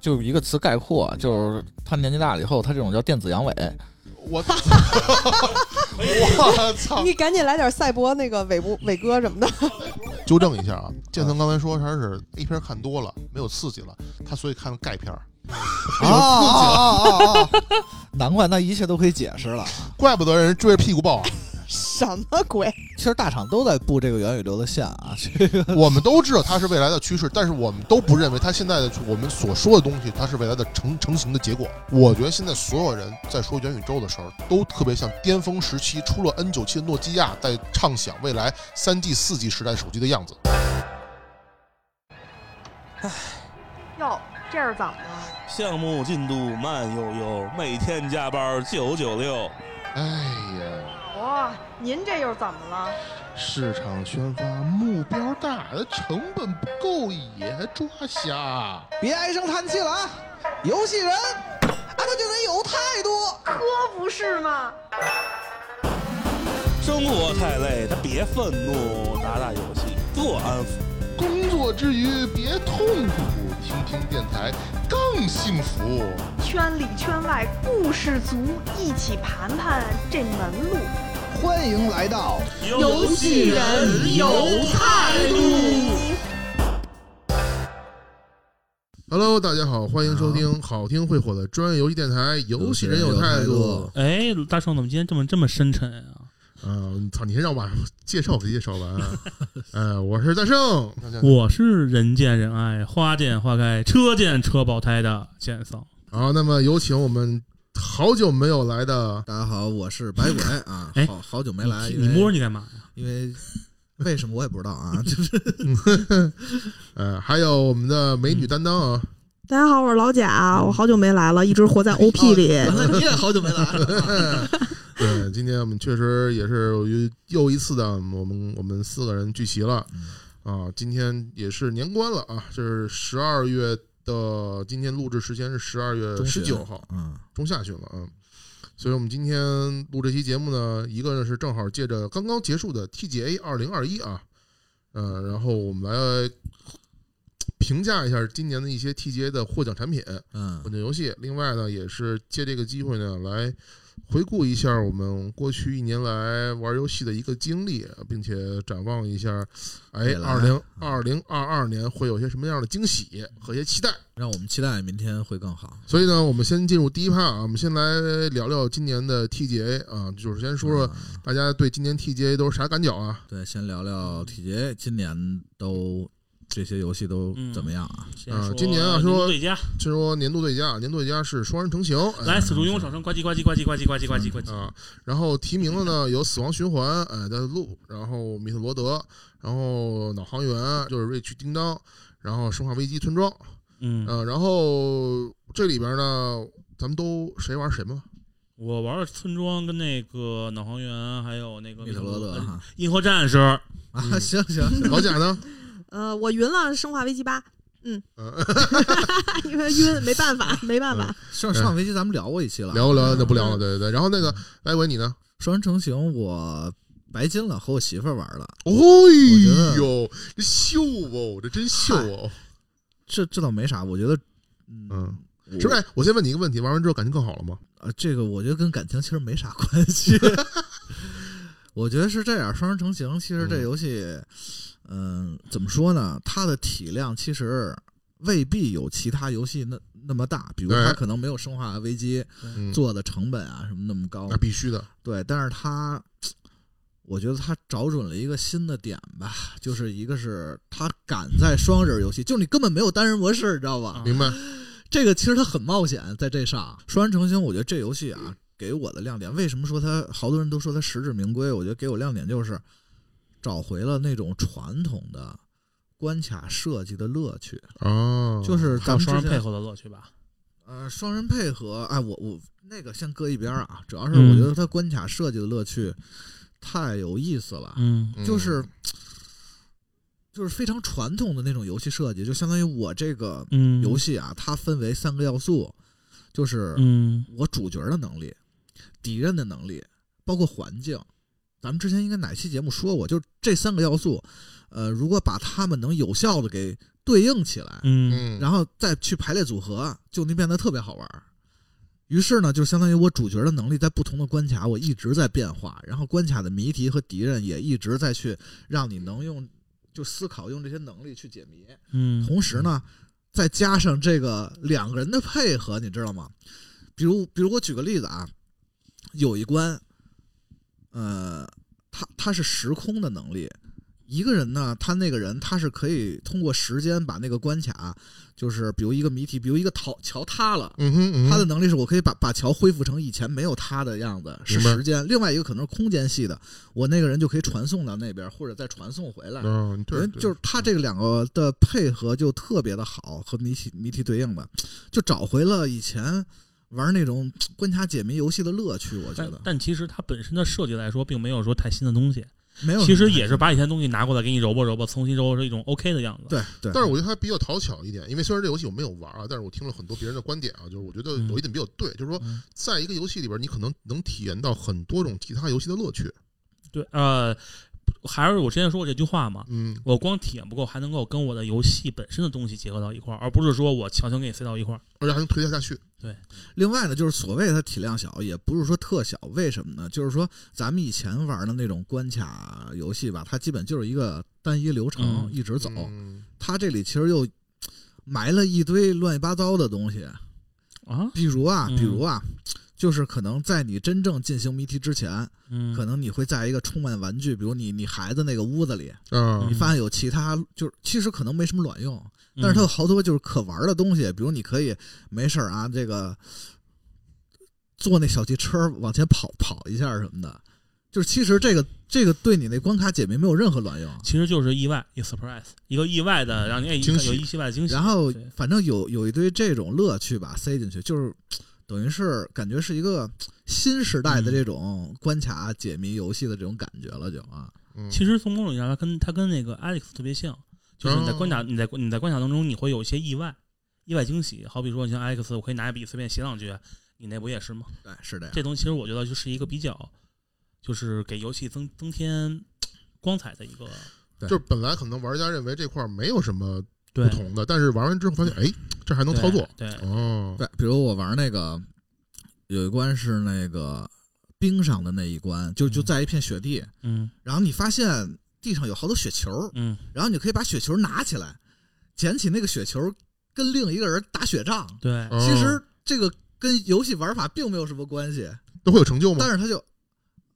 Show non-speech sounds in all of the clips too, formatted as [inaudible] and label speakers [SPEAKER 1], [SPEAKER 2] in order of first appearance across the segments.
[SPEAKER 1] 就一个词概括，
[SPEAKER 2] 嗯
[SPEAKER 1] 就是他年纪大了以后，他这种叫电子阳痿。
[SPEAKER 3] 我我操！
[SPEAKER 4] 你赶紧来点赛博那个伟不伟哥什么的， [laughs]
[SPEAKER 3] 纠正一下啊，建腾刚才说他是 A 片看多了，没有刺激了，他所以看钙片儿。哦 [laughs]
[SPEAKER 2] 啊啊啊！难怪那一切都可以解释了。
[SPEAKER 3] 怪不得人追着屁股抱啊！
[SPEAKER 4] 什么鬼？
[SPEAKER 2] 其实大厂都在布这个元宇宙的线啊， [laughs] 这个
[SPEAKER 3] 我们都知道它是未来的趋势，但是我们都不认为它现在的我们所说的东西，它是未来的成成型的结果。我觉得现在所有人在说元宇宙的时候，都特别像巅峰时期出了 N 九七的诺基亚在畅想未来三 G、四 G 时代手机的样子。
[SPEAKER 5] 哟，这是怎么了？
[SPEAKER 6] 项目进度慢悠悠，每天加班九九六。
[SPEAKER 3] 哎呀，
[SPEAKER 5] 哇、您这又是怎么了？
[SPEAKER 3] 市场宣发目标大，成本不够也抓瞎。
[SPEAKER 2] 别唉声叹气了啊！游戏人啊，他就得有态度。
[SPEAKER 5] 可不是嘛！
[SPEAKER 6] 生活太累，他别愤怒，打打游戏，做安抚。
[SPEAKER 3] 工作之余别痛苦，听听电台更幸福。
[SPEAKER 5] 圈里圈外故事足，一起盘盘这门路。
[SPEAKER 2] 欢迎来到
[SPEAKER 6] 游戏人有态度。
[SPEAKER 3] Hello，大家好，欢迎收听好听会火的专业游戏电台《游戏人啊有态度》
[SPEAKER 7] 哎，大圣怎么今天这么这么深沉啊？
[SPEAKER 3] 啊！操，你先让我把 [laughs] 介绍给介绍完啊。呃，我是大圣，
[SPEAKER 7] 我是人见人爱，花见花开，车见车爆胎的剑桑。
[SPEAKER 3] 好，那么有请我们好久没有来的
[SPEAKER 2] 大家好，我是白鬼 [laughs] 啊，
[SPEAKER 7] 哎
[SPEAKER 2] 好好久没来，
[SPEAKER 7] 你
[SPEAKER 2] 因
[SPEAKER 7] 你
[SPEAKER 2] 为
[SPEAKER 7] 摸着你干嘛呀？
[SPEAKER 2] 因为为什么我也不知道啊， [laughs] 就是
[SPEAKER 3] 呃，还有我们的美女担当啊，
[SPEAKER 8] 大家好，我是老贾，我好久没来了，一直活在 OP 里。
[SPEAKER 2] 原来你也好久没来了。
[SPEAKER 3] [laughs] 对，今天我们确实也是又又一次的，我们我们四个人聚齐了啊。今天也是年关了啊，这是十二月的，今天录制时间是十二月十九号，
[SPEAKER 2] 嗯，
[SPEAKER 3] 中下旬了啊。所以我们今天录这期节目呢，一个呢是正好借着刚刚结束的 TGA 二零二一啊，呃，然后我们来评价一下今年的一些 TGA 的获奖产品。
[SPEAKER 2] 嗯
[SPEAKER 3] 混沌游戏。另外呢，也是借这个机会呢，来回顾一下我们过去一年来玩游戏的一个经历，并且展望一下，哎，
[SPEAKER 2] 未来
[SPEAKER 3] 二零二零二二年会有些什么样的惊喜和一些期待。
[SPEAKER 2] 让我们期待明天会更好。
[SPEAKER 3] 所以呢，我们先进入第一趴啊，我们先来聊聊今年的 TGA 啊，就是先说说
[SPEAKER 2] 嗯
[SPEAKER 3] 大家对今年 TGA 都是啥感觉啊？
[SPEAKER 2] 对，先聊聊 TGA 今年都这些游戏都怎么样啊？
[SPEAKER 7] 先
[SPEAKER 3] 啊
[SPEAKER 7] 说
[SPEAKER 3] 今年啊说
[SPEAKER 7] 年度最佳，
[SPEAKER 3] 先说年度最佳，啊年度最佳是《双人成行》哎
[SPEAKER 7] 来死猪拥手声，呱唧呱唧呱唧呱唧呱唧呱唧呱唧。
[SPEAKER 3] 啊，然后提名的呢有《死亡循环》哎，的路，然后米特罗德，然后脑航员就是瑞奇叮当，然后生化危机村庄，
[SPEAKER 7] 嗯，
[SPEAKER 3] 呃，然后这里边呢，咱们都谁玩谁嘛？
[SPEAKER 7] 我玩的村庄跟那个脑航员，还有那个
[SPEAKER 2] 密特罗德
[SPEAKER 7] 呃
[SPEAKER 2] 哈
[SPEAKER 7] 银河战士，
[SPEAKER 2] 啊，行行，
[SPEAKER 3] 老贾呢？
[SPEAKER 8] 呃，我云了《生化危机八》，嗯，
[SPEAKER 3] 嗯，
[SPEAKER 8] [laughs] 因为晕，没办法，没办法。
[SPEAKER 2] 上上围棋咱们聊过一期了，
[SPEAKER 3] 聊不聊那不聊了，对对对。然后那个白文你呢？
[SPEAKER 2] 双人成行我白金了，和我媳妇儿玩了。
[SPEAKER 3] 哦呦，这秀哦，这真秀哦，
[SPEAKER 2] 这这倒没啥，我觉得，
[SPEAKER 3] 嗯
[SPEAKER 2] 嗯，
[SPEAKER 3] 是不是？哎我先问你一个问题，玩完之后感情更好了吗？
[SPEAKER 2] 呃，这个我觉得跟感情其实没啥关系。 [laughs] 我觉得是这样，《双人成行》其实这游戏，嗯、怎么说呢？它的体量其实未必有其他游戏那那么大，比如
[SPEAKER 3] 哎
[SPEAKER 2] 它可能没有《生化危机
[SPEAKER 3] 嗯》，
[SPEAKER 2] 做啊的成本啊什么那么高
[SPEAKER 3] 那，必须的，
[SPEAKER 2] 对，但是它。我觉得它找准了一个新的点吧，就是一个是它敢在双人游戏，就是你根本没有单人模式，你知道吧？
[SPEAKER 7] 啊
[SPEAKER 3] 明白？
[SPEAKER 2] 这个其实它很冒险，在这上《双人成行》，我觉得这游戏啊，给我的亮点，为什么说它好多人都说它实至名归？我觉得给我亮点就是找回了那种传统的关卡设计的乐趣，
[SPEAKER 3] 哦，
[SPEAKER 2] 就是
[SPEAKER 7] 还
[SPEAKER 2] 咱
[SPEAKER 7] 有
[SPEAKER 2] 们
[SPEAKER 7] 双
[SPEAKER 2] 之
[SPEAKER 7] 人配
[SPEAKER 2] 前
[SPEAKER 7] 合的乐趣吧。
[SPEAKER 2] 呃双人配合，哎，我我那个先搁一边儿啊，主要是
[SPEAKER 7] 嗯
[SPEAKER 2] 我觉得它关卡设计的乐趣太有意思了，
[SPEAKER 7] 嗯
[SPEAKER 3] 嗯
[SPEAKER 2] 就是就是非常传统的那种游戏设计，就相当于我这个
[SPEAKER 7] 嗯，
[SPEAKER 2] 游戏啊，它分为三个要素，就是
[SPEAKER 7] 嗯
[SPEAKER 2] 我主角的能力、敌人的能力，包括环境。咱们之前应该哪期节目说过，就这三个要素，呃，如果把它们能有效的给对应起来，
[SPEAKER 7] 嗯
[SPEAKER 9] 嗯，
[SPEAKER 2] 然后再去排列组合，啊就能变得特别好玩儿。于是呢，就相当于我主角的能力在不同的关卡，我一直在变化，然后关卡的谜题和敌人也一直在去让你能用就思考用这些能力去解谜。
[SPEAKER 7] 嗯，
[SPEAKER 2] 同时呢，再加上这个两个人的配合，你知道吗？比如，比如我举个例子啊，有一关，呃，他他是时空的能力，一个人呢，他那个人他是可以通过时间把那个关卡，就是比如一个谜题，比如一个桥桥塌了。
[SPEAKER 9] 嗯哼，嗯哼
[SPEAKER 2] 他的能力是我可以把把桥恢复成以前没有他的样子，是
[SPEAKER 9] 明白
[SPEAKER 2] 时间。另外一个可能是空间系的，我那个人就可以传送到那边，或者再传送回来。
[SPEAKER 9] 嗯，
[SPEAKER 2] 因
[SPEAKER 9] 对，
[SPEAKER 2] 为
[SPEAKER 9] 对
[SPEAKER 2] 就是他这个两个的配合就特别的好，和谜题谜题对应的，就找回了以前玩那种关卡解谜游戏的乐趣。我觉
[SPEAKER 7] 但
[SPEAKER 2] 得
[SPEAKER 7] 但其实它本身的设计来说，并没有说太新的东西，
[SPEAKER 2] 没有什么太，
[SPEAKER 7] 其实也是把以前东西拿过来给你揉吧揉吧，重新揉成一种 OK 的样子。
[SPEAKER 2] 对对，
[SPEAKER 9] 但是我觉得它比较讨巧一点，因为虽然这游戏我没有玩啊，但是我听了很多别人的观点啊，就是我觉得有一点比较对，就是说
[SPEAKER 7] 嗯，
[SPEAKER 9] 在一个游戏里边，你可能能体验到很多种其他游戏的乐趣。
[SPEAKER 7] 对，呃，还是我之前说过这句话嘛，
[SPEAKER 9] 嗯，
[SPEAKER 7] 我光体验不够，还能够跟我的游戏本身的东西结合到一块儿，而不是说我强行给你塞到一块儿。
[SPEAKER 9] 而且还能推得下去。
[SPEAKER 2] 另外呢，就是所谓它体量小，也不是说特小，为什么呢？就是说咱们以前玩的那种关卡游戏吧，它基本就是一个单一流程、
[SPEAKER 7] 嗯
[SPEAKER 2] 一直走，
[SPEAKER 9] 嗯
[SPEAKER 2] 它这里其实又埋了一堆乱七八糟的东西，
[SPEAKER 7] 啊，
[SPEAKER 2] 比如啊，
[SPEAKER 7] 嗯
[SPEAKER 2] 比如啊，就是可能在你真正进行谜题之前。
[SPEAKER 7] 嗯，
[SPEAKER 2] 可能你会在一个充满玩具，比如你你孩子那个屋子里，
[SPEAKER 9] 啊
[SPEAKER 2] 你发现有其他，就是其实可能没什么卵用，
[SPEAKER 7] 嗯
[SPEAKER 2] 但是它有好多就是可玩的东西，比如你可以没事儿啊，这个坐那小汽车往前跑跑一下什么的，就是其实这个这个对你那关卡解谜没有任何卵用。
[SPEAKER 7] 其实就是意外，一个 surprise，一个意外的让你哎一
[SPEAKER 9] 惊
[SPEAKER 7] 看
[SPEAKER 9] 喜
[SPEAKER 7] 有意外的惊
[SPEAKER 2] 嗯
[SPEAKER 7] 喜。
[SPEAKER 2] 然后
[SPEAKER 7] 对
[SPEAKER 2] 反正有有一堆这种乐趣吧塞进去，就是等于是感觉是一个新时代
[SPEAKER 7] 嗯
[SPEAKER 2] 的这种关卡解谜游戏的这种感觉了，就啊，
[SPEAKER 9] 嗯
[SPEAKER 7] 其实从某种意义上，它跟它跟那个 Alex 特别像，就是你在
[SPEAKER 2] 哦
[SPEAKER 7] 关卡、你在你在关卡当中，你会有一些意外、意外惊喜。好比说，你像 Alex，我可以拿笔随便写两句，你那不也是吗？
[SPEAKER 2] 对，是这样。
[SPEAKER 7] 这东西其实我觉得就是一个比较，就是给游戏增增添光彩的一个。
[SPEAKER 2] 对
[SPEAKER 9] 就是本来可能玩家认为这块儿没有什么
[SPEAKER 7] 对
[SPEAKER 9] 不同的，但是玩完之后发现，哎，这还能操作。
[SPEAKER 7] 对，
[SPEAKER 9] 哦，
[SPEAKER 2] 对，比如我玩那个有一关是那个冰上的那一关，就就
[SPEAKER 7] 嗯
[SPEAKER 2] 在一片雪地，
[SPEAKER 7] 嗯
[SPEAKER 2] 然后你发现地上有好多雪球，
[SPEAKER 7] 嗯，
[SPEAKER 2] 然后你可以把雪球拿起来，捡起那个雪球跟另一个人打雪仗。
[SPEAKER 7] 对，
[SPEAKER 9] 哦
[SPEAKER 2] 其实这个跟游戏玩法并没有什么关系，
[SPEAKER 9] 都会有成就吗
[SPEAKER 2] 但？是它就。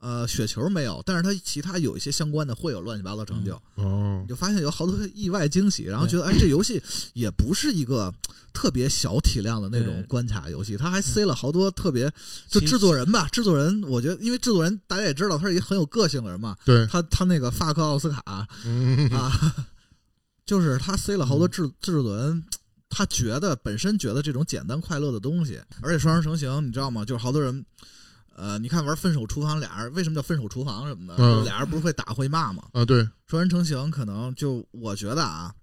[SPEAKER 2] 呃，雪球没有，但是它其他有一些相关的会有乱七八糟成就，
[SPEAKER 9] 哦
[SPEAKER 2] 你，就发现有好多意外惊喜，然后
[SPEAKER 7] 对
[SPEAKER 2] 觉得哎，这游戏也不是一个特别小体量的那种
[SPEAKER 7] 对
[SPEAKER 2] 关卡游戏，它还塞了好多特别就
[SPEAKER 7] 其
[SPEAKER 2] 制作人吧，制作人，我觉得因为制作人大家也知道他是一个很有个性的人嘛，
[SPEAKER 9] 对，
[SPEAKER 2] 他他那个法克奥斯卡啊，
[SPEAKER 9] 嗯，
[SPEAKER 2] 就是他塞了好多制制作人。他觉得本身觉得这种简单快乐的东西，而且双人成行，你知道吗？就是好多人，呃，你看玩分手厨房俩人为什么叫分手厨房什么的，
[SPEAKER 9] 嗯
[SPEAKER 2] 就是俩人不是会打会骂吗？
[SPEAKER 9] 啊，对，
[SPEAKER 2] 双人成行可能就我觉得啊，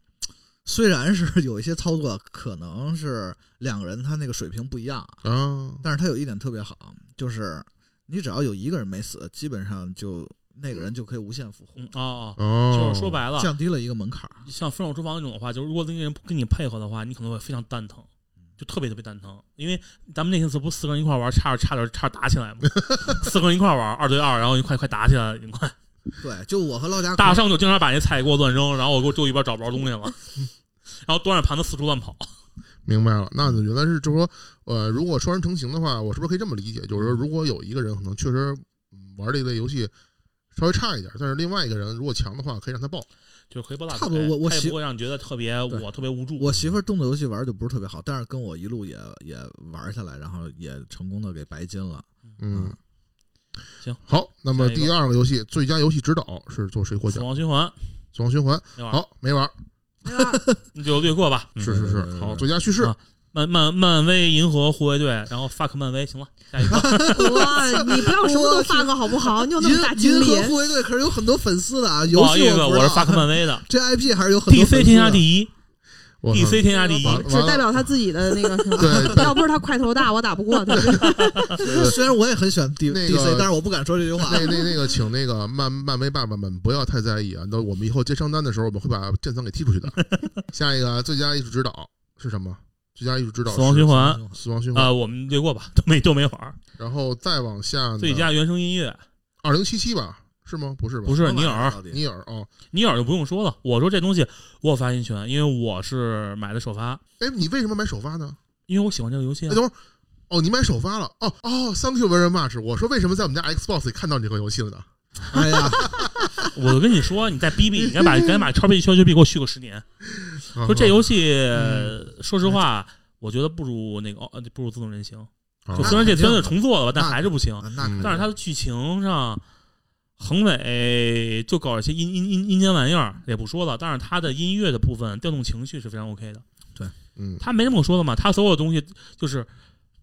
[SPEAKER 2] 虽然是有一些操作可能是两个人他那个水平不一样啊，
[SPEAKER 9] 啊，
[SPEAKER 2] 但是他有一点特别好，就是你只要有一个人没死，基本上就那个人就可以无限复活
[SPEAKER 7] 嗯，哦哦，
[SPEAKER 9] 哦，
[SPEAKER 7] 就是说，白了，
[SPEAKER 2] 降低了一个门槛儿。
[SPEAKER 7] 像分手厨房那种的话，就是如果那个人不跟你配合的话，你可能会非常蛋疼，就特别特别蛋疼。因为咱们那天次不是四个人一块玩，差点差点差点打起来吗？四个人一块玩，二对二，然后一块快打起来，你快
[SPEAKER 2] 对，就我和老贾可
[SPEAKER 7] 大
[SPEAKER 2] 能
[SPEAKER 7] 圣就经常把那菜给我乱扔，然后我给我就一边找不着东西了， [laughs] 然后端着盘子四处乱跑。
[SPEAKER 9] 明白了，那原来是就是说，呃，如果双人成型的话，我是不是可以这么理解？就是说，如果有一个人可能确实嗯玩这一类游戏稍微差一点，但是另外一个人如果强的话，可以让他爆。
[SPEAKER 7] 就是回拨大腿，
[SPEAKER 2] 差不多我我
[SPEAKER 7] 他也
[SPEAKER 2] 媳
[SPEAKER 7] 不会让你觉得特别我特别无助。
[SPEAKER 2] 我媳妇儿动作游戏玩儿就不是特别好，但是跟我一路也也玩下来，然后也成功的给白金了。
[SPEAKER 9] 嗯，
[SPEAKER 7] 行，
[SPEAKER 9] 好，那么
[SPEAKER 7] 下一个
[SPEAKER 9] 第二个游戏最佳游戏指导是做谁获
[SPEAKER 7] 死
[SPEAKER 9] 奖？
[SPEAKER 7] 亡循环
[SPEAKER 9] 死亡循环。
[SPEAKER 7] 那玩意儿，
[SPEAKER 9] 好，没玩儿，
[SPEAKER 7] 你就略过吧。嗯
[SPEAKER 9] 是是
[SPEAKER 2] 对对
[SPEAKER 9] 是，
[SPEAKER 2] 对
[SPEAKER 9] 好，
[SPEAKER 2] 对
[SPEAKER 9] 最佳叙事
[SPEAKER 7] 啊漫漫漫威银河护卫队，然后 fuck 漫威，行了，下一个。
[SPEAKER 5] 哇，你不要什么都发个好不好？你有那么大
[SPEAKER 2] 银
[SPEAKER 5] 精
[SPEAKER 2] 银
[SPEAKER 5] 力
[SPEAKER 2] 河？护卫队可是有很多粉丝的啊，
[SPEAKER 7] 不
[SPEAKER 2] [laughs] 游
[SPEAKER 7] 好
[SPEAKER 2] 戏
[SPEAKER 7] 意思，
[SPEAKER 2] 我不
[SPEAKER 7] 我
[SPEAKER 2] 知道
[SPEAKER 7] 是 fuck 漫威的
[SPEAKER 2] 这 IP 还是有很多粉丝
[SPEAKER 7] ，DC
[SPEAKER 2] 的
[SPEAKER 7] 天下第一。
[SPEAKER 2] 我靠
[SPEAKER 7] DC 天下第一，
[SPEAKER 3] 完
[SPEAKER 5] 只代表他自己的那个什么。 [laughs]
[SPEAKER 3] 对
[SPEAKER 5] 要不是他块头大，我打不过他。
[SPEAKER 2] 虽然我也很喜欢 D
[SPEAKER 3] 那
[SPEAKER 2] D
[SPEAKER 3] 个
[SPEAKER 2] C，但是我不敢说这句话。
[SPEAKER 3] 那那那个，请那个漫漫威爸爸们不要太在意啊。那我们以后接商单的时候，我们会把剑三给踢出
[SPEAKER 2] [laughs]
[SPEAKER 3] 去的。下一个啊最佳艺术指导是什么？最佳艺术指导
[SPEAKER 7] 死亡
[SPEAKER 3] 是
[SPEAKER 7] 循环
[SPEAKER 3] 死亡循环。
[SPEAKER 7] 啊，我们略过吧，都没都没玩儿。
[SPEAKER 3] 然后再往下呢，
[SPEAKER 7] 最佳原声音乐
[SPEAKER 3] 二零七七吧？是吗？不是吧？
[SPEAKER 7] 不是尼尔，
[SPEAKER 2] 到底
[SPEAKER 3] 尼尔哦。
[SPEAKER 7] 尼尔就不用说了。我说这东西我有发言权，因为我是买的首发，
[SPEAKER 3] 哎，你为什么买首发呢？
[SPEAKER 7] 因为我喜欢这个游戏
[SPEAKER 3] 哎，
[SPEAKER 7] 啊。
[SPEAKER 3] 等会儿。哦，你买首发了哦哦，Thank you very much。我说为什么在我们家 Xbox 里看到这个游戏了呢？
[SPEAKER 2] 哎
[SPEAKER 3] [laughs]
[SPEAKER 2] 呀，哎
[SPEAKER 7] 我就跟你说，你再逼逼，你该把该把超必消学币给我续个十年。
[SPEAKER 2] 嗯
[SPEAKER 3] 嗯
[SPEAKER 7] 说这游戏，说实话，我觉得不如那个哦，不如自动人形。
[SPEAKER 3] 啊
[SPEAKER 7] 就虽然这
[SPEAKER 2] 肯定
[SPEAKER 7] 片
[SPEAKER 2] 的
[SPEAKER 7] 子重做了吧，但
[SPEAKER 2] 那
[SPEAKER 7] 还是不行。
[SPEAKER 2] 啊那
[SPEAKER 3] 嗯
[SPEAKER 7] 但是它的剧情上，恒伟就搞一些阴阴阴阴间玩意儿，也不说了。但是它的音乐的部分调动情绪是非常 OK 的。
[SPEAKER 3] 嗯，
[SPEAKER 7] 他没什么可说的嘛，他所有东西就是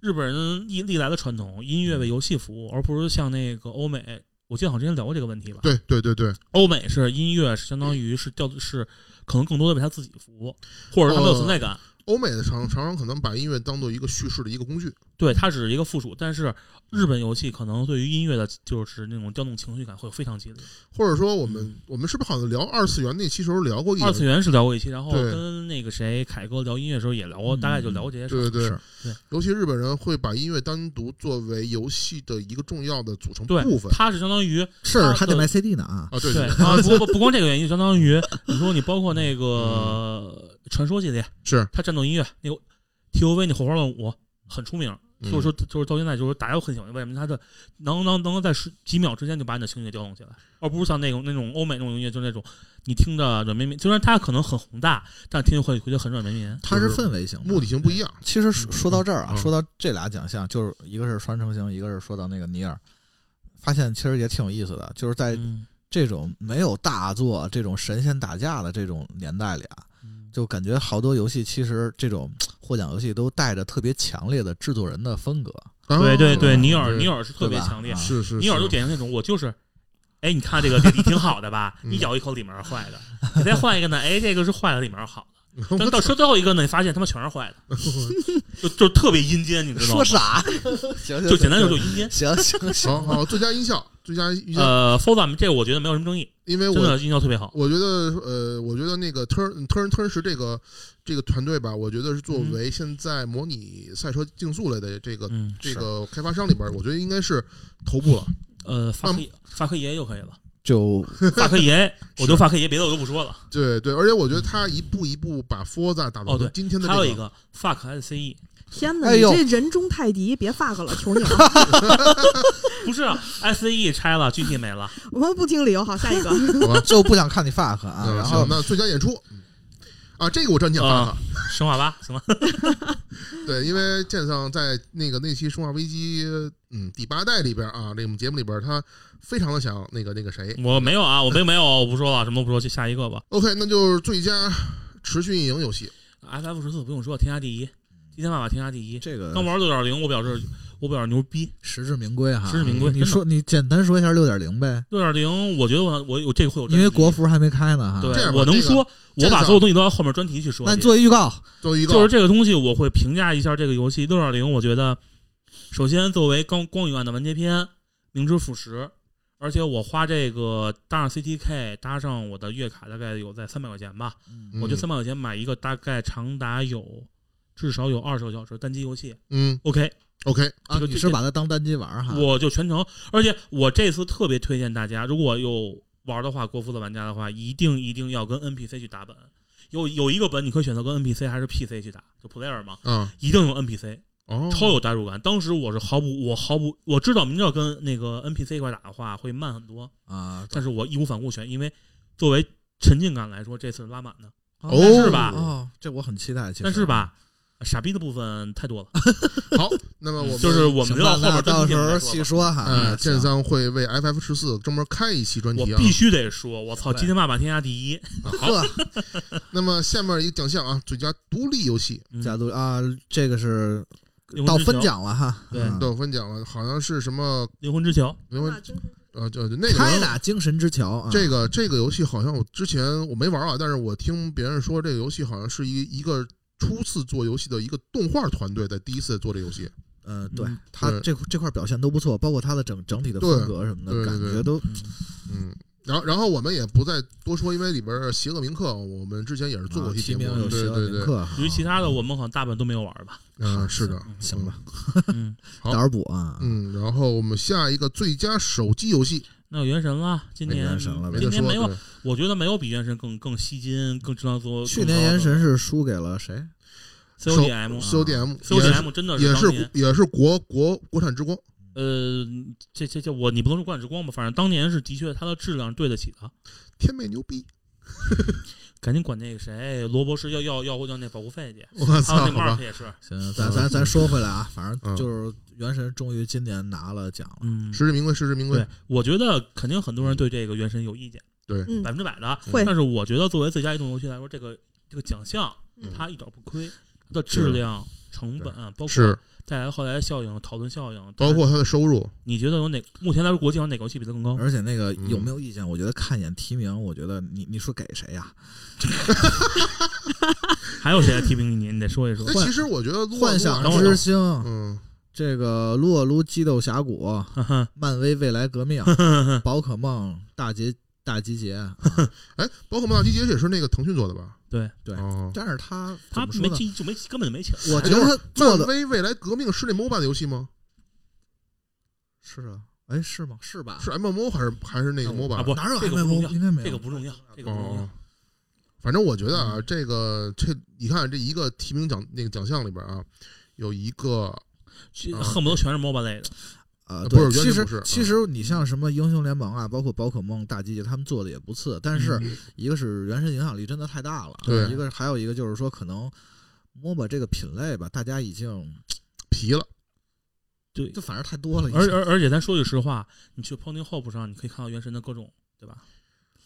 [SPEAKER 7] 日本人历历来的传统，音乐为游戏服务，而不是像那个欧美。我记得好像之前聊过这个问题吧？
[SPEAKER 3] 对对对对，
[SPEAKER 7] 欧美是音乐是相当于是调是可能更多的为他自己服务，或者是他没有存在感。
[SPEAKER 3] 欧美的厂厂商可能把音乐当做一个叙事的一个工具。
[SPEAKER 7] 对，它只是一个附属，但是日本游戏可能对于音乐的，就是那种调动情绪感会非常激烈。
[SPEAKER 3] 或者说我们、我们是不是好像聊二次元那期时候聊过一点
[SPEAKER 7] 嗯二次元是聊过一期，然后
[SPEAKER 3] 对
[SPEAKER 7] 跟那个谁凯哥聊音乐的时候也聊过，
[SPEAKER 2] 嗯
[SPEAKER 7] 大概就聊过这些事
[SPEAKER 3] 对对
[SPEAKER 7] 儿。
[SPEAKER 2] 是
[SPEAKER 7] 对，
[SPEAKER 3] 尤其日本人会把音乐单独作为游戏的一个重要的组成
[SPEAKER 7] 对
[SPEAKER 3] 部分，
[SPEAKER 7] 它是相当于
[SPEAKER 2] 事儿还得卖 CD 呢啊！
[SPEAKER 3] 啊，对
[SPEAKER 7] 对，
[SPEAKER 3] 对 [laughs]
[SPEAKER 7] 啊，不不不光这个原因，相当于你说你包括那个传说系列，
[SPEAKER 3] 嗯是，
[SPEAKER 7] 它战斗音乐那个 T O V 那火花乱舞很出名，
[SPEAKER 3] 嗯
[SPEAKER 7] 所以说就是到现在就是大家都很喜欢，为什么它的能能能够在十几秒之间就把你的情绪调动起来，而不是像那种那种欧美那种音乐，就是那种你听着软绵绵，虽然它可能很宏大，但听着会会觉得很软绵绵。
[SPEAKER 2] 它是氛围型的，
[SPEAKER 3] 目的性不一样。
[SPEAKER 2] 其实说说到这儿啊，
[SPEAKER 3] 嗯
[SPEAKER 2] 说到这俩奖项，就是一个是双城行，一个是说到那个尼尔，发现其实也挺有意思的，就是在
[SPEAKER 7] 嗯
[SPEAKER 2] 这种没有大作、这种神仙打架的这种年代里啊，
[SPEAKER 7] 嗯
[SPEAKER 2] 就感觉好多游戏其实这种嘖获奖游戏都带着特别强烈的制作人的风格，
[SPEAKER 3] 啊
[SPEAKER 7] 对对对，尼尔
[SPEAKER 3] 对
[SPEAKER 7] 尼尔是特别
[SPEAKER 2] 对吧
[SPEAKER 7] 强烈
[SPEAKER 2] 啊，
[SPEAKER 3] 是是，
[SPEAKER 7] 尼尔就是典型那种，我就是，哎，你看这个底挺好的吧，
[SPEAKER 3] 嗯
[SPEAKER 7] 你咬一口里面是坏的，你再换一个呢，哎，这个是坏的，里面是好的，但到
[SPEAKER 3] 我
[SPEAKER 7] 吃最后一个呢，你发现他妈全是坏的，就就特别阴间，你知道吗？ [laughs]
[SPEAKER 2] 啥？行行，
[SPEAKER 7] 就简单说就
[SPEAKER 2] 行
[SPEAKER 7] 阴间。
[SPEAKER 2] 行行
[SPEAKER 3] [laughs] 好
[SPEAKER 2] 行，
[SPEAKER 3] 好，最佳音效，最佳音效，
[SPEAKER 7] 呃 f o r m 这个我觉得没有什么争议，
[SPEAKER 3] 因为
[SPEAKER 7] 真
[SPEAKER 3] 哎我
[SPEAKER 7] 的音效特别好。
[SPEAKER 3] 我觉得呃，我觉得那个 Turn Turn Turn 是这个这个团队吧，我觉得是作为现在模拟赛车竞速类的这个。
[SPEAKER 7] 嗯，
[SPEAKER 3] 这个开发商里边，我觉得应该是头部了。
[SPEAKER 7] 呃，法克法克爷就可
[SPEAKER 3] [laughs]
[SPEAKER 7] 以了，
[SPEAKER 2] 就
[SPEAKER 7] 法克爷，我就法克爷，别的我就不说了。
[SPEAKER 3] 对对，而且我觉得他一步一步把 Forza 打造
[SPEAKER 7] 哦对
[SPEAKER 3] 成今天的这
[SPEAKER 7] 还有一个 fuck E， SCE，
[SPEAKER 5] [laughs] 天哪，
[SPEAKER 2] 哎
[SPEAKER 5] 你
[SPEAKER 2] 呦
[SPEAKER 5] 这人中泰迪，别 fuck 了，求你了。
[SPEAKER 2] 嗯
[SPEAKER 7] 不是啊，SCE 拆了，GT 没了，
[SPEAKER 5] 我们不听理由，好，下一个。
[SPEAKER 3] 好吧
[SPEAKER 2] 就不想看你 fuck 啊，
[SPEAKER 3] 嗯，
[SPEAKER 2] 然后
[SPEAKER 3] 行，那最佳演出啊，这个我真想发了。
[SPEAKER 7] 生化八行吗？
[SPEAKER 3] 对，因为剑上在那个那期《生化危机》嗯第八代里边啊，那我们节目里边，他非常的想那个那个谁。
[SPEAKER 7] 我没有啊，我并没有，我不说了，什么都不说，去下一个吧。
[SPEAKER 3] OK，那就是最佳持续运营游戏。
[SPEAKER 7] F F 十四不用说，天下第一，今天爸爸天下第一。
[SPEAKER 2] 这个
[SPEAKER 7] 刚玩六点零，我表示我表示牛逼。
[SPEAKER 2] 实至名归哈，
[SPEAKER 7] 实至名归
[SPEAKER 2] 你
[SPEAKER 7] 真的
[SPEAKER 2] 说你简单说一下六点零呗，
[SPEAKER 7] 六点零，我觉得我我有这个会有专
[SPEAKER 2] 因
[SPEAKER 7] 题，
[SPEAKER 2] 为国服还没开呢哈。
[SPEAKER 7] 对
[SPEAKER 3] 这样吧
[SPEAKER 7] 我能
[SPEAKER 3] 啊这个
[SPEAKER 7] 说，
[SPEAKER 3] 这
[SPEAKER 7] 我把
[SPEAKER 3] 个
[SPEAKER 7] 所有东西都在后面专题去说
[SPEAKER 2] 那
[SPEAKER 7] 去。
[SPEAKER 2] 你做一预告，
[SPEAKER 3] 作为一个
[SPEAKER 7] 就是这个东西，我会评价一下这个游戏六点零。我觉得，首先作为光光与暗的完结篇，名知腐蚀，而且我花这个搭上 C T K 搭上我的月卡，大概有在三百块钱吧。
[SPEAKER 2] 嗯
[SPEAKER 7] 我觉得三百块钱买一个大概长达有至少有二十个小时单机游戏
[SPEAKER 3] 嗯
[SPEAKER 7] ，OK，
[SPEAKER 3] ，OK，
[SPEAKER 2] 啊，
[SPEAKER 7] 这个
[SPEAKER 2] 你
[SPEAKER 7] 这
[SPEAKER 2] 是
[SPEAKER 7] 个
[SPEAKER 2] 把它当单机玩儿
[SPEAKER 3] 啊
[SPEAKER 2] 哈？
[SPEAKER 7] 我就全程，而且我这次特别推荐大家，如果有玩的话，国服的玩家的话，一定一定要跟 NPC 去打本。有有一个本，你可以选择跟 NPC 还是 PC 去打，就 player 嘛，
[SPEAKER 3] 啊，
[SPEAKER 7] 一定用 NPC，
[SPEAKER 2] 嗯
[SPEAKER 3] 哦，
[SPEAKER 7] 超有代入感。当时我是毫不，我毫不，我知道明知道跟那个 NPC 一块打的话会慢很多，
[SPEAKER 2] 啊，
[SPEAKER 7] 但是我义无反顾选，因为作为沉浸感来说，这次是拉满的。
[SPEAKER 2] 哦
[SPEAKER 3] 哦
[SPEAKER 7] 是吧
[SPEAKER 2] 哦，这我很期待，其实
[SPEAKER 7] 但是，吧，傻逼的部分太多了，
[SPEAKER 3] 好，那么我们
[SPEAKER 7] [laughs] 就是我
[SPEAKER 2] 哦行
[SPEAKER 7] 们
[SPEAKER 2] 吧，
[SPEAKER 7] 要后
[SPEAKER 2] 那
[SPEAKER 7] 面
[SPEAKER 2] 到
[SPEAKER 7] 专
[SPEAKER 2] 时
[SPEAKER 7] 题节目
[SPEAKER 2] 候
[SPEAKER 7] 再
[SPEAKER 2] 细
[SPEAKER 7] 说吧。
[SPEAKER 2] 说哈。
[SPEAKER 3] 呃，
[SPEAKER 2] 嗯
[SPEAKER 3] 剑三会为 FF 十四专门开一期专
[SPEAKER 7] 我
[SPEAKER 3] 题啊。
[SPEAKER 7] 必须得说，我操！今天爸爸天下第一，
[SPEAKER 2] 呵，
[SPEAKER 3] 那么下面一个奖项啊，最佳独立游戏，
[SPEAKER 7] 嗯
[SPEAKER 2] 假如啊，这个是
[SPEAKER 7] 灵魂
[SPEAKER 2] 到
[SPEAKER 7] 之
[SPEAKER 2] 分
[SPEAKER 7] 桥
[SPEAKER 2] 奖了哈。
[SPEAKER 7] 对
[SPEAKER 2] 嗯
[SPEAKER 3] 对，我分奖了，好像是什么
[SPEAKER 7] 灵魂之桥，
[SPEAKER 5] 啊
[SPEAKER 3] 灵魂
[SPEAKER 5] 精神
[SPEAKER 3] 呃，就就那个游
[SPEAKER 2] China 精神之桥啊，
[SPEAKER 3] 这个这个游戏好像我之前我没玩啊，但是我听别人说这个游戏好像是一一个初次做游戏的一个动画团队在第一次做这游戏，
[SPEAKER 2] 呃，对
[SPEAKER 7] 嗯
[SPEAKER 2] 他
[SPEAKER 3] 对
[SPEAKER 2] 这这块表现都不错，包括他的整整体的
[SPEAKER 3] 对
[SPEAKER 2] 风格什么的，
[SPEAKER 3] 对对
[SPEAKER 2] 感
[SPEAKER 3] 对
[SPEAKER 2] 觉
[SPEAKER 7] 啊
[SPEAKER 2] 都
[SPEAKER 3] 嗯。然后，然后我们也不再多说，因为里边儿邪恶铭刻，我们之前也是做过一期
[SPEAKER 2] 提
[SPEAKER 3] 节
[SPEAKER 2] 啊名
[SPEAKER 3] 目，
[SPEAKER 2] 有
[SPEAKER 3] 对
[SPEAKER 2] 邪恶
[SPEAKER 3] 对
[SPEAKER 2] 铭
[SPEAKER 3] 对，
[SPEAKER 2] 刻啊，
[SPEAKER 7] 至于其他的，我们好像大部分都没有玩吧。
[SPEAKER 3] 嗯，是的，
[SPEAKER 2] 行吧，
[SPEAKER 7] 嗯，
[SPEAKER 3] 好
[SPEAKER 2] 到时候补啊。
[SPEAKER 3] 嗯，然后我们下一个最佳手机游戏，
[SPEAKER 7] [laughs] 那有原神了，今
[SPEAKER 2] 没
[SPEAKER 7] 年
[SPEAKER 2] 原神了
[SPEAKER 3] 啊没
[SPEAKER 7] 今
[SPEAKER 3] 得
[SPEAKER 7] 年
[SPEAKER 3] 说，
[SPEAKER 7] 没有
[SPEAKER 3] 对，
[SPEAKER 7] 我觉得没有比原神更更吸金、更值得做。
[SPEAKER 2] 去年原神是输给了谁？
[SPEAKER 3] 手
[SPEAKER 7] CODM。
[SPEAKER 3] CODM
[SPEAKER 7] CODM 真的
[SPEAKER 3] 也
[SPEAKER 7] 当
[SPEAKER 3] 是
[SPEAKER 7] 年，
[SPEAKER 3] 也是国国国产之光，
[SPEAKER 7] 呃，这这这我你不能说冠之光吧，反正当年是的确它的质量对得起它。
[SPEAKER 3] 天妹牛逼，
[SPEAKER 7] 啊赶紧管那个谁哎罗博士要要要要那保护费去，
[SPEAKER 3] 我
[SPEAKER 7] 还有
[SPEAKER 3] 操，
[SPEAKER 7] 那
[SPEAKER 3] [laughs] 好吧
[SPEAKER 7] Mark，也是，
[SPEAKER 2] 行，咱咱咱说回来啊，反
[SPEAKER 3] 嗯
[SPEAKER 2] 正就是原神终于今年拿了奖了。
[SPEAKER 7] 嗯，
[SPEAKER 3] 实至名归，实至名归
[SPEAKER 7] 对，，我觉得肯定很多人对这个原神有意见，
[SPEAKER 3] 对
[SPEAKER 5] 嗯
[SPEAKER 7] 百分之百的。
[SPEAKER 3] 哎
[SPEAKER 5] 会
[SPEAKER 7] 但是我觉得作为最佳移动游戏来说，这个这个奖项
[SPEAKER 5] 嗯
[SPEAKER 7] 它一点不亏，它的质量、成本，啊包括
[SPEAKER 3] 是
[SPEAKER 7] 带来后来的效应、讨论效应，
[SPEAKER 3] 包括它的收入，
[SPEAKER 7] 你觉得有哪？目前来说，国际上哪个游戏比它更高？
[SPEAKER 2] 而且那个
[SPEAKER 3] 嗯
[SPEAKER 2] 有没有意见？我觉得看一眼提名，我觉得你你说给谁呀？
[SPEAKER 7] 还有谁来提名你？你得说一说。
[SPEAKER 3] 那其实我觉得撸啊撸
[SPEAKER 2] 幻
[SPEAKER 3] 啊
[SPEAKER 2] 想
[SPEAKER 7] 等会儿
[SPEAKER 2] 之星，
[SPEAKER 3] 嗯，
[SPEAKER 2] 这个撸啊撸激斗峡
[SPEAKER 7] [laughs]
[SPEAKER 2] 谷，漫威未来革命，宝可梦大结大集
[SPEAKER 7] [laughs]
[SPEAKER 2] 结。啊
[SPEAKER 3] 哎，包括《魔法集结》也是那个腾讯做的吧？
[SPEAKER 7] 对
[SPEAKER 2] 对
[SPEAKER 3] 哦，
[SPEAKER 2] 但是他
[SPEAKER 7] 他
[SPEAKER 2] 怎么说
[SPEAKER 7] 没
[SPEAKER 2] 呢
[SPEAKER 7] 提就没根本就没请。
[SPEAKER 2] 我
[SPEAKER 3] 啊
[SPEAKER 2] 觉得他做
[SPEAKER 3] 漫
[SPEAKER 2] 的
[SPEAKER 3] 威未来革命是那 MOBA 的游戏吗？
[SPEAKER 2] 是啊，哎，是吗？是吧？
[SPEAKER 3] 是 MMO 还是还是那个
[SPEAKER 7] 啊我
[SPEAKER 3] MOBA？
[SPEAKER 7] 啊不，
[SPEAKER 2] 哪有
[SPEAKER 7] 这个不重要，
[SPEAKER 2] 应该没有
[SPEAKER 7] 这个不重要，这个不嗯重
[SPEAKER 3] 哦
[SPEAKER 7] 要。，
[SPEAKER 3] 反正我觉得啊，这个这你看这一个提名奖那个奖项里边啊，有一个
[SPEAKER 7] 这
[SPEAKER 2] 哦
[SPEAKER 3] 啊
[SPEAKER 7] 恨不得全是 MOBA 类的。
[SPEAKER 2] 呃，
[SPEAKER 3] 不
[SPEAKER 2] 对，
[SPEAKER 3] 是原
[SPEAKER 2] 其
[SPEAKER 3] 神不
[SPEAKER 7] 嗯
[SPEAKER 3] 是
[SPEAKER 2] 实其实你像什么英雄联盟啊，包括宝可梦、大集结，他们做的也不次，但是
[SPEAKER 7] 嗯
[SPEAKER 2] 一个是原神影响力真的太大了，
[SPEAKER 3] 对
[SPEAKER 2] 一个还有一个就是说可能。MOBA 这个品类吧，大家已经
[SPEAKER 3] 皮了，
[SPEAKER 7] 对
[SPEAKER 2] 就，反正太多了。
[SPEAKER 7] 而而而且咱说句实话，你去 Pony Hope 上，你可以看到原神的各
[SPEAKER 2] [laughs]
[SPEAKER 7] 种，对吧？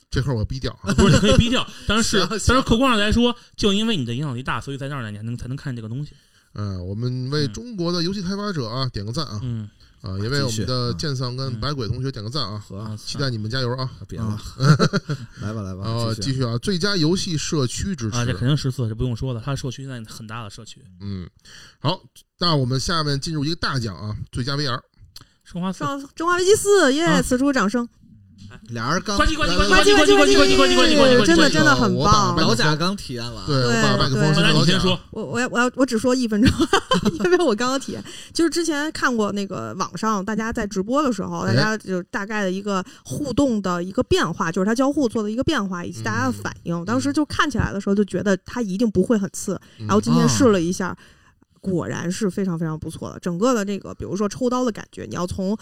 [SPEAKER 3] 这块儿我逼掉
[SPEAKER 7] [laughs]
[SPEAKER 3] 啊。
[SPEAKER 7] 不是，你可以逼掉，但是
[SPEAKER 2] 行
[SPEAKER 7] 但
[SPEAKER 2] 行
[SPEAKER 7] 是客观上来说，就因为你的影响力大，所以在那儿呢，你还能才能看见这个东西。
[SPEAKER 3] 嗯，我们为
[SPEAKER 7] 嗯
[SPEAKER 3] 中国的游戏开发者啊点个赞啊
[SPEAKER 7] 嗯，
[SPEAKER 3] 啊，也为我
[SPEAKER 2] 继续
[SPEAKER 3] 们的
[SPEAKER 2] 嗯
[SPEAKER 3] 剑桑跟
[SPEAKER 7] 嗯
[SPEAKER 3] 白鬼同学点个赞啊，
[SPEAKER 2] 和
[SPEAKER 3] 期待你们加油啊！
[SPEAKER 2] 别了，哦来吧来
[SPEAKER 3] 然后
[SPEAKER 2] 吧，
[SPEAKER 3] 继续啊，最佳游戏社区支
[SPEAKER 7] 啊，这肯
[SPEAKER 3] 持，
[SPEAKER 7] 定十四，这不用说了，它的社区现在很大的社区，
[SPEAKER 3] 嗯，好，那我们下面进入一个大奖啊，最佳 VR，
[SPEAKER 7] 生化四。
[SPEAKER 5] 上《生化危机四》
[SPEAKER 7] 啊
[SPEAKER 5] 耶，此处掌声！
[SPEAKER 2] 俩人刚
[SPEAKER 7] 呱唧呱唧呱唧
[SPEAKER 5] 呱唧呱唧呱唧呱唧呱唧呱唧呱唧，真的真的很
[SPEAKER 3] 我把
[SPEAKER 5] 棒
[SPEAKER 3] 麦。
[SPEAKER 2] 老贾刚体验完，
[SPEAKER 3] 对，我把麦克风
[SPEAKER 5] 对
[SPEAKER 7] 本
[SPEAKER 3] 先
[SPEAKER 7] 来
[SPEAKER 3] 给
[SPEAKER 7] 你
[SPEAKER 3] 老贾
[SPEAKER 7] 先，说，
[SPEAKER 5] 我我要我要我只说一分钟， [laughs] 因为我刚刚体验，就是之前看过那个网上大家在直播的时候，
[SPEAKER 3] 哎
[SPEAKER 5] 大家就是大概的一个互动的一个变化，就是它交互做的一个变化，以及大家的反应。当时就看起来的时候就觉得它一定不会很次，
[SPEAKER 3] 嗯
[SPEAKER 5] 然后今
[SPEAKER 2] 啊
[SPEAKER 5] 天试了一下。果然是非常非常不错的，整个的这个，比如说抽刀的感觉，你要从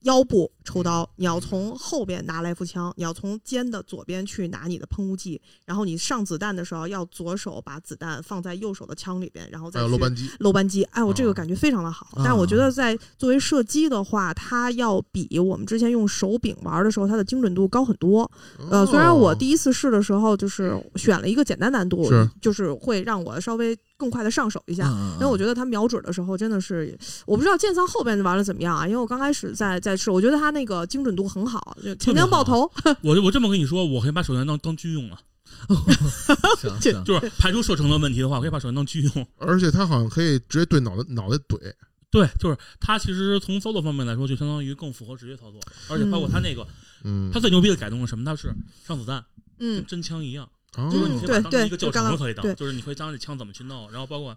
[SPEAKER 5] 腰部抽刀，你要从后边拿来福枪，你要从肩的左边去拿你的喷雾剂，然后你上子弹的时候要左手把子弹放在右手的枪里边，然后
[SPEAKER 3] 还
[SPEAKER 5] 再
[SPEAKER 3] 有
[SPEAKER 5] 去
[SPEAKER 3] 楼班机，
[SPEAKER 5] 搂扳机。哎，我这
[SPEAKER 3] 啊
[SPEAKER 5] 个感觉非常的好，
[SPEAKER 2] 啊
[SPEAKER 5] 但我觉得在作为射击的话，它要比我们之前用手柄玩的时候，它的精准度高很多。呃，虽
[SPEAKER 7] 哦
[SPEAKER 5] 然
[SPEAKER 3] 哦
[SPEAKER 5] 我第一次试的时候就是选了一个简单难度，
[SPEAKER 3] 是
[SPEAKER 5] 就是会让我稍微更快的上手一下，
[SPEAKER 2] 嗯，
[SPEAKER 5] 因为我觉得他瞄准的时候真的是，我不知道剑桑后边玩的怎么样啊，因为我刚开始在在试，我觉得他那个精准度很好，就前枪爆头，
[SPEAKER 2] 啊
[SPEAKER 7] 我就我这么跟你说，我可以把手枪当当狙用了，
[SPEAKER 2] 得 [laughs] 行行，
[SPEAKER 7] [laughs] 就是排除射程的问题的话，我可以把手枪当狙用。
[SPEAKER 3] 而且他好像可以直接对脑袋脑袋怼，
[SPEAKER 7] 对，就是它其实从 solo 方面来说，就相当于更符合职业操作，而且包括它那个，
[SPEAKER 3] 嗯
[SPEAKER 7] 它，最牛逼的改动是什么？它是上子弹，
[SPEAKER 5] 嗯
[SPEAKER 7] 跟，真枪一样，
[SPEAKER 3] 啊
[SPEAKER 7] 就是你可以把它当成一个教
[SPEAKER 5] 嗯对
[SPEAKER 7] 程
[SPEAKER 5] 对
[SPEAKER 7] 可以当，
[SPEAKER 5] 对
[SPEAKER 7] 就是你可以当这枪怎么去弄，然后包括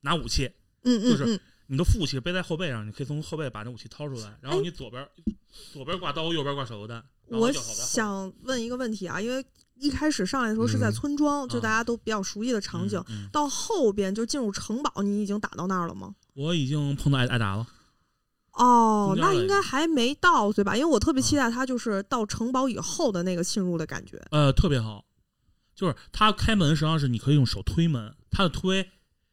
[SPEAKER 7] 拿武器，
[SPEAKER 5] 嗯
[SPEAKER 7] [laughs] 就
[SPEAKER 5] 嗯
[SPEAKER 7] 是
[SPEAKER 5] 嗯，
[SPEAKER 7] 你的副武器背在后背上，你可以从后背把那武器掏出
[SPEAKER 5] 哎
[SPEAKER 7] 来，然后你左边左边挂刀，右边挂手榴弹。然后
[SPEAKER 5] 我
[SPEAKER 7] 就好在后
[SPEAKER 5] 想问一个问题啊，因为一开始上来的时候是在
[SPEAKER 3] 嗯
[SPEAKER 5] 村庄，就
[SPEAKER 7] 啊
[SPEAKER 5] 大家都比较熟悉的场景，
[SPEAKER 7] 嗯嗯
[SPEAKER 5] 到后边就进入城堡，你已经打到那儿了吗？
[SPEAKER 7] 我已经碰到艾艾达了，
[SPEAKER 5] 哦
[SPEAKER 7] 中，间
[SPEAKER 5] 那
[SPEAKER 7] 了
[SPEAKER 5] 应该还没到对吧？因为我特别
[SPEAKER 7] 啊
[SPEAKER 5] 期待它就是到城堡以后的那个进入的感觉。
[SPEAKER 7] 呃，特别好，就是它开门实际上是你可以用手推门，它的推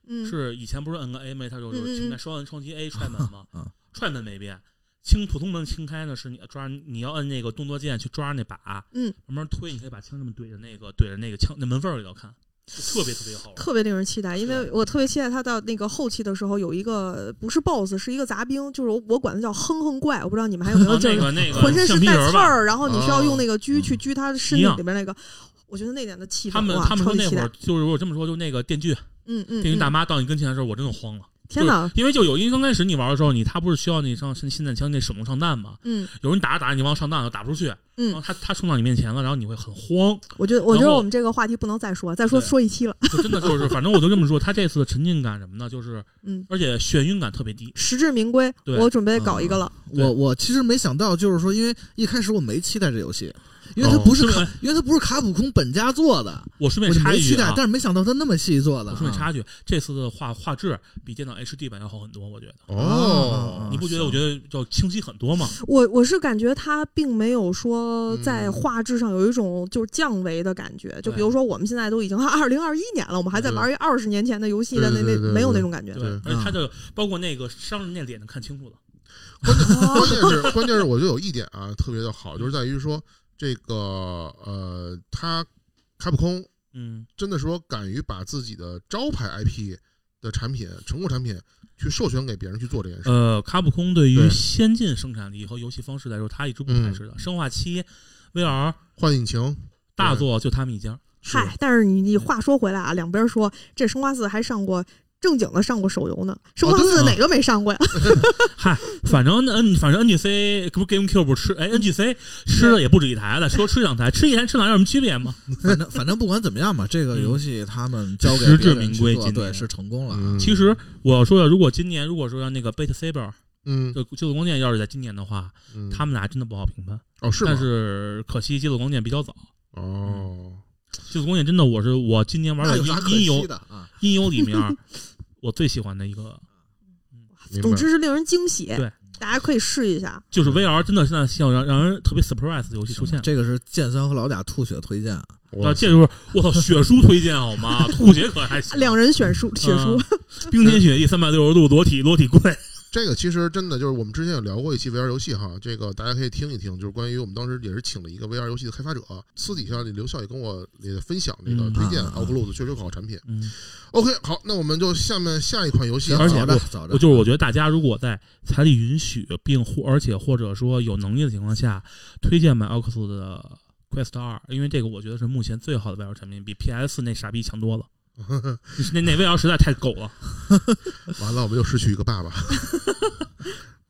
[SPEAKER 5] 嗯，
[SPEAKER 7] 是以前不是摁个 A 没，它就
[SPEAKER 5] 嗯嗯嗯
[SPEAKER 7] 是轻开双摁双
[SPEAKER 5] [laughs]
[SPEAKER 7] 击 A 踹门嘛
[SPEAKER 2] 嗯，
[SPEAKER 7] 踹门没变。轻普通门轻开呢，是你抓你要摁那个动作键去抓那把，
[SPEAKER 5] 嗯，
[SPEAKER 7] 慢慢推，你可以把枪这么怼着那个怼着那个枪那门缝儿里头看，特别特别好玩。
[SPEAKER 5] 特别啊令人期待，因为我特别期待他到那个后期的时候有一个不是 BOSS 是一个杂兵，就是我我管它叫哼哼怪，我不知道你们还有没有
[SPEAKER 7] 啊
[SPEAKER 5] 这
[SPEAKER 7] 那个那个
[SPEAKER 5] 浑身
[SPEAKER 7] 橡
[SPEAKER 5] 是
[SPEAKER 7] 皮
[SPEAKER 5] 带
[SPEAKER 7] 人儿
[SPEAKER 5] 刺
[SPEAKER 7] 吧，
[SPEAKER 5] 儿，然后你需要用那个狙去
[SPEAKER 2] 嗯
[SPEAKER 5] 狙它身
[SPEAKER 7] 一
[SPEAKER 5] 体
[SPEAKER 7] 样
[SPEAKER 5] 里边那个，我觉得那点的气氛，
[SPEAKER 7] 他们
[SPEAKER 5] 哇
[SPEAKER 7] 他们
[SPEAKER 5] 超
[SPEAKER 7] 说
[SPEAKER 5] 级
[SPEAKER 7] 那
[SPEAKER 5] 期
[SPEAKER 7] 会儿
[SPEAKER 5] 待。
[SPEAKER 7] 就是我这么说，就那个电锯
[SPEAKER 5] 嗯嗯，
[SPEAKER 7] 电锯大
[SPEAKER 5] 嗯
[SPEAKER 7] 妈到你跟前的时候，我真的慌了。
[SPEAKER 5] 天哪，
[SPEAKER 7] 因为就有，因为刚开始你玩的时候，你他不是需要你上现现在枪那手动上弹嘛？
[SPEAKER 5] 嗯
[SPEAKER 7] 有人打着打着你往上弹了，打不出去，然后
[SPEAKER 5] 嗯，
[SPEAKER 7] 他他冲到你面前了，然后你会很慌，
[SPEAKER 5] 我觉得我觉
[SPEAKER 7] 然
[SPEAKER 5] 得
[SPEAKER 7] 后
[SPEAKER 5] 我们这个话题不能再说，再说
[SPEAKER 7] 对
[SPEAKER 5] 说一期了，
[SPEAKER 7] 就真的就是，反正我就这么说，他这次的沉浸感什么呢？就是
[SPEAKER 5] 嗯，
[SPEAKER 7] 而且眩晕感特别低，
[SPEAKER 5] 实至名归，
[SPEAKER 7] 对嗯
[SPEAKER 5] 我准备搞一个了，
[SPEAKER 7] 对
[SPEAKER 2] 我我其实没想到，就是说，因为一开始我没期待这游戏，因为它不是
[SPEAKER 7] 哦
[SPEAKER 2] 卡，因为它不是卡普空本家做的，
[SPEAKER 7] 我顺
[SPEAKER 2] 我
[SPEAKER 7] 便
[SPEAKER 2] 就
[SPEAKER 7] 插
[SPEAKER 2] 没
[SPEAKER 7] 一
[SPEAKER 2] 期
[SPEAKER 7] 句
[SPEAKER 2] 待。
[SPEAKER 7] 啊
[SPEAKER 2] 但，是没想到它那么细做的
[SPEAKER 7] 我
[SPEAKER 2] 啊，
[SPEAKER 7] 顺便插一句，这次的画画质比电脑 HD 版要好很多，我觉得。
[SPEAKER 2] 哦
[SPEAKER 7] 你不觉得？我觉得要清晰很多吗？
[SPEAKER 5] 我我是感觉它并没有说
[SPEAKER 9] 嗯
[SPEAKER 5] 在画质上有一种就是降维的感觉，就比如说我们现在都已经二零二一年了，我们还在
[SPEAKER 3] 对
[SPEAKER 5] 玩一二十年前的游戏的
[SPEAKER 3] 对
[SPEAKER 5] 那那
[SPEAKER 3] 对对
[SPEAKER 5] 没有
[SPEAKER 3] 对
[SPEAKER 5] 那种感觉
[SPEAKER 7] 嗯对，，
[SPEAKER 3] 对
[SPEAKER 7] 而且
[SPEAKER 2] 嗯
[SPEAKER 7] 他的包括那个商人那脸能看清楚了， [laughs]
[SPEAKER 5] 哦
[SPEAKER 3] 关键是关键是，我觉得有一点啊特别的好，就是在于说这个呃，他卡普空
[SPEAKER 7] 嗯，
[SPEAKER 3] 真的说敢于把自己的招牌 IP 的产品、成功产品去授权给别人去做这件事。
[SPEAKER 7] 呃，卡普空对于
[SPEAKER 3] 对
[SPEAKER 7] 先进生产力和游戏方式来说，他一直不
[SPEAKER 2] 嗯
[SPEAKER 7] 排斥的。生化七、VR
[SPEAKER 3] 幻影情
[SPEAKER 7] 大作就他们一家，
[SPEAKER 3] 是
[SPEAKER 5] 嗨，但是你你话说回来啊，两边说这生化四还上过正经的上过手游呢，生化
[SPEAKER 7] 对
[SPEAKER 5] 四
[SPEAKER 7] 啊
[SPEAKER 5] 哪个没上过呀？
[SPEAKER 7] 嗨，反正嗯，反正 NGC 不是 GameCube 吃，哎，NGC 吃的也不止一台了，说吃两台，吃一台吃两台有什么区别吗？
[SPEAKER 2] 反正反正不管怎么样吧，这个游戏他们交给
[SPEAKER 7] 嗯
[SPEAKER 2] 别
[SPEAKER 7] 实至
[SPEAKER 2] 人
[SPEAKER 7] 名
[SPEAKER 2] 去
[SPEAKER 7] 归
[SPEAKER 2] 做
[SPEAKER 7] 今
[SPEAKER 2] 对，
[SPEAKER 7] 年
[SPEAKER 2] 是成功了啊。
[SPEAKER 3] 嗯
[SPEAKER 7] 其实我要说的，如果今年如果说让那个 Beat Saber
[SPEAKER 3] 嗯，
[SPEAKER 7] 就就光剑要是在今年的话，
[SPEAKER 3] 嗯
[SPEAKER 7] 他们俩真的不好评判。
[SPEAKER 3] 哦是吗
[SPEAKER 7] 但是嗯可惜《极速光剑》比较早，
[SPEAKER 3] 哦
[SPEAKER 7] 《极速光剑》真的我是我今年玩
[SPEAKER 2] 那
[SPEAKER 7] 的
[SPEAKER 2] 有啥
[SPEAKER 7] 音
[SPEAKER 2] 可
[SPEAKER 7] 音
[SPEAKER 2] 惜
[SPEAKER 3] [laughs]
[SPEAKER 7] 游
[SPEAKER 2] 的啊？
[SPEAKER 7] 音游里面我最喜欢的一个，啊
[SPEAKER 3] 明白
[SPEAKER 5] [laughs] 总之是令人惊喜，
[SPEAKER 7] 对
[SPEAKER 5] 大家可以试一下。
[SPEAKER 7] 就是 VR 真的现在想让让人特别 surprise 的游戏出现了。
[SPEAKER 2] 这个是剑三和老贾吐血推荐啊。
[SPEAKER 7] 啊，
[SPEAKER 3] 我
[SPEAKER 7] 这就是我操，血书推荐好吗？吐血可还
[SPEAKER 5] [laughs]
[SPEAKER 7] 行，
[SPEAKER 5] 两人选书，选书，
[SPEAKER 7] 嗯冰天雪地三百六十度裸体裸体跪，
[SPEAKER 3] 这个其实真的就是我们之前有聊过一期 VR 游戏哈，这个大家可以听一听，就是关于我们当时也是请了一个 VR 游戏的开发者，私底下刘笑也跟我也分享这个
[SPEAKER 7] 嗯
[SPEAKER 3] 推荐
[SPEAKER 2] 啊啊
[SPEAKER 3] Oculus 确实有好产品。
[SPEAKER 7] 嗯，
[SPEAKER 3] OK，好，那我们就下面下一款游戏
[SPEAKER 2] 行
[SPEAKER 3] 啊，
[SPEAKER 7] 而且
[SPEAKER 2] 早着早着，
[SPEAKER 7] 我就是我觉得大家如果在财力允许并或而且或者说有能力的情况下，推荐买 Oculus 的 Quest 二，因为这个我觉得是目前最好的 VR 产品，比 PS 那傻逼强
[SPEAKER 3] [laughs]
[SPEAKER 7] 多了。那那 VR 实在太狗了，
[SPEAKER 3] 完了我们又失去一个爸爸。 [laughs]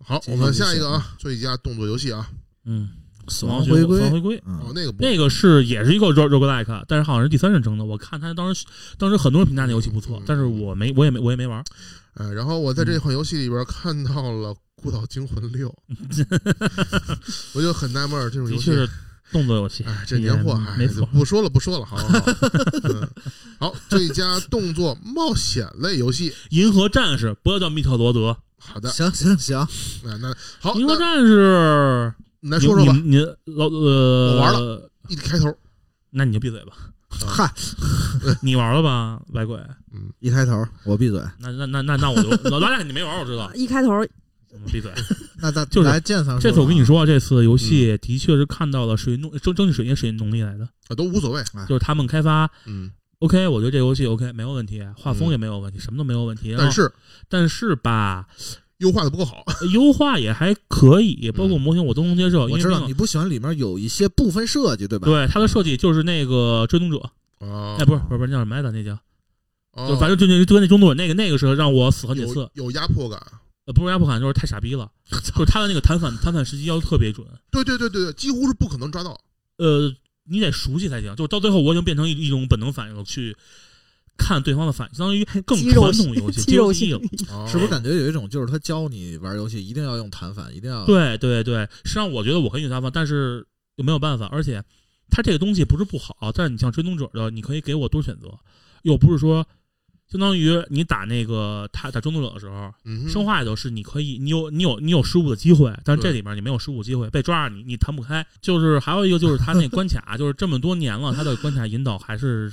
[SPEAKER 3] 好，我们下一个啊，最佳动作游戏啊，
[SPEAKER 7] 嗯，死
[SPEAKER 2] 亡
[SPEAKER 7] 亡
[SPEAKER 2] 回归
[SPEAKER 7] 死亡回归。
[SPEAKER 3] 哦
[SPEAKER 2] 嗯，
[SPEAKER 3] 那个不
[SPEAKER 7] 那个是也是一个 rogue roguelike，但是好像是第三人称的。我看他当时当时很多人评价那游戏不错
[SPEAKER 3] 嗯，
[SPEAKER 7] 但是我没我也没我也没玩儿。
[SPEAKER 3] 呃，然后我在这款游戏里边看到了《孤岛惊魂六》，我就很纳闷儿，这种
[SPEAKER 7] 的
[SPEAKER 3] 游
[SPEAKER 7] 确
[SPEAKER 3] 戏
[SPEAKER 7] 是
[SPEAKER 3] [laughs]
[SPEAKER 7] 动作游戏
[SPEAKER 3] 哎，，这年货，哎，
[SPEAKER 7] 没
[SPEAKER 3] 就
[SPEAKER 7] 错。
[SPEAKER 3] 不说了，不说了，好好好，嗯，好，最佳动作冒险类游戏，
[SPEAKER 7] 银河战士不要叫密特罗德，
[SPEAKER 3] 好的，
[SPEAKER 2] 行行行，
[SPEAKER 3] 那那好，
[SPEAKER 7] 银河
[SPEAKER 3] 哦那
[SPEAKER 7] 战士，
[SPEAKER 3] 你来说说吧，
[SPEAKER 7] 你你老呃，
[SPEAKER 3] 我玩
[SPEAKER 7] 了，
[SPEAKER 3] 一开头，
[SPEAKER 7] 那你就闭嘴吧。
[SPEAKER 2] 嗨，
[SPEAKER 7] 你玩了吧，百鬼？
[SPEAKER 3] 哎嗯
[SPEAKER 2] 一开头我闭嘴，
[SPEAKER 7] 那那那那那我就老大你没玩，我知道，
[SPEAKER 5] 一开头
[SPEAKER 7] 嗯
[SPEAKER 3] [laughs]
[SPEAKER 7] 闭嘴。
[SPEAKER 2] 那咱
[SPEAKER 7] 就是
[SPEAKER 2] 来剑三。
[SPEAKER 7] 这次我跟你，说啊，这次游
[SPEAKER 3] 嗯
[SPEAKER 7] 戏的确是看到了水弄蒸蒸汽水液水弄力来的，
[SPEAKER 3] 啊，都无所谓，
[SPEAKER 7] 就是他们开发
[SPEAKER 3] 嗯，
[SPEAKER 7] OK，我觉得这游戏 OK 没有问题，画风
[SPEAKER 3] 嗯
[SPEAKER 7] 也没有问题，什么都没有问题。然
[SPEAKER 3] 但
[SPEAKER 7] 后
[SPEAKER 3] 是
[SPEAKER 7] 但
[SPEAKER 3] [laughs]
[SPEAKER 7] 是吧，
[SPEAKER 3] 优化的不够好，
[SPEAKER 7] 优化也还可以，包
[SPEAKER 3] 嗯
[SPEAKER 7] 括模型我都能接受，因
[SPEAKER 2] 我
[SPEAKER 7] 为
[SPEAKER 2] 知
[SPEAKER 7] 毕
[SPEAKER 2] 道
[SPEAKER 7] 竟
[SPEAKER 2] 你不喜欢里面有一些部分设计，对吧？
[SPEAKER 7] 对它的设计就是那个追踪者，
[SPEAKER 3] 啊
[SPEAKER 7] 哎，，不是不是不是那叫什么来着？那叫
[SPEAKER 3] 哦
[SPEAKER 7] 就反正就就就跟那中国那个那个时候让我死好几次
[SPEAKER 3] 有，有压迫感，
[SPEAKER 7] 呃，不是压迫感，就是太傻逼了， [laughs] 就是他的那个弹反弹反时机要求特别准，
[SPEAKER 3] 对对对对对，几乎是不可能抓
[SPEAKER 7] [laughs]
[SPEAKER 3] 到，
[SPEAKER 7] 呃，你得熟悉才行。就到最后我已经变成一一种本能反应了，去看对方的反应，
[SPEAKER 5] [laughs]
[SPEAKER 7] 相当于更
[SPEAKER 5] 肌肉
[SPEAKER 7] 传统游戏
[SPEAKER 5] [laughs] 肌肉
[SPEAKER 7] 记
[SPEAKER 5] 系
[SPEAKER 7] 了。
[SPEAKER 3] 啊
[SPEAKER 2] 是不是感觉有一种就是他教你玩游戏一定要用弹反，一定要
[SPEAKER 7] 对对对，实际上我觉得我可以用它放，但是又没有办法，而且它这个东西不是不好，但是你像追踪者的，你可以给我多选择，又不是说。相当于你打那个他打追踪者的时候，
[SPEAKER 3] 嗯哼
[SPEAKER 7] 生化里头是你可以，你有你有你有失误的机会，但是这
[SPEAKER 3] 对
[SPEAKER 7] 里面你没有失误机会，被抓着你你弹不开。就是还有一个就是他那关卡，就是这么多年了，他的关卡引导还是，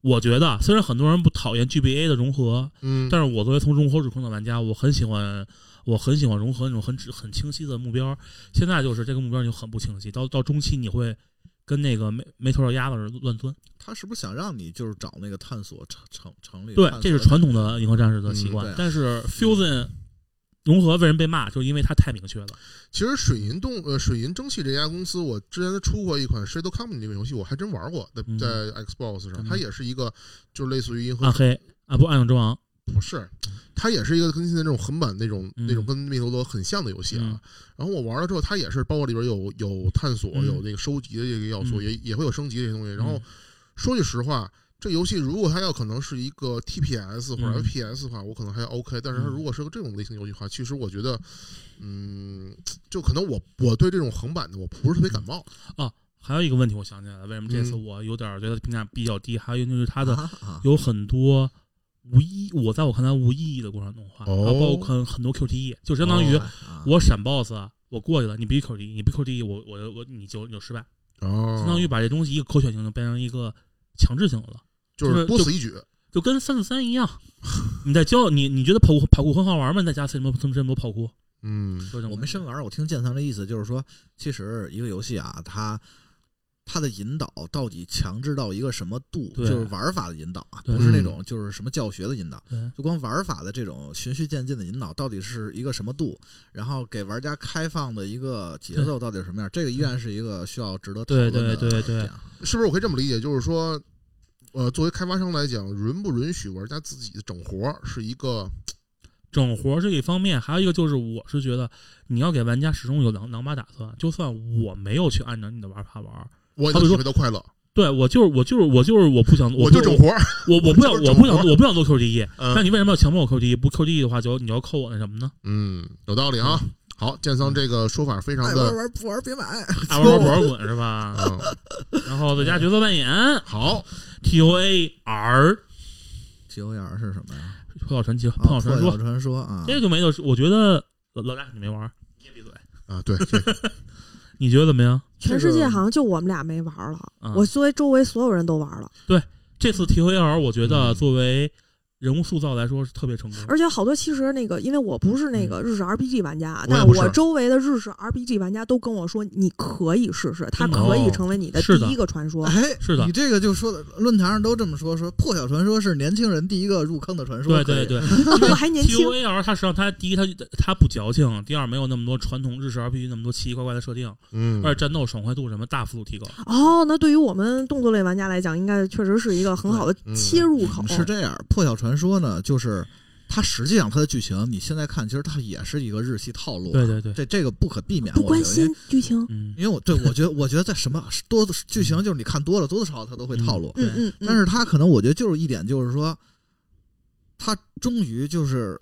[SPEAKER 7] 我觉得虽然很多人不讨厌 GBA 的融合，
[SPEAKER 3] 嗯，
[SPEAKER 7] 但是我作为从融合主控的玩家，我很喜欢。我很喜欢融合那种很指很清晰的目标，现在就是这个目标就很不清晰，到到中期你会跟那个没没头的鸭子似的乱钻。
[SPEAKER 2] 他是不是想让你就是找那个探索城城城里？
[SPEAKER 7] 对，这是传统。的银河战士的习
[SPEAKER 3] 嗯
[SPEAKER 7] 惯。
[SPEAKER 2] 对啊
[SPEAKER 7] 但是 Fusion 融合为人被骂，就是因为它太明确了。
[SPEAKER 3] 其实水银动呃水银蒸汽这家公司，我之前出过一款 Shadow Company 这个游戏，我还真玩过，在
[SPEAKER 7] 嗯
[SPEAKER 3] 在 Xbox 上，
[SPEAKER 7] 嗯
[SPEAKER 3] 它也是一个就是类似于银河
[SPEAKER 7] 暗黑啊，不，暗影之王。
[SPEAKER 3] 不是，它也是一个跟现在这种横版那种、
[SPEAKER 7] 嗯
[SPEAKER 3] 那种跟密头罗很像的游戏啊。
[SPEAKER 7] 嗯
[SPEAKER 3] 然后我玩了之后，它也是包括里边有有探索、
[SPEAKER 7] 嗯
[SPEAKER 3] 有那个收集的这个要素，
[SPEAKER 7] 嗯
[SPEAKER 3] 也也会有升级这些东西。然后
[SPEAKER 7] 嗯
[SPEAKER 3] 说句实话，这游戏如果它要可能是一个 TPS 或者
[SPEAKER 7] 嗯
[SPEAKER 3] FPS 的话，我可能还 OK。但是它
[SPEAKER 7] 嗯
[SPEAKER 3] 如果是个这种类型游戏的话，其实我觉得，嗯，就可能我我对这种横版的我不是特别
[SPEAKER 7] 嗯
[SPEAKER 3] 感冒。
[SPEAKER 7] 还有一个问题，我想起来了，为什么这次
[SPEAKER 3] 嗯
[SPEAKER 7] 我有点觉得评价比较低？还有就是它的
[SPEAKER 2] 啊啊
[SPEAKER 7] 有很多无意，我在我看来无意义的过场动画，
[SPEAKER 3] 哦
[SPEAKER 7] 还包括很很多 QTE，就相当于
[SPEAKER 2] 啊啊
[SPEAKER 7] 我闪 BOSS，我过去了，你必须 QTE，你不 QTE，我我我你就你就失败，
[SPEAKER 3] 哦，
[SPEAKER 7] 相当于把这东西一个可选性就变成一个强制性的了，
[SPEAKER 3] 就是多
[SPEAKER 7] 就
[SPEAKER 3] 此一举。
[SPEAKER 7] 就跟三四三一样。 [laughs] 你在教你，你觉得跑酷跑酷很好玩吗？你在家什么什么什么跑酷？
[SPEAKER 3] 嗯，
[SPEAKER 7] 就这种
[SPEAKER 2] 我没深玩儿，我听建仓的意思就是说，其实一个游戏啊，它它的引导到底强制到一个什么度，就
[SPEAKER 7] 对
[SPEAKER 2] 是玩法的引导啊，
[SPEAKER 7] 对
[SPEAKER 2] 不是那种就是什么教学的引导，
[SPEAKER 7] 对
[SPEAKER 2] 就光玩法的这种循序渐进的引导到底是一个什么度，然后给玩家开放的一个节奏到底是什么样，这个依然是一个需要值得讨
[SPEAKER 7] 对
[SPEAKER 2] 论
[SPEAKER 7] 对
[SPEAKER 2] 的
[SPEAKER 7] 对对
[SPEAKER 2] 点，
[SPEAKER 3] 是不是我可以这么理解？就是说，呃，作为开发商来讲，允不允许玩家自己整活儿是一个
[SPEAKER 7] 整活儿是一方面，还有一个就是，我是觉得你要给玩家始终有两两把打算，就算我没有去按照你的玩法玩儿，
[SPEAKER 3] 我也
[SPEAKER 7] 好
[SPEAKER 3] 能体
[SPEAKER 7] 比说
[SPEAKER 3] 会到快乐，
[SPEAKER 7] 对我就是我就是我就是我不想，
[SPEAKER 3] 我
[SPEAKER 7] 不
[SPEAKER 3] 就整活儿。
[SPEAKER 7] 我我不想
[SPEAKER 3] 我就是整
[SPEAKER 7] 我不
[SPEAKER 3] 活儿
[SPEAKER 7] 想我不想做 Q 第一，那
[SPEAKER 3] 嗯
[SPEAKER 7] 你为什么要强迫我 Q 第一？不 Q 第一的话，就你要扣我那什么
[SPEAKER 2] [laughs]
[SPEAKER 7] 呢？
[SPEAKER 3] 嗯，有道理啊。好，建桑这个说法非常
[SPEAKER 2] 爱哎玩儿
[SPEAKER 3] 的，
[SPEAKER 2] 玩儿不玩儿别买，
[SPEAKER 7] 爱玩玩玩滚是吧？
[SPEAKER 3] 嗯，
[SPEAKER 7] 然后再加角色
[SPEAKER 2] [laughs]
[SPEAKER 7] 扮演
[SPEAKER 3] 好，
[SPEAKER 7] T O A R
[SPEAKER 2] T O R 是什么呀？
[SPEAKER 7] 破晓传奇、
[SPEAKER 2] 啊
[SPEAKER 7] 破晓传
[SPEAKER 2] 破晓，
[SPEAKER 7] 说
[SPEAKER 2] 传说啊，
[SPEAKER 7] 这个没有，我觉得老老大你没玩儿，你也闭嘴，
[SPEAKER 3] 啊，对，这个
[SPEAKER 7] 你觉得怎么样？
[SPEAKER 5] 全世界好像就我们俩没玩了，
[SPEAKER 7] 嗯
[SPEAKER 5] 我周围周围所有人都玩了，
[SPEAKER 7] 这次 T O A R 我觉得
[SPEAKER 3] 嗯
[SPEAKER 7] 作为人物塑造来说是特别成功，
[SPEAKER 5] 而且好多其实那个，因为我不是那个日式 RPG 玩家啊，
[SPEAKER 3] 我也
[SPEAKER 5] 但
[SPEAKER 3] 不是
[SPEAKER 5] 我周围的日式 RPG 玩家都跟我说，你可以试试，它
[SPEAKER 7] 真的
[SPEAKER 5] 可以
[SPEAKER 3] 哦
[SPEAKER 5] 成为你的
[SPEAKER 7] 是的
[SPEAKER 5] 第一个
[SPEAKER 2] [laughs]
[SPEAKER 5] 传说。
[SPEAKER 2] 哎，
[SPEAKER 7] 是的
[SPEAKER 2] 你这个就说的论坛上都这么说，说破晓传说是年轻人第一个入坑的传说，
[SPEAKER 7] 对
[SPEAKER 2] 可以
[SPEAKER 7] 对对。
[SPEAKER 5] 我还年
[SPEAKER 7] T
[SPEAKER 5] 轻
[SPEAKER 7] O，A R 它实际上它第一它它不矫情，第二没有那么多传统日式 R P G 那么多奇奇怪怪的设定， [laughs]
[SPEAKER 3] 嗯，
[SPEAKER 7] 而且战斗爽快度什么大幅度提高。
[SPEAKER 5] 哦，那对于我们动作类玩家来讲，应该确实是一个很好的
[SPEAKER 3] 嗯
[SPEAKER 5] 切入口。
[SPEAKER 2] 是这样，《破晓传说》呢，就是它实际上它的剧情，你现在看，其实它也是一个日系套路啊。
[SPEAKER 7] 对对对，
[SPEAKER 2] 这这个不可避免。
[SPEAKER 5] 不
[SPEAKER 2] 我觉
[SPEAKER 5] 关
[SPEAKER 2] 得，因为
[SPEAKER 5] 心剧情，
[SPEAKER 7] 嗯，
[SPEAKER 2] 因为我对我觉得，我觉得在什么多的剧情，就是你看多了，多多少少它都会套路。
[SPEAKER 7] 对
[SPEAKER 5] 嗯嗯，嗯
[SPEAKER 2] 但是它可能我觉得就是一点，就是说，它终于就是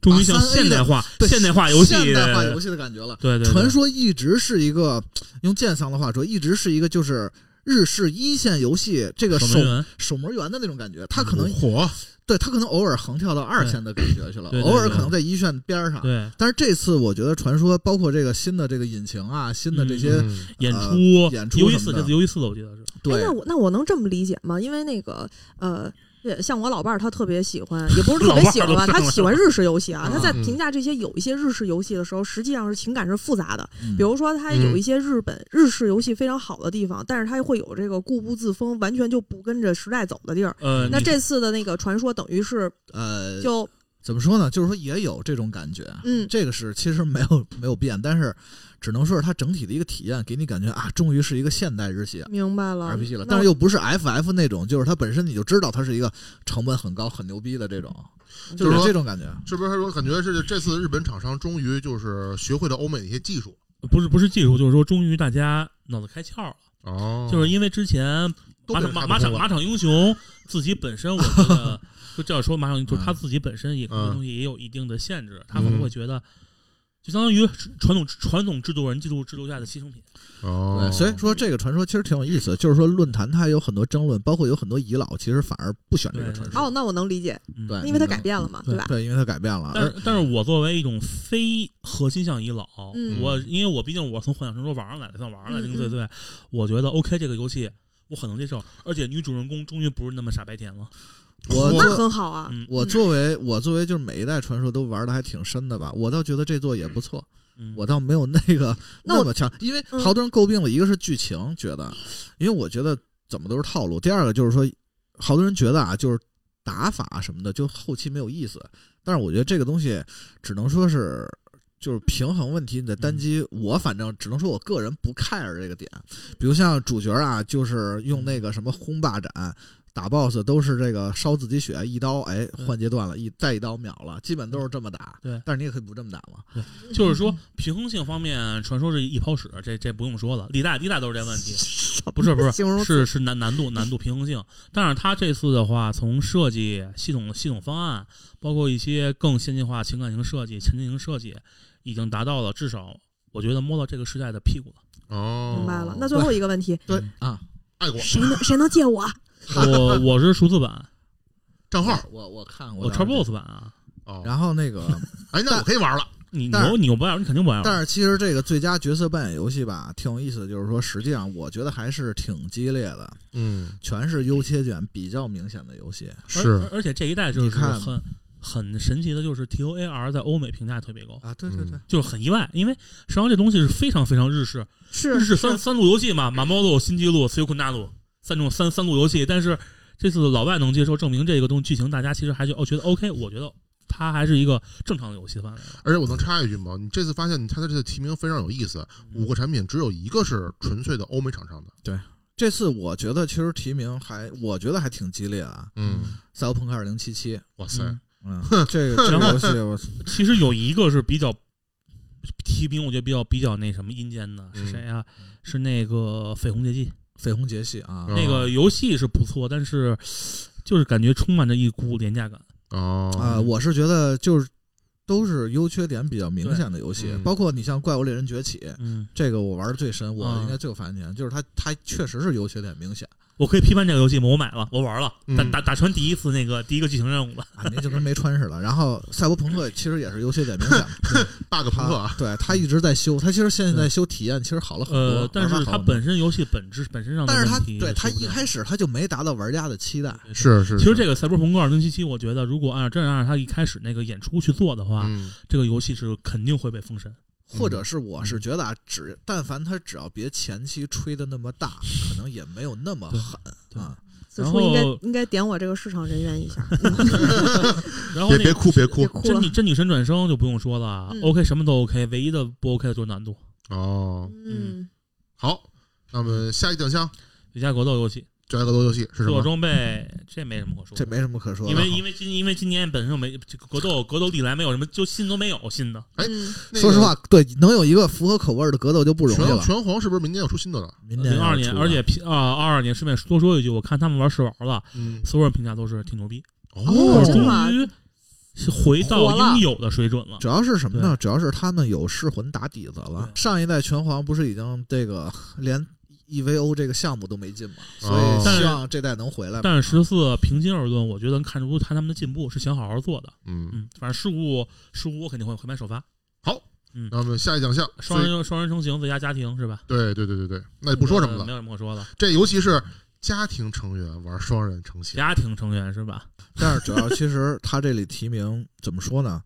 [SPEAKER 7] 终于向
[SPEAKER 2] 把3A
[SPEAKER 7] 现代化
[SPEAKER 2] 对
[SPEAKER 7] 现代化游戏，
[SPEAKER 2] 现代化游戏的感觉了。
[SPEAKER 7] 对对对
[SPEAKER 2] 传说一直是一个，用剑桑的话说，一直是一个就是日式一线游戏这个
[SPEAKER 7] 守
[SPEAKER 2] 守
[SPEAKER 7] 门员，嗯
[SPEAKER 2] 守门员的那种感觉。它可能
[SPEAKER 3] 嗯火，
[SPEAKER 2] 对他可能偶尔横跳到二线的感觉去了，
[SPEAKER 7] 对对对
[SPEAKER 2] 偶尔可能在一线边儿上。
[SPEAKER 7] 对
[SPEAKER 2] 但是这次我觉得传说包括这个新的这个引擎啊，新的这些、
[SPEAKER 3] 嗯
[SPEAKER 7] 演
[SPEAKER 2] 呃
[SPEAKER 7] 出
[SPEAKER 2] 演出
[SPEAKER 7] 游戏
[SPEAKER 2] 什么
[SPEAKER 7] 四，
[SPEAKER 2] 的
[SPEAKER 7] 这次游戏 E 四的我记得是，
[SPEAKER 5] 哎
[SPEAKER 2] 对
[SPEAKER 5] 那我那我能这么理解吗？因为那个呃。对像我老伴儿，他特别喜欢，也不是特别喜欢吧，
[SPEAKER 7] 老伴儿都
[SPEAKER 5] 他
[SPEAKER 7] 上了
[SPEAKER 5] 喜欢日式游戏啊。
[SPEAKER 2] 嗯
[SPEAKER 5] 他在
[SPEAKER 3] 嗯
[SPEAKER 5] 评价这些有一些日式游戏的时候，实际上是情感是复杂的。
[SPEAKER 2] 嗯
[SPEAKER 5] 比如说，它有
[SPEAKER 3] 嗯
[SPEAKER 5] 一些日本、日式游戏非常好的地方，但是它会有这个固步自封，完全就不跟着时代走的地儿。
[SPEAKER 7] 呃，
[SPEAKER 5] 那
[SPEAKER 7] 你
[SPEAKER 5] 这次的那个传说，等于是
[SPEAKER 2] 呃，
[SPEAKER 5] 就
[SPEAKER 2] 怎么说呢？就是说也有这种感觉，
[SPEAKER 5] 嗯
[SPEAKER 2] 这个是其实没有没有变，但是只能说是它整体的一个体验，给你感觉啊，终于是一个现代日系。
[SPEAKER 5] 明白了
[SPEAKER 2] RPG 了，
[SPEAKER 5] 嗯那
[SPEAKER 2] 但是又不是 FF 那种，就是它本身你就知道它是一个成本很高、很牛逼的这种，
[SPEAKER 5] 嗯
[SPEAKER 2] 就
[SPEAKER 3] 就是
[SPEAKER 2] 是
[SPEAKER 3] 说
[SPEAKER 2] 这种感觉。
[SPEAKER 3] 是不是？他说感觉是这次日本厂商终于就是学会了欧美的一些技术
[SPEAKER 7] 不是不是技术，就是说终于大家脑子开窍了，
[SPEAKER 3] 哦
[SPEAKER 7] 就是因为之前
[SPEAKER 3] 都
[SPEAKER 7] 马
[SPEAKER 3] 给
[SPEAKER 7] 场
[SPEAKER 3] 他
[SPEAKER 7] 马
[SPEAKER 3] 看
[SPEAKER 7] 马场
[SPEAKER 3] 通
[SPEAKER 7] 马
[SPEAKER 3] 了
[SPEAKER 7] 场英雄自己本身，我觉得
[SPEAKER 3] [laughs]
[SPEAKER 7] 就这样说，马场英雄就是他自己本身也
[SPEAKER 3] 嗯
[SPEAKER 7] 可能东西也有一定的限制，他可能会觉得，就相当于传统传统制度人制度制度下的牺牲品。
[SPEAKER 3] 哦
[SPEAKER 2] 对，，所以说这个传说其实挺有意思的，就是说论坛它有很多争论，包括有很多遗老其实反而不选这个传说，
[SPEAKER 5] 哦，那我能理解，
[SPEAKER 7] 嗯
[SPEAKER 2] 对
[SPEAKER 5] 哦因为它改变了嘛，
[SPEAKER 7] 对
[SPEAKER 5] 吧？
[SPEAKER 2] 对，因为它改变了。
[SPEAKER 7] 但是但是我作为一种非核心向遗老，
[SPEAKER 5] 嗯
[SPEAKER 7] 我因为我毕竟我从幻想传说玩上来的，算玩上来零零
[SPEAKER 5] 嗯
[SPEAKER 7] 碎
[SPEAKER 5] 嗯
[SPEAKER 7] 碎，我觉得 OK 这个游戏我很能接受，而且女主人公终于不是那么傻白甜了。
[SPEAKER 2] 我
[SPEAKER 5] 那
[SPEAKER 2] 作
[SPEAKER 5] 很好啊，
[SPEAKER 7] 嗯，
[SPEAKER 2] 我作为我作为就是每一代传说都玩的还挺深的吧，我倒觉得这座也不错，
[SPEAKER 7] 嗯
[SPEAKER 2] 我倒没有那个
[SPEAKER 5] [laughs] 那我
[SPEAKER 2] 么强，因为
[SPEAKER 5] 嗯
[SPEAKER 2] 好多人诟病我，一个是剧情觉得，因为我觉得怎么都是套路；第二个就是说，好多人觉得啊，就是打法什么的，就后期没有意思。但是我觉得这个东西只能说是。就是平衡问题，你的单机，我反正只能说，我个人不 care 这个点。比如像主角啊，就是用那个什么轰霸斩打 boss，都是这个烧自己血，一刀哎换阶段了，一再一刀秒了，基本都是这么打。
[SPEAKER 7] 对
[SPEAKER 2] 但是你也可以不这么打嘛。
[SPEAKER 7] 就是
[SPEAKER 2] 嗯
[SPEAKER 7] 说平衡性方面，传说是一泡屎，这这不用说了，历代历代都是这问题。不是不是
[SPEAKER 2] 形容词
[SPEAKER 7] 是是难难度难度平衡性，但是它这次的话，从设计系统系统方案，包括一些更先进化情感型设计、沉浸型设计，已经达到了至少我觉得摸到这个时代的屁股
[SPEAKER 2] [laughs]
[SPEAKER 7] 了。
[SPEAKER 3] 哦，
[SPEAKER 5] 明白了。那最后一个问题，
[SPEAKER 2] 啊，
[SPEAKER 3] 爱国
[SPEAKER 5] 谁能谁能借我？
[SPEAKER 7] 我我是数字版，
[SPEAKER 3] 账号
[SPEAKER 2] 啊我我看过，
[SPEAKER 7] 我超 boss 版啊，
[SPEAKER 3] 哦，
[SPEAKER 2] [laughs] 然后那个，
[SPEAKER 3] 哎，那我可以玩了。
[SPEAKER 7] 你
[SPEAKER 2] 但
[SPEAKER 7] 牛你又不爱玩，你肯定不爱玩。
[SPEAKER 2] 但是其实这个最佳角色扮演游戏吧，挺有意思的，就是说实际上我觉得还是挺激烈的，
[SPEAKER 3] 嗯，
[SPEAKER 2] 全是优缺点比较明显的游戏。
[SPEAKER 7] 而而而且这一代就
[SPEAKER 2] 你
[SPEAKER 7] 是
[SPEAKER 2] 看
[SPEAKER 7] 很很神奇的，就是 T O A R 在欧美评价特别高，
[SPEAKER 2] 啊，对
[SPEAKER 3] 对对，
[SPEAKER 7] 就是很意外，因为实际上这东西是非常非常日式，
[SPEAKER 5] 是
[SPEAKER 7] 日式三
[SPEAKER 5] 是
[SPEAKER 7] 三路游戏嘛，马猫路、新纪路、斯尤库纳路三种三三路游戏，但是这次老外能接受，证明这个东西剧情大家其实还就哦觉得 OK，我觉得它还是一个正常的游戏范围。
[SPEAKER 3] 而且我能插一句吗？你这次发现，你他的这次提名非常有意思，五个产品只有一个是纯粹的欧美厂商的。
[SPEAKER 2] 这次我觉得其实提名还，我觉得还挺激烈的啊，
[SPEAKER 3] 嗯，
[SPEAKER 2] 《赛博朋克2077》。
[SPEAKER 3] 哇塞，
[SPEAKER 7] 嗯
[SPEAKER 2] [laughs] 嗯，这个这个游戏 [laughs] 我
[SPEAKER 7] 其实有一个是比较提名，我觉得比较比较那什么阴间的是谁啊？是那个《绯红劫记》
[SPEAKER 2] 绯红杰系啊，
[SPEAKER 3] 嗯
[SPEAKER 7] 那个游戏是不错，但是就是感觉充满着一股廉价感。
[SPEAKER 3] 哦
[SPEAKER 2] 啊、我是觉得就是都是优缺点比较明显的游戏，
[SPEAKER 3] 对嗯
[SPEAKER 2] 包括你像《怪物猎人崛起》
[SPEAKER 7] 嗯，
[SPEAKER 2] 这个我玩的最深，我
[SPEAKER 7] 嗯
[SPEAKER 2] 应该最有发言权，就是它它确实是优缺点明显
[SPEAKER 7] 我可以批判这个游戏吗？我买了，我玩了，打
[SPEAKER 3] 嗯
[SPEAKER 7] 打打穿第一次那个第一个剧情任务了。
[SPEAKER 2] 啊，那就跟没穿似的。然后《赛博朋克》其实也是优缺点明
[SPEAKER 7] [laughs]
[SPEAKER 2] 显，
[SPEAKER 3] bug 朋克
[SPEAKER 2] 它
[SPEAKER 3] 啊，
[SPEAKER 2] 对它一直在修，它其实现在修体验其实好了很多，
[SPEAKER 7] 嗯呃，但
[SPEAKER 2] 玩法
[SPEAKER 7] 是
[SPEAKER 2] 好
[SPEAKER 7] 它
[SPEAKER 2] 了
[SPEAKER 7] 本身游戏本质本身上的
[SPEAKER 2] 但是它
[SPEAKER 7] 问题
[SPEAKER 2] 对它
[SPEAKER 7] 出不
[SPEAKER 2] 一
[SPEAKER 7] 了
[SPEAKER 2] 开始它就没达到玩家的期待，
[SPEAKER 3] 是是
[SPEAKER 7] 其实这
[SPEAKER 3] 个，
[SPEAKER 7] 个《赛博朋克2077》，我觉得如果按照真按照它一开始那个演出去做的话，
[SPEAKER 3] 嗯，
[SPEAKER 7] 这个游戏是肯定会被封神。
[SPEAKER 2] 或
[SPEAKER 7] 嗯
[SPEAKER 2] 者是我是觉得啊，只但凡它只要别前期吹的那么大，可能也没有那么
[SPEAKER 7] 对
[SPEAKER 2] 狠
[SPEAKER 7] 对
[SPEAKER 2] 啊。
[SPEAKER 5] 此
[SPEAKER 7] 然
[SPEAKER 5] 处应该
[SPEAKER 7] 后
[SPEAKER 5] 应该点我这个市场人员一下，
[SPEAKER 7] 然后
[SPEAKER 3] 别
[SPEAKER 7] 那
[SPEAKER 3] 别
[SPEAKER 7] 个
[SPEAKER 3] 哭别哭
[SPEAKER 5] 别哭
[SPEAKER 7] 真
[SPEAKER 5] 了
[SPEAKER 7] 女。真女神转生就不用说了、
[SPEAKER 5] 嗯
[SPEAKER 7] o k 什么都 OK，唯一的不 OK 的就是难度。
[SPEAKER 3] 哦。
[SPEAKER 5] 嗯，
[SPEAKER 3] 好，那么下一奖项
[SPEAKER 7] 最佳格斗游戏，
[SPEAKER 3] 最爱格斗游戏是什
[SPEAKER 7] 做
[SPEAKER 3] 么？
[SPEAKER 7] 装备这没什么可说
[SPEAKER 2] 这
[SPEAKER 7] 的。
[SPEAKER 2] 没什么可说的，
[SPEAKER 7] 因为因为今因为今年本身没这个格斗格斗历来没有什么，就新都没有新的。
[SPEAKER 3] 哎
[SPEAKER 5] 嗯
[SPEAKER 3] 那个
[SPEAKER 2] 说实，话，对能有一个符合口味的格斗就不容易
[SPEAKER 3] 拳
[SPEAKER 2] 了。
[SPEAKER 3] 拳皇是不是明年要出新的了？
[SPEAKER 2] 明年
[SPEAKER 7] 啊零二
[SPEAKER 2] 要
[SPEAKER 7] 年，
[SPEAKER 2] 出
[SPEAKER 7] 而且啊二二年，顺便多说一句，我看他们玩试玩了，
[SPEAKER 3] 嗯，
[SPEAKER 7] 所有人评价都是挺牛逼。
[SPEAKER 3] 哦，
[SPEAKER 5] 真的吗
[SPEAKER 7] 终于是回
[SPEAKER 5] 活了
[SPEAKER 7] 到应有的水准了。
[SPEAKER 2] 主要是什么呢？主要是他们有噬魂打底子了。上一代拳皇不是已经这个 [laughs] 连 EVO 这个项目都没进嘛，所
[SPEAKER 3] 哦
[SPEAKER 2] 以希望这代能回来吧。
[SPEAKER 7] 但是十四平心而论，我觉得能看出他他们的进步是想好好做的。
[SPEAKER 3] 嗯，
[SPEAKER 7] 嗯，反正事故事故我肯定会会买首发。
[SPEAKER 3] 好，
[SPEAKER 7] 嗯
[SPEAKER 3] 那么下一奖项，
[SPEAKER 7] 双人双人成行最佳家庭是吧？
[SPEAKER 3] 对对对对对，那就不说什么
[SPEAKER 7] 呃
[SPEAKER 3] 了。
[SPEAKER 7] 没有什么可说的。
[SPEAKER 3] 这尤其是家庭成员玩双人成型，
[SPEAKER 7] 家庭成员是吧？
[SPEAKER 2] 但是主要其 [laughs] 实他这里提名怎么说呢？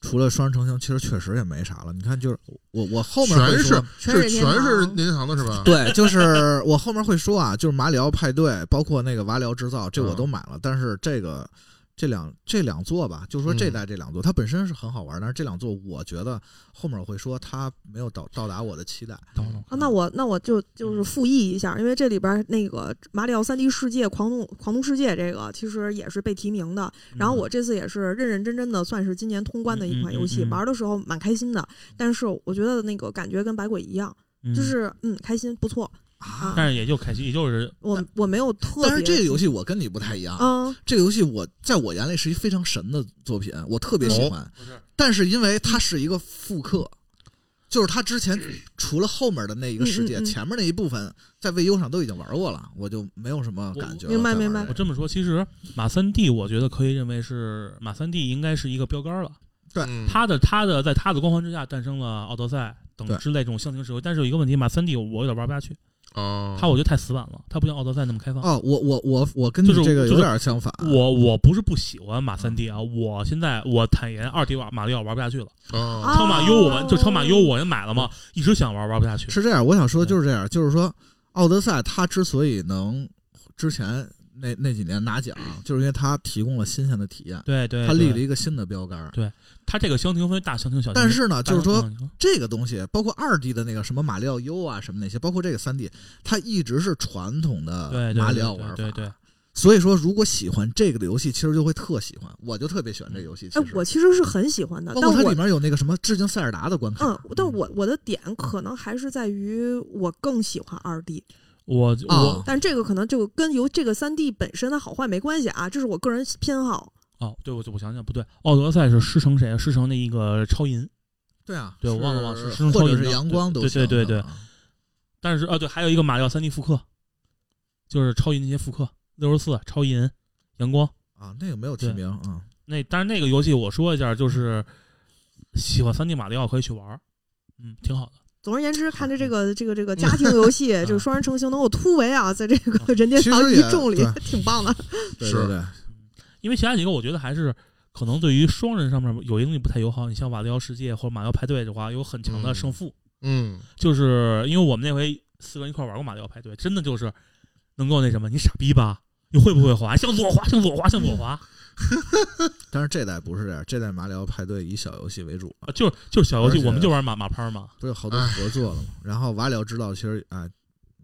[SPEAKER 2] 除了双人成行，其实确实也没啥了。你看，就是我我后面会
[SPEAKER 3] 全
[SPEAKER 2] 说
[SPEAKER 3] 是是
[SPEAKER 5] 全是
[SPEAKER 3] 全是
[SPEAKER 5] 任天
[SPEAKER 3] 任天
[SPEAKER 5] 堂
[SPEAKER 3] 堂的是吧？ [laughs]
[SPEAKER 2] 对，就是我后面会说啊，就是马里奥派对，包括那个瓦里奥制造，这我都买了。但是这个这两这两座吧，就是说这代这两座，它本身是很好玩，但是这两座我觉得后面我会说它没有到到达我的期待。
[SPEAKER 7] 懂了
[SPEAKER 5] 啊，那我那我就就是复议一下，因为这里边儿那个《马里奥三 D 世界》《狂怒狂怒世界》这个其实也是被提名的。然
[SPEAKER 2] 嗯
[SPEAKER 5] 后我这次也是认认真真的，算是今年通关的一款游戏，
[SPEAKER 7] 嗯嗯嗯嗯
[SPEAKER 5] 玩的时候蛮开心的。但是我觉得那个感觉跟百鬼一样，
[SPEAKER 7] 嗯
[SPEAKER 5] 就是嗯开心不错啊。
[SPEAKER 7] 但是也就开心，也就是
[SPEAKER 5] 我我没有特别，
[SPEAKER 2] 但是这个游戏我啊跟你不太一样，
[SPEAKER 5] 嗯
[SPEAKER 2] 这个游戏我在我眼里是一非常神的作品，我特别
[SPEAKER 7] 哦
[SPEAKER 2] 喜欢。
[SPEAKER 6] 是
[SPEAKER 2] 但是因为它是一个复刻，就是它之前除了后面的那一个世界，
[SPEAKER 5] 嗯嗯嗯
[SPEAKER 2] 前面那一部分在 VU 上都已经玩过了，我就没有什么感觉了。
[SPEAKER 5] 明白
[SPEAKER 2] 再玩
[SPEAKER 5] 明白
[SPEAKER 7] 我这么说，其实马三 D 我觉得可以认为是马三 D 应该是一个标杆了。
[SPEAKER 3] 嗯，
[SPEAKER 7] 它的它的在它的光环之下诞生了奥德赛等
[SPEAKER 2] 对
[SPEAKER 7] 之类这种象形社会，但是有一个问题，马三 D 我有点玩不下去。
[SPEAKER 3] 啊，
[SPEAKER 7] 它我觉得太死板了，它不像奥德赛那么开放。
[SPEAKER 2] 哦，我我我我跟你
[SPEAKER 7] 就是
[SPEAKER 2] 这个
[SPEAKER 7] 就
[SPEAKER 2] 有
[SPEAKER 7] 是
[SPEAKER 2] 点相反。
[SPEAKER 7] 我我不是不喜欢马三 D 啊，我现在我坦言二 D 瓦马里奥玩不下去了，
[SPEAKER 3] 啊
[SPEAKER 5] 啊
[SPEAKER 7] 超马 U 我们就超马 U 我也买了嘛，一直想玩玩不下去。
[SPEAKER 2] 是这样，我想
[SPEAKER 7] 嗯
[SPEAKER 2] 说的就是这样，就是说，奥德赛它之所以能之前那那几年拿奖，就是因为它提供了新鲜的体验，
[SPEAKER 7] 对对，
[SPEAKER 2] 它立了
[SPEAKER 7] 对
[SPEAKER 2] 一个新的标杆。
[SPEAKER 7] 它这个箱庭分为大箱庭、小箱庭，
[SPEAKER 2] 但是呢，
[SPEAKER 7] 大
[SPEAKER 2] 就
[SPEAKER 7] 箱
[SPEAKER 2] 是
[SPEAKER 7] 庭
[SPEAKER 2] 说
[SPEAKER 7] 小箱庭
[SPEAKER 2] 这个东西，包括二 D 的那个什么马里奥 U 啊，什么那些，包括这个三 D，它一直是传统
[SPEAKER 7] 对
[SPEAKER 2] 的
[SPEAKER 7] 对
[SPEAKER 2] 呃马里奥玩法。
[SPEAKER 7] 对对对，
[SPEAKER 2] 所以说，如果喜欢这个的游戏，其实就会特喜欢。我就特别喜欢这个游戏。其
[SPEAKER 5] 哎
[SPEAKER 2] 实，，
[SPEAKER 5] 我其实是很喜欢的，
[SPEAKER 2] 包
[SPEAKER 5] 但
[SPEAKER 2] 括它
[SPEAKER 5] 我
[SPEAKER 2] 里面有那个什么致敬塞尔达的关卡。
[SPEAKER 5] 嗯，但我我的点可能还是在于我更喜欢二 D，
[SPEAKER 7] 我我
[SPEAKER 2] 啊
[SPEAKER 5] 但这个可能就跟由这个三 D 本身的好坏没关系啊，这是我个人偏好。
[SPEAKER 7] 哦，对，我我想想不对，奥德赛是师承谁啊？师承那个超银，
[SPEAKER 2] 对啊，
[SPEAKER 7] 对我
[SPEAKER 2] 是
[SPEAKER 7] 忘了忘了是是
[SPEAKER 2] 或
[SPEAKER 7] 超
[SPEAKER 2] 者
[SPEAKER 7] 级
[SPEAKER 2] 是
[SPEAKER 7] 的
[SPEAKER 2] 阳光
[SPEAKER 7] 对
[SPEAKER 2] 都
[SPEAKER 7] 对
[SPEAKER 2] 行
[SPEAKER 7] 对对对
[SPEAKER 2] 啊
[SPEAKER 7] 但是啊，对，还有一个马里奥三 D 复刻，就是超银那些复刻，六十四超银、阳光
[SPEAKER 2] 啊，那个没有提
[SPEAKER 7] 对
[SPEAKER 2] 名啊。
[SPEAKER 7] 那，但是那个游戏我说一下，就是喜欢三 D 马里奥可以去玩儿，嗯，挺好的。
[SPEAKER 5] 总而言之，看着这个这个
[SPEAKER 2] 嗯
[SPEAKER 5] 这个家庭
[SPEAKER 2] [laughs]
[SPEAKER 5] 游戏，这个双人成行能够突围啊，在这个任天
[SPEAKER 2] 其
[SPEAKER 5] 堂
[SPEAKER 2] 实
[SPEAKER 5] 一
[SPEAKER 2] 也
[SPEAKER 5] 众里
[SPEAKER 2] 对，
[SPEAKER 5] 挺棒的。
[SPEAKER 2] 对
[SPEAKER 3] 是
[SPEAKER 2] 对
[SPEAKER 5] [laughs]
[SPEAKER 2] 对，
[SPEAKER 7] 因为其他几个我觉得还是可能对于双人上面有些东西不太友好。你像马里奥世界或者马里奥派对的话，有很强的胜负，
[SPEAKER 3] 嗯，
[SPEAKER 7] 就是因为我们那回四个人一块玩过马里奥派对，真的就是能够那什么，你傻逼吧？你会不会滑？向左滑，向左滑，向左滑，
[SPEAKER 2] 但是这代不是这样，这代马里奥派对以小游戏为主，
[SPEAKER 7] 啊就是就是小游
[SPEAKER 2] 而
[SPEAKER 7] 戏，
[SPEAKER 2] 且
[SPEAKER 7] 我们就玩马马拍嘛。
[SPEAKER 2] 不是有好多
[SPEAKER 3] 唉
[SPEAKER 2] 合作了吗？然后瓦里奥知道，其实啊、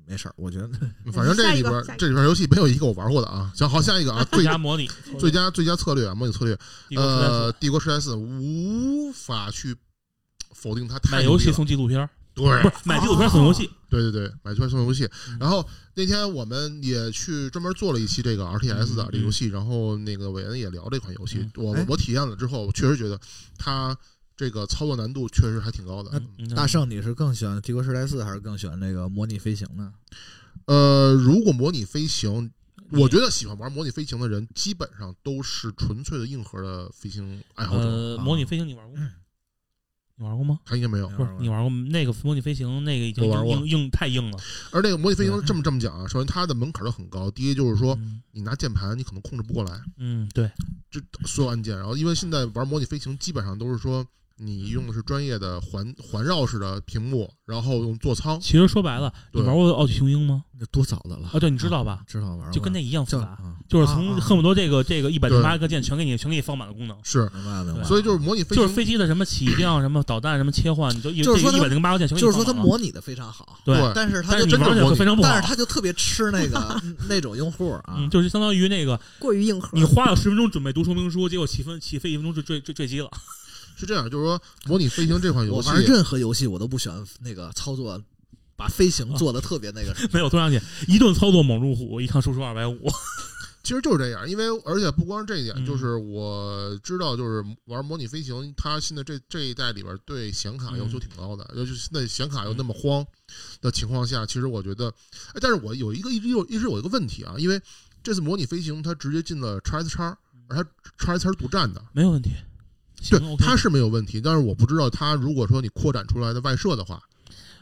[SPEAKER 2] 没事儿，我觉得
[SPEAKER 3] 嗯反正这里边
[SPEAKER 5] 下一个下一个
[SPEAKER 3] 这里边游戏没有一个我玩过的啊。行，好，下一个啊，最
[SPEAKER 7] 最佳模拟，
[SPEAKER 3] 最佳最佳策略啊，模拟策略，
[SPEAKER 7] 一个
[SPEAKER 3] 呃，帝国时代四无法去否定它太
[SPEAKER 7] 买
[SPEAKER 3] 牛
[SPEAKER 7] 游
[SPEAKER 3] 逼
[SPEAKER 7] 戏
[SPEAKER 3] 了
[SPEAKER 7] 送纪录片儿，
[SPEAKER 3] 对
[SPEAKER 7] 不是买纪录片送游戏。
[SPEAKER 3] 对对对，买券送游戏
[SPEAKER 7] 嗯。
[SPEAKER 3] 然后那天我们也去专门做了一期这个 RTS 的
[SPEAKER 7] 嗯
[SPEAKER 3] 这个游戏，然后那个韦恩也聊这款游戏
[SPEAKER 7] 嗯。
[SPEAKER 3] 我
[SPEAKER 2] 哎
[SPEAKER 3] 我体验了之后，我确实觉得它这个操作难度确实还挺高的。
[SPEAKER 7] 嗯
[SPEAKER 2] 大圣你是更喜欢帝国时代四，还是更喜欢那个模拟飞行呢？
[SPEAKER 3] 呃，如果模拟飞行，我觉得喜欢玩模拟飞行的人，基本上都是纯粹的硬核的飞行爱好者。
[SPEAKER 7] 呃，模拟飞行你玩过吗？你玩过吗？
[SPEAKER 3] 他应该嗯没有。
[SPEAKER 7] 不是你玩过那个模拟飞行，那个已经
[SPEAKER 3] 我玩
[SPEAKER 7] 硬
[SPEAKER 3] 过
[SPEAKER 7] 硬硬太硬了。
[SPEAKER 3] 而这个模拟飞行
[SPEAKER 7] 嗯
[SPEAKER 3] 这么这么讲啊，首先它的门槛都很高。第一就是说，
[SPEAKER 7] 嗯
[SPEAKER 3] 你拿键盘你可能控制不过来。
[SPEAKER 7] 嗯，对，
[SPEAKER 3] 这所有按键。然后因为现在玩模拟飞行基本上都是说
[SPEAKER 7] 嗯
[SPEAKER 3] 你用的是专业的环环绕式的屏幕，然后用座舱。
[SPEAKER 7] 其实说白了，你
[SPEAKER 3] 对
[SPEAKER 7] 玩过《奥体雄鹰》吗？
[SPEAKER 2] 那多早的了
[SPEAKER 7] 啊，对，你知道吧？
[SPEAKER 2] 知道玩过
[SPEAKER 7] 就跟那一样复
[SPEAKER 2] 叫
[SPEAKER 7] 杂，
[SPEAKER 2] 啊，
[SPEAKER 7] 就是
[SPEAKER 2] 啊
[SPEAKER 7] 从
[SPEAKER 2] 啊
[SPEAKER 7] 恨不得这个这个一百零八个键全给你全给你放满了功能，
[SPEAKER 3] 是，
[SPEAKER 2] 明白了明白了。
[SPEAKER 3] 所以就是模拟飞
[SPEAKER 7] 就
[SPEAKER 3] 行，
[SPEAKER 7] 是飞机的什么起降、什么导弹、什么切换，你就一
[SPEAKER 2] 就是说
[SPEAKER 7] 一
[SPEAKER 2] 它
[SPEAKER 7] 百零八个键全给
[SPEAKER 2] 就
[SPEAKER 7] 你
[SPEAKER 2] 是
[SPEAKER 7] 放
[SPEAKER 2] 说它
[SPEAKER 7] 满了。
[SPEAKER 2] 模拟的非常好，
[SPEAKER 7] 对，
[SPEAKER 3] 对
[SPEAKER 2] 但是它
[SPEAKER 7] 但
[SPEAKER 2] 就是
[SPEAKER 7] 你
[SPEAKER 2] 真
[SPEAKER 7] 玩
[SPEAKER 2] 的
[SPEAKER 7] 起来会非常不好
[SPEAKER 2] 但。是它就特别吃
[SPEAKER 7] [laughs]
[SPEAKER 2] 那个那种用户啊
[SPEAKER 7] 嗯，，就是相当于那个
[SPEAKER 5] 过于硬核
[SPEAKER 7] 你，花了十分钟准备读说明书，结果起分起飞一分钟就坠坠坠机了。
[SPEAKER 3] 是这样，就是说模拟飞行这款
[SPEAKER 2] 我
[SPEAKER 3] 游戏，
[SPEAKER 2] 玩任何游戏我都不喜欢那个操作，把飞行做的特别那个什么。
[SPEAKER 7] 没有，突然间一顿操作猛如虎，一看输出二百五。 [laughs]
[SPEAKER 3] 其实就是这样。因为而且不光是这一点，
[SPEAKER 7] 嗯
[SPEAKER 3] 就是我知道，就是玩模拟飞行，它现在这这一代里边对显卡要求
[SPEAKER 7] 嗯
[SPEAKER 3] 挺高的，尤其是现在显卡又那么慌的情况下，其实我觉得，哎，但是我有一个一直有一直有一个问题啊，因为这次模拟飞行它直接进了 x S 叉，而它 x S 叉独占的。
[SPEAKER 7] 没有问题。
[SPEAKER 3] 对
[SPEAKER 7] 行，，OK
[SPEAKER 3] 它是没有问题，但是我不知道它如果说你扩展出来的外设的话，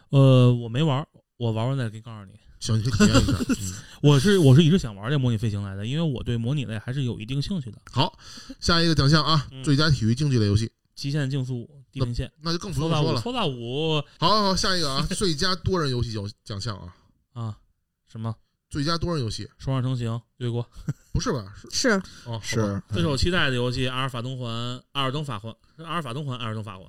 [SPEAKER 7] 呃，我没玩儿，我玩完再给告诉你。
[SPEAKER 3] 想去体验一下。嗯
[SPEAKER 7] 我是我是一直想玩这模拟飞行来的，因为我对模拟类还是有一定兴趣的。
[SPEAKER 3] 好，下一个奖项啊，
[SPEAKER 7] 嗯
[SPEAKER 3] 最佳体育竞技类游戏，
[SPEAKER 7] 极限竞速、地平线、
[SPEAKER 3] 那就更不
[SPEAKER 7] 搓
[SPEAKER 3] 用
[SPEAKER 7] 大
[SPEAKER 3] 说
[SPEAKER 7] 舞、
[SPEAKER 3] 了。
[SPEAKER 7] 搓大舞
[SPEAKER 3] 好好好，下一个啊， [laughs] 最佳多人游戏奖奖项啊，
[SPEAKER 7] 啊，什么
[SPEAKER 3] 最佳多人游戏
[SPEAKER 7] 双人成行、越国，
[SPEAKER 3] 不是吧？是
[SPEAKER 5] 是
[SPEAKER 3] 哦，
[SPEAKER 7] [laughs]
[SPEAKER 3] 好吧
[SPEAKER 2] 是，
[SPEAKER 7] [laughs] 这是我期待的游戏《阿尔法东环》《阿尔登法环》《阿尔法东环》《阿尔登法环》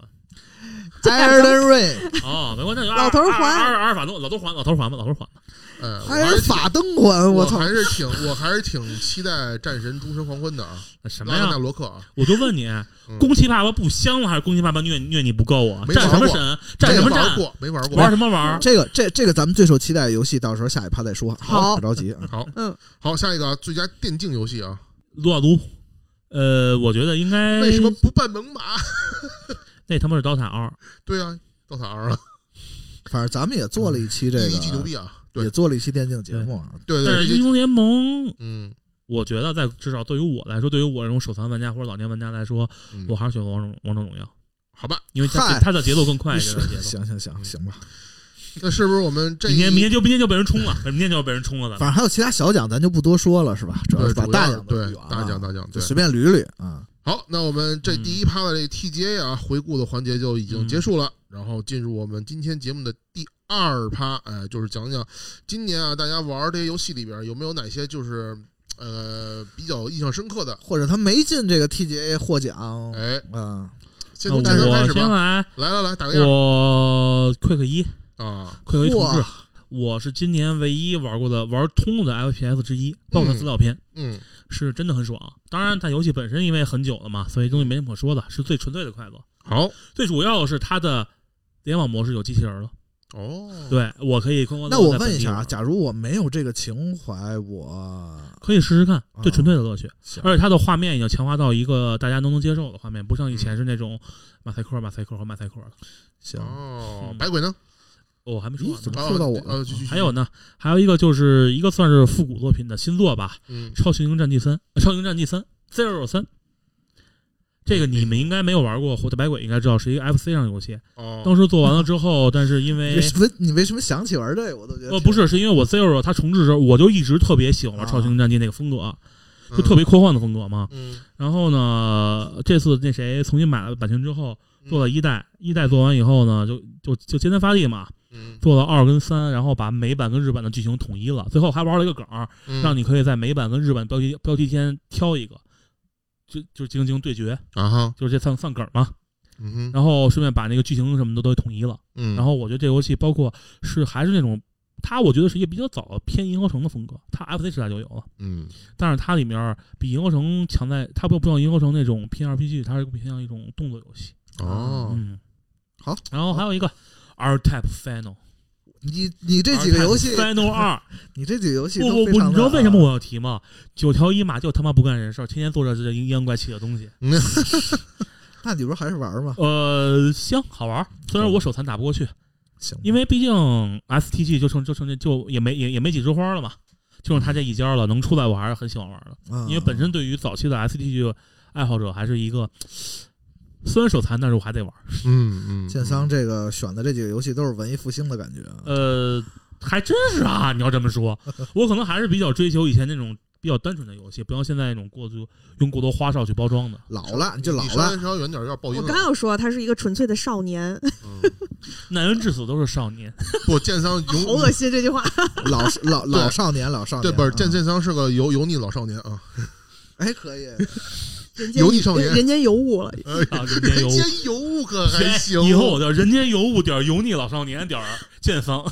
[SPEAKER 2] 艾尔登
[SPEAKER 7] [laughs]
[SPEAKER 2] 瑞，
[SPEAKER 7] 哦，没关系，那就
[SPEAKER 5] 老头儿环
[SPEAKER 7] 阿尔阿尔法东老头儿环，老头儿环吧，老头儿环吧。
[SPEAKER 3] 哎，
[SPEAKER 2] 艾
[SPEAKER 3] 我还
[SPEAKER 2] 尔
[SPEAKER 3] 是挺
[SPEAKER 2] 法灯环，
[SPEAKER 3] 我
[SPEAKER 2] 操！
[SPEAKER 7] [laughs]
[SPEAKER 3] 还是挺我还是挺期待战神诸神黄昏的啊，
[SPEAKER 7] 那什么
[SPEAKER 3] 拉格纳
[SPEAKER 7] 呀？
[SPEAKER 3] 罗克啊，
[SPEAKER 7] 我就问你，宫崎爸爸不香吗？还是宫崎爸爸虐虐你不够啊？
[SPEAKER 3] 没
[SPEAKER 7] 战什
[SPEAKER 3] 玩
[SPEAKER 7] 么
[SPEAKER 3] 过
[SPEAKER 7] 神？战什么
[SPEAKER 3] 没玩
[SPEAKER 7] 战？
[SPEAKER 3] 过没玩过？
[SPEAKER 7] 玩什么玩？
[SPEAKER 2] 这个这这个咱们最受期待的游戏，到时候下一趴再说，
[SPEAKER 5] 好
[SPEAKER 2] 别着急啊。
[SPEAKER 3] 好，
[SPEAKER 5] 嗯，
[SPEAKER 3] 好，下一个啊，最佳电竞游戏啊，
[SPEAKER 7] 撸啊撸。呃，我觉得应该
[SPEAKER 3] 为什么不办猛犸？
[SPEAKER 7] 那他妈是刀塔二，
[SPEAKER 3] [laughs] 对啊，到塔二了，
[SPEAKER 2] 反正咱们也做了一期这
[SPEAKER 7] [laughs]
[SPEAKER 3] 一级牛
[SPEAKER 2] 个，
[SPEAKER 3] 逼啊！对
[SPEAKER 2] 也做了一期电竞节目啊。
[SPEAKER 3] 对
[SPEAKER 7] 但
[SPEAKER 3] 对，
[SPEAKER 7] 是
[SPEAKER 3] 这
[SPEAKER 7] 英雄联盟，
[SPEAKER 3] 嗯，
[SPEAKER 7] 我觉得在至少对于我来说，对于我这种手残玩家或者老年玩家来说，
[SPEAKER 3] 嗯
[SPEAKER 7] 我还是喜欢王者王者荣耀，
[SPEAKER 3] 好吧，
[SPEAKER 7] 因为它
[SPEAKER 2] 嗨
[SPEAKER 7] 它的节奏更快一些。它的节奏
[SPEAKER 2] 行行行行吧，
[SPEAKER 3] 那是不是我们这一
[SPEAKER 7] 明天明天就明天就被人冲了，明天就要被人冲了。咱
[SPEAKER 2] 反
[SPEAKER 7] 们
[SPEAKER 2] 正还有其他小奖，咱就不多说了，是吧？主要
[SPEAKER 3] 对
[SPEAKER 2] 是把
[SPEAKER 3] 主要
[SPEAKER 2] 大
[SPEAKER 3] 是
[SPEAKER 2] 奖都
[SPEAKER 3] 对
[SPEAKER 2] 捋完了
[SPEAKER 3] 大奖大奖
[SPEAKER 2] 就
[SPEAKER 3] 对
[SPEAKER 2] 随便捋一捋啊。
[SPEAKER 3] 好，那我们这
[SPEAKER 7] 嗯
[SPEAKER 3] 第一趴的这 TGA 啊、回顾的环节就已经结束
[SPEAKER 7] 嗯
[SPEAKER 3] 了，然后进入我们今天节目的第二趴，哎，就是讲讲今年啊，大家玩这些游戏里边有没有哪些就是呃比较印象深刻的？
[SPEAKER 2] 或者他没进这个 TGA 获奖，
[SPEAKER 3] 哎，
[SPEAKER 2] 嗯，
[SPEAKER 3] 先从大
[SPEAKER 7] 哦那
[SPEAKER 3] 三开
[SPEAKER 7] 我
[SPEAKER 3] 始
[SPEAKER 7] 先
[SPEAKER 3] 吧，来
[SPEAKER 7] 来，
[SPEAKER 3] 来来，
[SPEAKER 2] 哎
[SPEAKER 3] 打个样
[SPEAKER 7] 我 Quick 一
[SPEAKER 3] 啊，
[SPEAKER 7] ，Quick 一重置
[SPEAKER 2] 哇，
[SPEAKER 7] 我是今年唯一玩过的玩通了的 FPS 之一，包括它资料片。
[SPEAKER 3] 嗯
[SPEAKER 7] 是真的很爽。当然，它游戏本身因为很久了嘛，所以东西没什么可说的，是最纯粹的快乐。
[SPEAKER 3] 好
[SPEAKER 7] 最主要的是它的联网模式有机器人了，
[SPEAKER 3] 哦，
[SPEAKER 7] 对我可以跟我
[SPEAKER 2] 嗯那我问一下啊，假如我没有这个情怀，我
[SPEAKER 7] 可以试试看
[SPEAKER 2] 啊
[SPEAKER 7] 最纯粹的乐趣，
[SPEAKER 2] 行
[SPEAKER 7] 而且它的画面已经强化到一个大家都能接受的画面，不像以前
[SPEAKER 3] 嗯
[SPEAKER 7] 是那种马赛克、马赛克和马赛克了。
[SPEAKER 2] 行，
[SPEAKER 3] 哦
[SPEAKER 7] 嗯，
[SPEAKER 3] 百鬼呢？
[SPEAKER 7] 我还没说
[SPEAKER 2] 咦，
[SPEAKER 7] 完
[SPEAKER 2] 怎
[SPEAKER 7] 呢。
[SPEAKER 2] 么
[SPEAKER 3] 啊
[SPEAKER 2] 说到我
[SPEAKER 3] 呃
[SPEAKER 2] 了？
[SPEAKER 3] 继续
[SPEAKER 7] 还有呢，还有一个就是一个算是复古作品的新作吧，
[SPEAKER 3] 嗯
[SPEAKER 7] 《超行星战记三》《超行星战记三》Zero 三，这个你们应该没有玩过，火的百鬼应该知道是一个 FC 上的游戏。
[SPEAKER 3] 哦
[SPEAKER 7] 当时做完了之后，但是因
[SPEAKER 2] 你
[SPEAKER 7] 为
[SPEAKER 2] 为什么你为什么想起玩这个？我都觉得
[SPEAKER 7] 呃不是，是因为我 Zero 它重置之后，我就一直特别喜欢玩
[SPEAKER 2] 啊
[SPEAKER 7] 《超星战记》那个风格，啊
[SPEAKER 2] 嗯
[SPEAKER 7] 就特别科幻的风格嘛。
[SPEAKER 3] 嗯
[SPEAKER 7] 然后呢，这次那谁重新买了版权之后，做了
[SPEAKER 3] 嗯
[SPEAKER 7] 一代，一代做完以后呢，就就就接天发力嘛，
[SPEAKER 3] 嗯
[SPEAKER 7] 做了二跟三，然后把美版跟日版的剧情统一了。最后还玩了一个梗儿，
[SPEAKER 3] 嗯
[SPEAKER 7] 让你可以在美版跟日版标题标题间挑一个，就就是进行对决，
[SPEAKER 3] 啊哈
[SPEAKER 7] 就是这算算梗儿嘛。
[SPEAKER 3] 嗯哼
[SPEAKER 7] 然后顺便把那个剧情什么的都统一了。
[SPEAKER 3] 嗯
[SPEAKER 7] 然后我觉得这游戏包括是还是那种，它我觉得是一个比较早的偏银河城的风格，它 FC 时代就有了，
[SPEAKER 3] 嗯
[SPEAKER 7] 但是它里面儿比银河城强在，它不不像银河城那种偏 RPG，它是偏向一种动作游戏。
[SPEAKER 3] 哦
[SPEAKER 7] 嗯，
[SPEAKER 2] 好。
[SPEAKER 7] 然后还有一个 R Type Final，
[SPEAKER 2] 你你这几个游戏
[SPEAKER 7] R-Type，Final
[SPEAKER 2] [laughs]
[SPEAKER 7] 二，
[SPEAKER 2] 你这几个游戏
[SPEAKER 7] 啊不
[SPEAKER 2] 都
[SPEAKER 7] 不
[SPEAKER 2] 非
[SPEAKER 7] 不，
[SPEAKER 2] 常
[SPEAKER 7] 你
[SPEAKER 2] 的啊
[SPEAKER 7] 知道为什么我要提吗？九条一马就他妈不干人事儿，天天做着这阴阳怪气的东西。
[SPEAKER 3] 嗯
[SPEAKER 2] 那你不是还是玩吗？
[SPEAKER 7] 呃，行，好玩儿。虽然我手残打不过去，
[SPEAKER 2] 行，
[SPEAKER 7] 因为毕竟 STG 就剩就剩这就也没也也没几枝花了嘛，就剩他这一家了，能出来我还是很喜欢玩的，
[SPEAKER 2] 啊
[SPEAKER 7] 因为本身对于早期的 STG 爱好者还是一个虽然手残，但是我还得玩。
[SPEAKER 3] 嗯嗯，
[SPEAKER 2] 剑桑这个选的这几个游戏都是文艺复兴的感觉啊。
[SPEAKER 7] 呃，还真是啊，你要这
[SPEAKER 2] [laughs]
[SPEAKER 7] 么说，我可能还是比较追求以前那种比较单纯的游戏，不像现在那种过度用过多花哨去包装的。
[SPEAKER 2] 老了你就老
[SPEAKER 3] 你稍
[SPEAKER 2] 了
[SPEAKER 3] 微，稍微远点，有点爆音了。
[SPEAKER 5] 我刚要说他是一个纯粹的少年，
[SPEAKER 3] [laughs] 嗯
[SPEAKER 7] 男人至死都是少
[SPEAKER 2] [laughs]
[SPEAKER 7] 年，
[SPEAKER 3] 不，剑桑
[SPEAKER 5] [laughs] 好
[SPEAKER 3] 永
[SPEAKER 5] 恶心这
[SPEAKER 3] [laughs]
[SPEAKER 5] 句话。
[SPEAKER 2] 老老
[SPEAKER 3] 对
[SPEAKER 2] 老少年，老少年。
[SPEAKER 3] 对，不是
[SPEAKER 2] 啊
[SPEAKER 3] 剑剑桑是个油油腻老少年啊，
[SPEAKER 2] 哎，可
[SPEAKER 7] [laughs]
[SPEAKER 2] 以，
[SPEAKER 5] 人间
[SPEAKER 3] 油腻少年哎
[SPEAKER 5] 人，人间尤物了，
[SPEAKER 2] 哎
[SPEAKER 7] 啊，人间
[SPEAKER 3] 人
[SPEAKER 7] 有物。哎
[SPEAKER 3] 间尤物可还行。
[SPEAKER 7] 以后我叫人间尤物点儿油腻老少年点儿剑
[SPEAKER 2] [laughs]
[SPEAKER 7] 桑。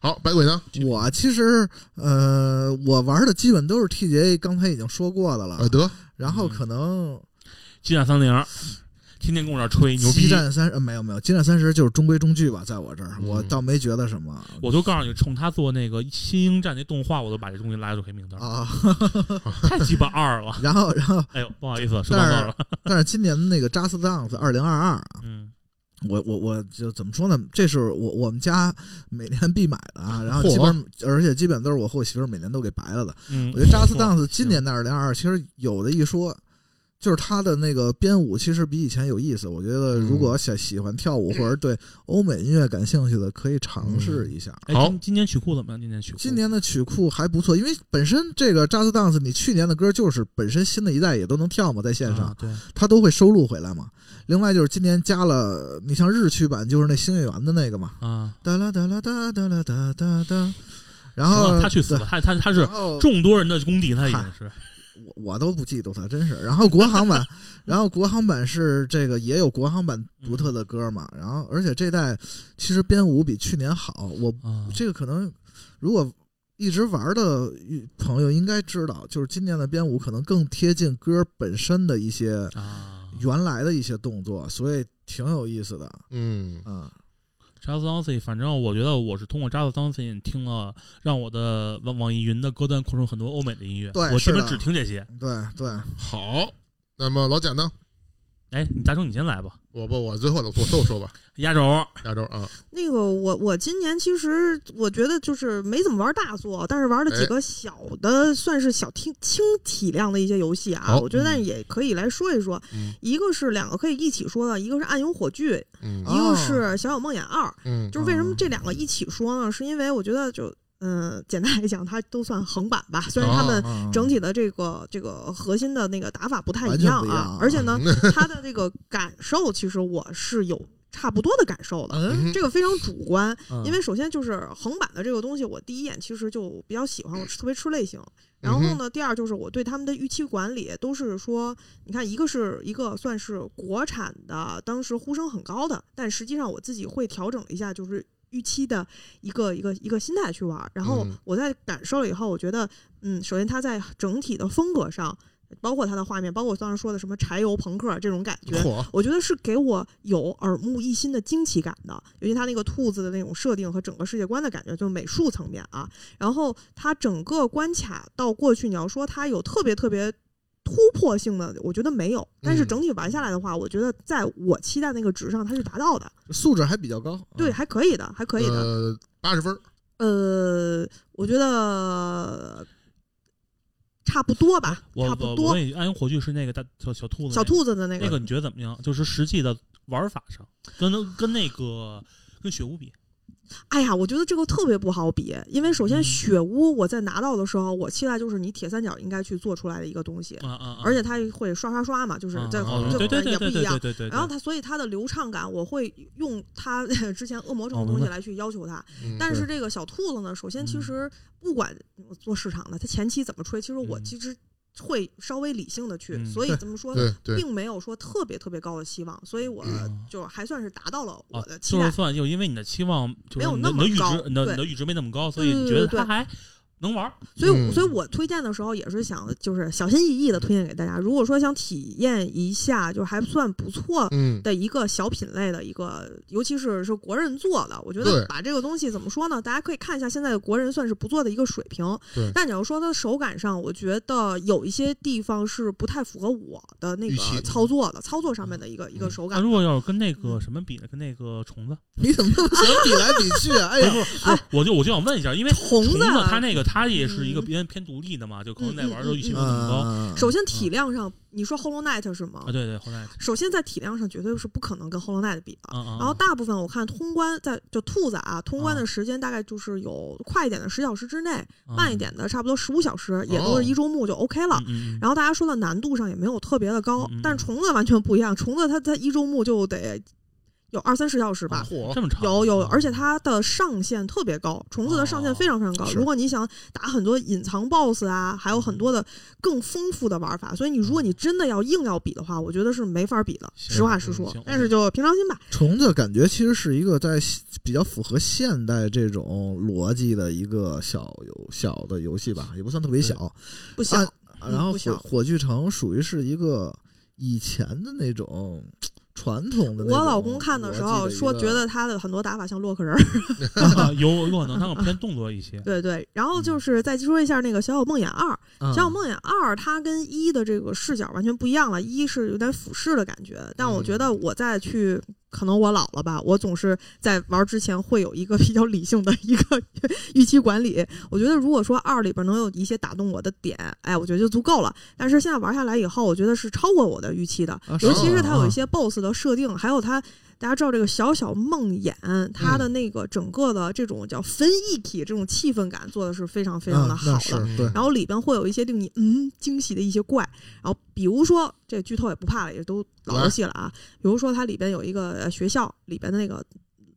[SPEAKER 3] 好，百鬼呢？
[SPEAKER 2] 我其实呃，我玩的基本都是 TGA，刚才已经说过的
[SPEAKER 3] 呃，
[SPEAKER 2] 了。
[SPEAKER 3] 得
[SPEAKER 2] 然后
[SPEAKER 7] 嗯
[SPEAKER 2] 可能
[SPEAKER 7] 激战三零，天天跟我这儿吹牛
[SPEAKER 2] 激
[SPEAKER 7] 逼。
[SPEAKER 2] 战三呃没有没有，激战三十就是中规中矩吧，在我这儿，
[SPEAKER 3] 嗯
[SPEAKER 2] 我倒没觉得什么
[SPEAKER 7] 我就告诉你，冲他做那个新英战那动画，我都把这东西拉入黑名单，
[SPEAKER 2] 啊。
[SPEAKER 7] 太鸡巴二了。
[SPEAKER 2] 然后然后，
[SPEAKER 7] 哎呦，不好意思，说到
[SPEAKER 2] 但
[SPEAKER 7] 这
[SPEAKER 2] 是
[SPEAKER 7] 了。
[SPEAKER 2] 但是今年的那个 Just Dance 二零二二啊，
[SPEAKER 7] 嗯，
[SPEAKER 2] 我我我就怎么说呢？这是我我们家每年必买的啊，然后
[SPEAKER 3] 嚯
[SPEAKER 2] 基本而且基本都是我和我媳妇儿每年都给白了的。
[SPEAKER 7] 嗯，
[SPEAKER 2] 我觉得 Just Dance 今年的二零二二其实有的一说，就是它的那个编舞其实比以前有意思。我觉得如
[SPEAKER 7] 嗯
[SPEAKER 2] 果想喜欢跳舞或者对欧美音乐感兴趣的，可以尝试一下。
[SPEAKER 7] 哎
[SPEAKER 3] 好
[SPEAKER 7] 今今年曲库怎么样？今年曲库，
[SPEAKER 2] 今年的曲库啊还不错，因为本身这个 Just Dance 你去年的歌就是本身新的一代也都能跳嘛，在线上
[SPEAKER 7] 啊对，
[SPEAKER 2] 它都会收录回来嘛。另外就是今年加了，你像日区版就是那星月园的那个嘛，
[SPEAKER 7] 啊，
[SPEAKER 2] 哒啦哒啦哒哒啦哒哒哒，然
[SPEAKER 7] 行
[SPEAKER 2] 后
[SPEAKER 7] 了他去死
[SPEAKER 2] 对
[SPEAKER 7] 吧，他他他是
[SPEAKER 2] 然后
[SPEAKER 7] 众多人的功底，他已经是
[SPEAKER 2] 我我都不嫉妒他，真是。然后国行版，然后国行版是这个也有国行版独特的歌嘛。然后而且这代其实编舞比去年好，我
[SPEAKER 7] 啊，
[SPEAKER 2] 这个可能如果一直玩的朋友应该知道，就是今年的编舞可能更贴近歌本身的一些
[SPEAKER 7] 啊。
[SPEAKER 2] 原来的一些动作，所以挺有意思的
[SPEAKER 3] 嗯
[SPEAKER 2] 啊。
[SPEAKER 7] Just Dancing，反正我觉得我是通过 Just Dancing 听了，让我的网网易云的歌单扩充很多欧美的音乐。
[SPEAKER 2] 对
[SPEAKER 7] 我基
[SPEAKER 2] 是
[SPEAKER 7] 本
[SPEAKER 2] 的
[SPEAKER 5] 呃
[SPEAKER 7] 只听这些。
[SPEAKER 2] 对对，
[SPEAKER 3] 好。那么老贾呢？
[SPEAKER 7] 哎，你大成你先来吧，
[SPEAKER 3] 我不，我最后的我最后说吧，
[SPEAKER 7] 压轴。
[SPEAKER 3] 亚洲啊，
[SPEAKER 5] 那个我我今年其实我觉得就是没怎么玩大作，但是玩了
[SPEAKER 3] 哎
[SPEAKER 5] 几个小的，算是小轻轻体量的一些游戏啊
[SPEAKER 3] 好。
[SPEAKER 5] 我觉得但也可以来说一说，
[SPEAKER 3] 嗯
[SPEAKER 5] 一个是两个可以一起说的，一个是《暗影火炬》，
[SPEAKER 3] 嗯
[SPEAKER 5] 一个是《小小梦魇二》。
[SPEAKER 3] 嗯
[SPEAKER 5] 就是为什啊么这两个一起说呢？是因为我觉得就嗯，简单来讲，它都算横版吧，虽然他们
[SPEAKER 2] 们
[SPEAKER 5] 整体的这个这个核心的那个打法不太
[SPEAKER 2] 嗯完
[SPEAKER 5] 一
[SPEAKER 2] 全
[SPEAKER 5] 样
[SPEAKER 2] 不一样
[SPEAKER 5] 啊
[SPEAKER 2] 啊，
[SPEAKER 5] 而且
[SPEAKER 2] [laughs]
[SPEAKER 5] 呢，它的这个感受其实我是有差不多的感受的。
[SPEAKER 2] 嗯，
[SPEAKER 5] 这个非常主观，
[SPEAKER 2] 嗯
[SPEAKER 5] 因为首先就是横版的这个东西，我第一眼其实就比较喜欢，我是特别吃类型。然后呢，第二就是我对他们的预期管理都是说，你看，一个是一个算是国产的，当时呼声很高的，但实际上我自己会调整了一下，就是预期的一个一个一个心态去玩儿。然后
[SPEAKER 3] 嗯
[SPEAKER 5] 我在感受了以后，我觉得，嗯，首先它在整体的风格上，包括它的画面，包括我当时说的什么柴油朋克这种感觉，
[SPEAKER 3] 嚯，
[SPEAKER 5] 我觉得是给我有耳目一新的惊奇感的，尤其它那个兔子的那种设定和整个世界观的感觉，就美术层面啊。然后它整个关卡到过去，你要说它有特别特别突破性的，我觉得没有。但
[SPEAKER 7] 嗯
[SPEAKER 5] 是整体玩下来的话，我觉得在我期待那个值上，它是达到的，
[SPEAKER 2] 素质还比较高，
[SPEAKER 5] 对，
[SPEAKER 2] 嗯
[SPEAKER 5] 还可以的，还可以的。
[SPEAKER 3] 呃，八十分儿，
[SPEAKER 7] 嗯
[SPEAKER 5] 呃，我觉得差不多吧，
[SPEAKER 7] 我
[SPEAKER 5] 差
[SPEAKER 7] 我
[SPEAKER 5] 不
[SPEAKER 7] 我
[SPEAKER 5] 多
[SPEAKER 7] 问。你，暗影火炬是那个大小小兔子，
[SPEAKER 5] 小兔子的那
[SPEAKER 7] 那个你觉得怎么样？就是实际的玩法上，跟跟那个跟雪屋比，
[SPEAKER 5] 哎呀，我觉得这个特别不好比，因为首先
[SPEAKER 7] 嗯
[SPEAKER 5] 雪屋我在拿到的时候，我期待就是你铁三角应该去做出来的一个东西，
[SPEAKER 7] 啊啊，啊
[SPEAKER 5] 而且它会刷刷刷嘛，就是
[SPEAKER 7] 啊
[SPEAKER 5] 在
[SPEAKER 7] 啊
[SPEAKER 5] 就
[SPEAKER 7] 对对
[SPEAKER 5] 也不
[SPEAKER 7] 对对
[SPEAKER 5] 一
[SPEAKER 7] 对
[SPEAKER 5] 样
[SPEAKER 7] 对。对对，
[SPEAKER 5] 然后它，所以它的流畅感，我会用它 [laughs] 之前恶魔这种
[SPEAKER 7] 哦
[SPEAKER 5] 东西
[SPEAKER 7] 明
[SPEAKER 5] 来去要求它。
[SPEAKER 3] 嗯
[SPEAKER 5] 但是这个小兔子呢，首先其
[SPEAKER 7] 嗯
[SPEAKER 5] 实不管做市场的，它前期怎么吹，其实我
[SPEAKER 7] 嗯
[SPEAKER 5] 其实会稍微理性的去，
[SPEAKER 7] 嗯
[SPEAKER 5] 所以怎么说，
[SPEAKER 3] 对对，
[SPEAKER 5] 并没有说特别特别高的希望，所以我
[SPEAKER 7] 嗯
[SPEAKER 5] 就还算是达到了我
[SPEAKER 7] 啊
[SPEAKER 5] 的，期
[SPEAKER 7] 就
[SPEAKER 5] 待。
[SPEAKER 7] 是算，就因为你的期望，就
[SPEAKER 5] 没
[SPEAKER 7] 是
[SPEAKER 5] 有
[SPEAKER 7] 你
[SPEAKER 5] 那
[SPEAKER 7] 的你的
[SPEAKER 5] 么
[SPEAKER 7] 阈
[SPEAKER 5] 高
[SPEAKER 7] 值，你的
[SPEAKER 5] 对
[SPEAKER 7] 你的阈值没那么高，所以
[SPEAKER 5] 对
[SPEAKER 7] 你
[SPEAKER 5] 对
[SPEAKER 7] 觉得
[SPEAKER 5] 对
[SPEAKER 7] 它还能玩儿？
[SPEAKER 5] 所以我，
[SPEAKER 3] 嗯
[SPEAKER 5] 所以我推荐的时候也是想，就是小心翼翼的推荐给大家。如果说想体验一下，就还算不错
[SPEAKER 3] 嗯，
[SPEAKER 5] 的一个小品类的一个，尤其是是国人做的，我觉
[SPEAKER 3] 对
[SPEAKER 5] 得把这个东西怎么说呢？大家可以看一下现在的国人算是不错的一个水平
[SPEAKER 3] 对。
[SPEAKER 5] 但你要说它的手感上，我觉得有一些地方是不太符合我的那
[SPEAKER 3] 预期嗯
[SPEAKER 5] 个操作的，操作上面的一个一个手
[SPEAKER 7] 那
[SPEAKER 5] 感。
[SPEAKER 7] 如果要是跟那
[SPEAKER 5] 嗯
[SPEAKER 7] 个什么比呢？跟那个虫子，
[SPEAKER 2] 你怎么那么喜欢比来比去啊？哎呦，
[SPEAKER 7] 我就我就想问一下，因为
[SPEAKER 5] 虫
[SPEAKER 7] 虫
[SPEAKER 5] 子
[SPEAKER 7] 子
[SPEAKER 5] 啊
[SPEAKER 7] 它那个它也是一个
[SPEAKER 5] 嗯
[SPEAKER 7] 偏偏独立的嘛，就可能
[SPEAKER 5] 嗯
[SPEAKER 7] 在玩的时候预期
[SPEAKER 5] 嗯
[SPEAKER 7] 没那么高
[SPEAKER 2] 嗯
[SPEAKER 5] 首先体量上，你说《Hollow Knight》是吗
[SPEAKER 7] 啊。？对对，后来
[SPEAKER 5] 首先在体量上绝对是不可能跟《Hollow Knight》比的。
[SPEAKER 7] 啊啊，
[SPEAKER 5] 然后大部分我看通关在就兔子啊，通关
[SPEAKER 7] 啊
[SPEAKER 5] 的时间大概就是有快一点的十小时之内，
[SPEAKER 7] 啊
[SPEAKER 5] 慢一点的差不多十五小时，也都是一周目就 OK 了。，
[SPEAKER 7] 哦嗯嗯嗯
[SPEAKER 5] 然后大家说的难度上也没有特别的高，
[SPEAKER 7] 嗯嗯嗯
[SPEAKER 5] 但是虫子完全不一样，虫子它它一周目就得有二三十小时吧。
[SPEAKER 3] 嚯，
[SPEAKER 7] 这么长嗯
[SPEAKER 5] 有有，而且它的上限特别高，虫子的上限
[SPEAKER 7] 哦
[SPEAKER 5] 非常非常高。
[SPEAKER 3] 是
[SPEAKER 5] 如果你想打很多隐藏 BOSS 啊，还有
[SPEAKER 7] 嗯
[SPEAKER 5] 很多的更丰富的玩法，所以你如果你真的要硬要比的话，我觉得是没法比的，
[SPEAKER 7] 行
[SPEAKER 5] 实话实说
[SPEAKER 7] 嗯行。
[SPEAKER 5] 但是就平常心吧。
[SPEAKER 2] 虫子感觉其实是一个在比较符合现代这种逻辑的一个小游小的游戏吧，也不算特别小。
[SPEAKER 5] 不小，
[SPEAKER 2] 啊然后
[SPEAKER 5] 不
[SPEAKER 2] 火
[SPEAKER 5] 小
[SPEAKER 2] 火炬城属于是一个以前的那种传统的那种逻辑的一个。
[SPEAKER 5] 我老公看的时候说，觉得他的很多打法像洛克人儿，，
[SPEAKER 7] 啊 [laughs] 有有可能它更偏动作一些
[SPEAKER 5] 对对。然后就是再说一下那个《小小梦魇二》，
[SPEAKER 2] 嗯
[SPEAKER 5] 《小小梦魇二》它跟一的这个视角完全不一样了，一是有点俯视的感觉，但我
[SPEAKER 2] 嗯
[SPEAKER 5] 觉得我再去，可能我老了吧，我总是在玩之前会有一个比较理性的一个 [laughs] 预期管理。我觉得如果说二里边能有一些打动我的点，哎，我觉得就足够了。但是现在玩下来以后，我觉得是超过我的预期的，
[SPEAKER 2] 啊是
[SPEAKER 5] 尤其是它有
[SPEAKER 2] 啊
[SPEAKER 5] 一些 BOSS 的设定，还有它。大家知道这个小小梦魇，它
[SPEAKER 2] 嗯
[SPEAKER 5] 的那个整个的这种叫分一体这种气氛感做的是非常非常的
[SPEAKER 2] 嗯
[SPEAKER 5] 好
[SPEAKER 2] 那
[SPEAKER 5] 的，
[SPEAKER 2] 是对
[SPEAKER 5] 然后里边会有一些令你嗯惊喜的一些怪，然后比如说这剧透也不怕了，也都老游戏了啊。比如说它里边有一个呃学校里边的那个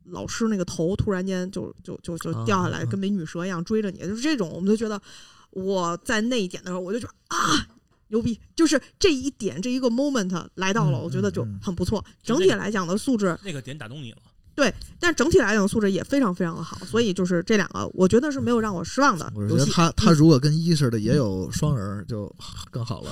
[SPEAKER 5] 老师那个头突然间就就就就
[SPEAKER 2] 啊
[SPEAKER 5] 掉下
[SPEAKER 2] 啊
[SPEAKER 5] 来，跟美女蛇一样追着你，就是这种，我们就觉得我在那一点的时候，我就觉得啊。牛逼，就是这一点，这一个 moment 来到了，
[SPEAKER 2] 嗯
[SPEAKER 5] 我觉得就
[SPEAKER 2] 嗯嗯
[SPEAKER 5] 很不错。
[SPEAKER 7] 就
[SPEAKER 5] 整
[SPEAKER 7] 那
[SPEAKER 5] 体
[SPEAKER 7] 个
[SPEAKER 5] 来讲的素质，
[SPEAKER 7] 那个点打动你了。
[SPEAKER 5] 但整体来讲的素质也非常非常的好，所以就是这两个，我觉得是没有让我失望的
[SPEAKER 2] 我是
[SPEAKER 5] 游
[SPEAKER 2] 觉得
[SPEAKER 5] 戏。嗯
[SPEAKER 2] 他他如果跟一似的也有双人儿就更好了。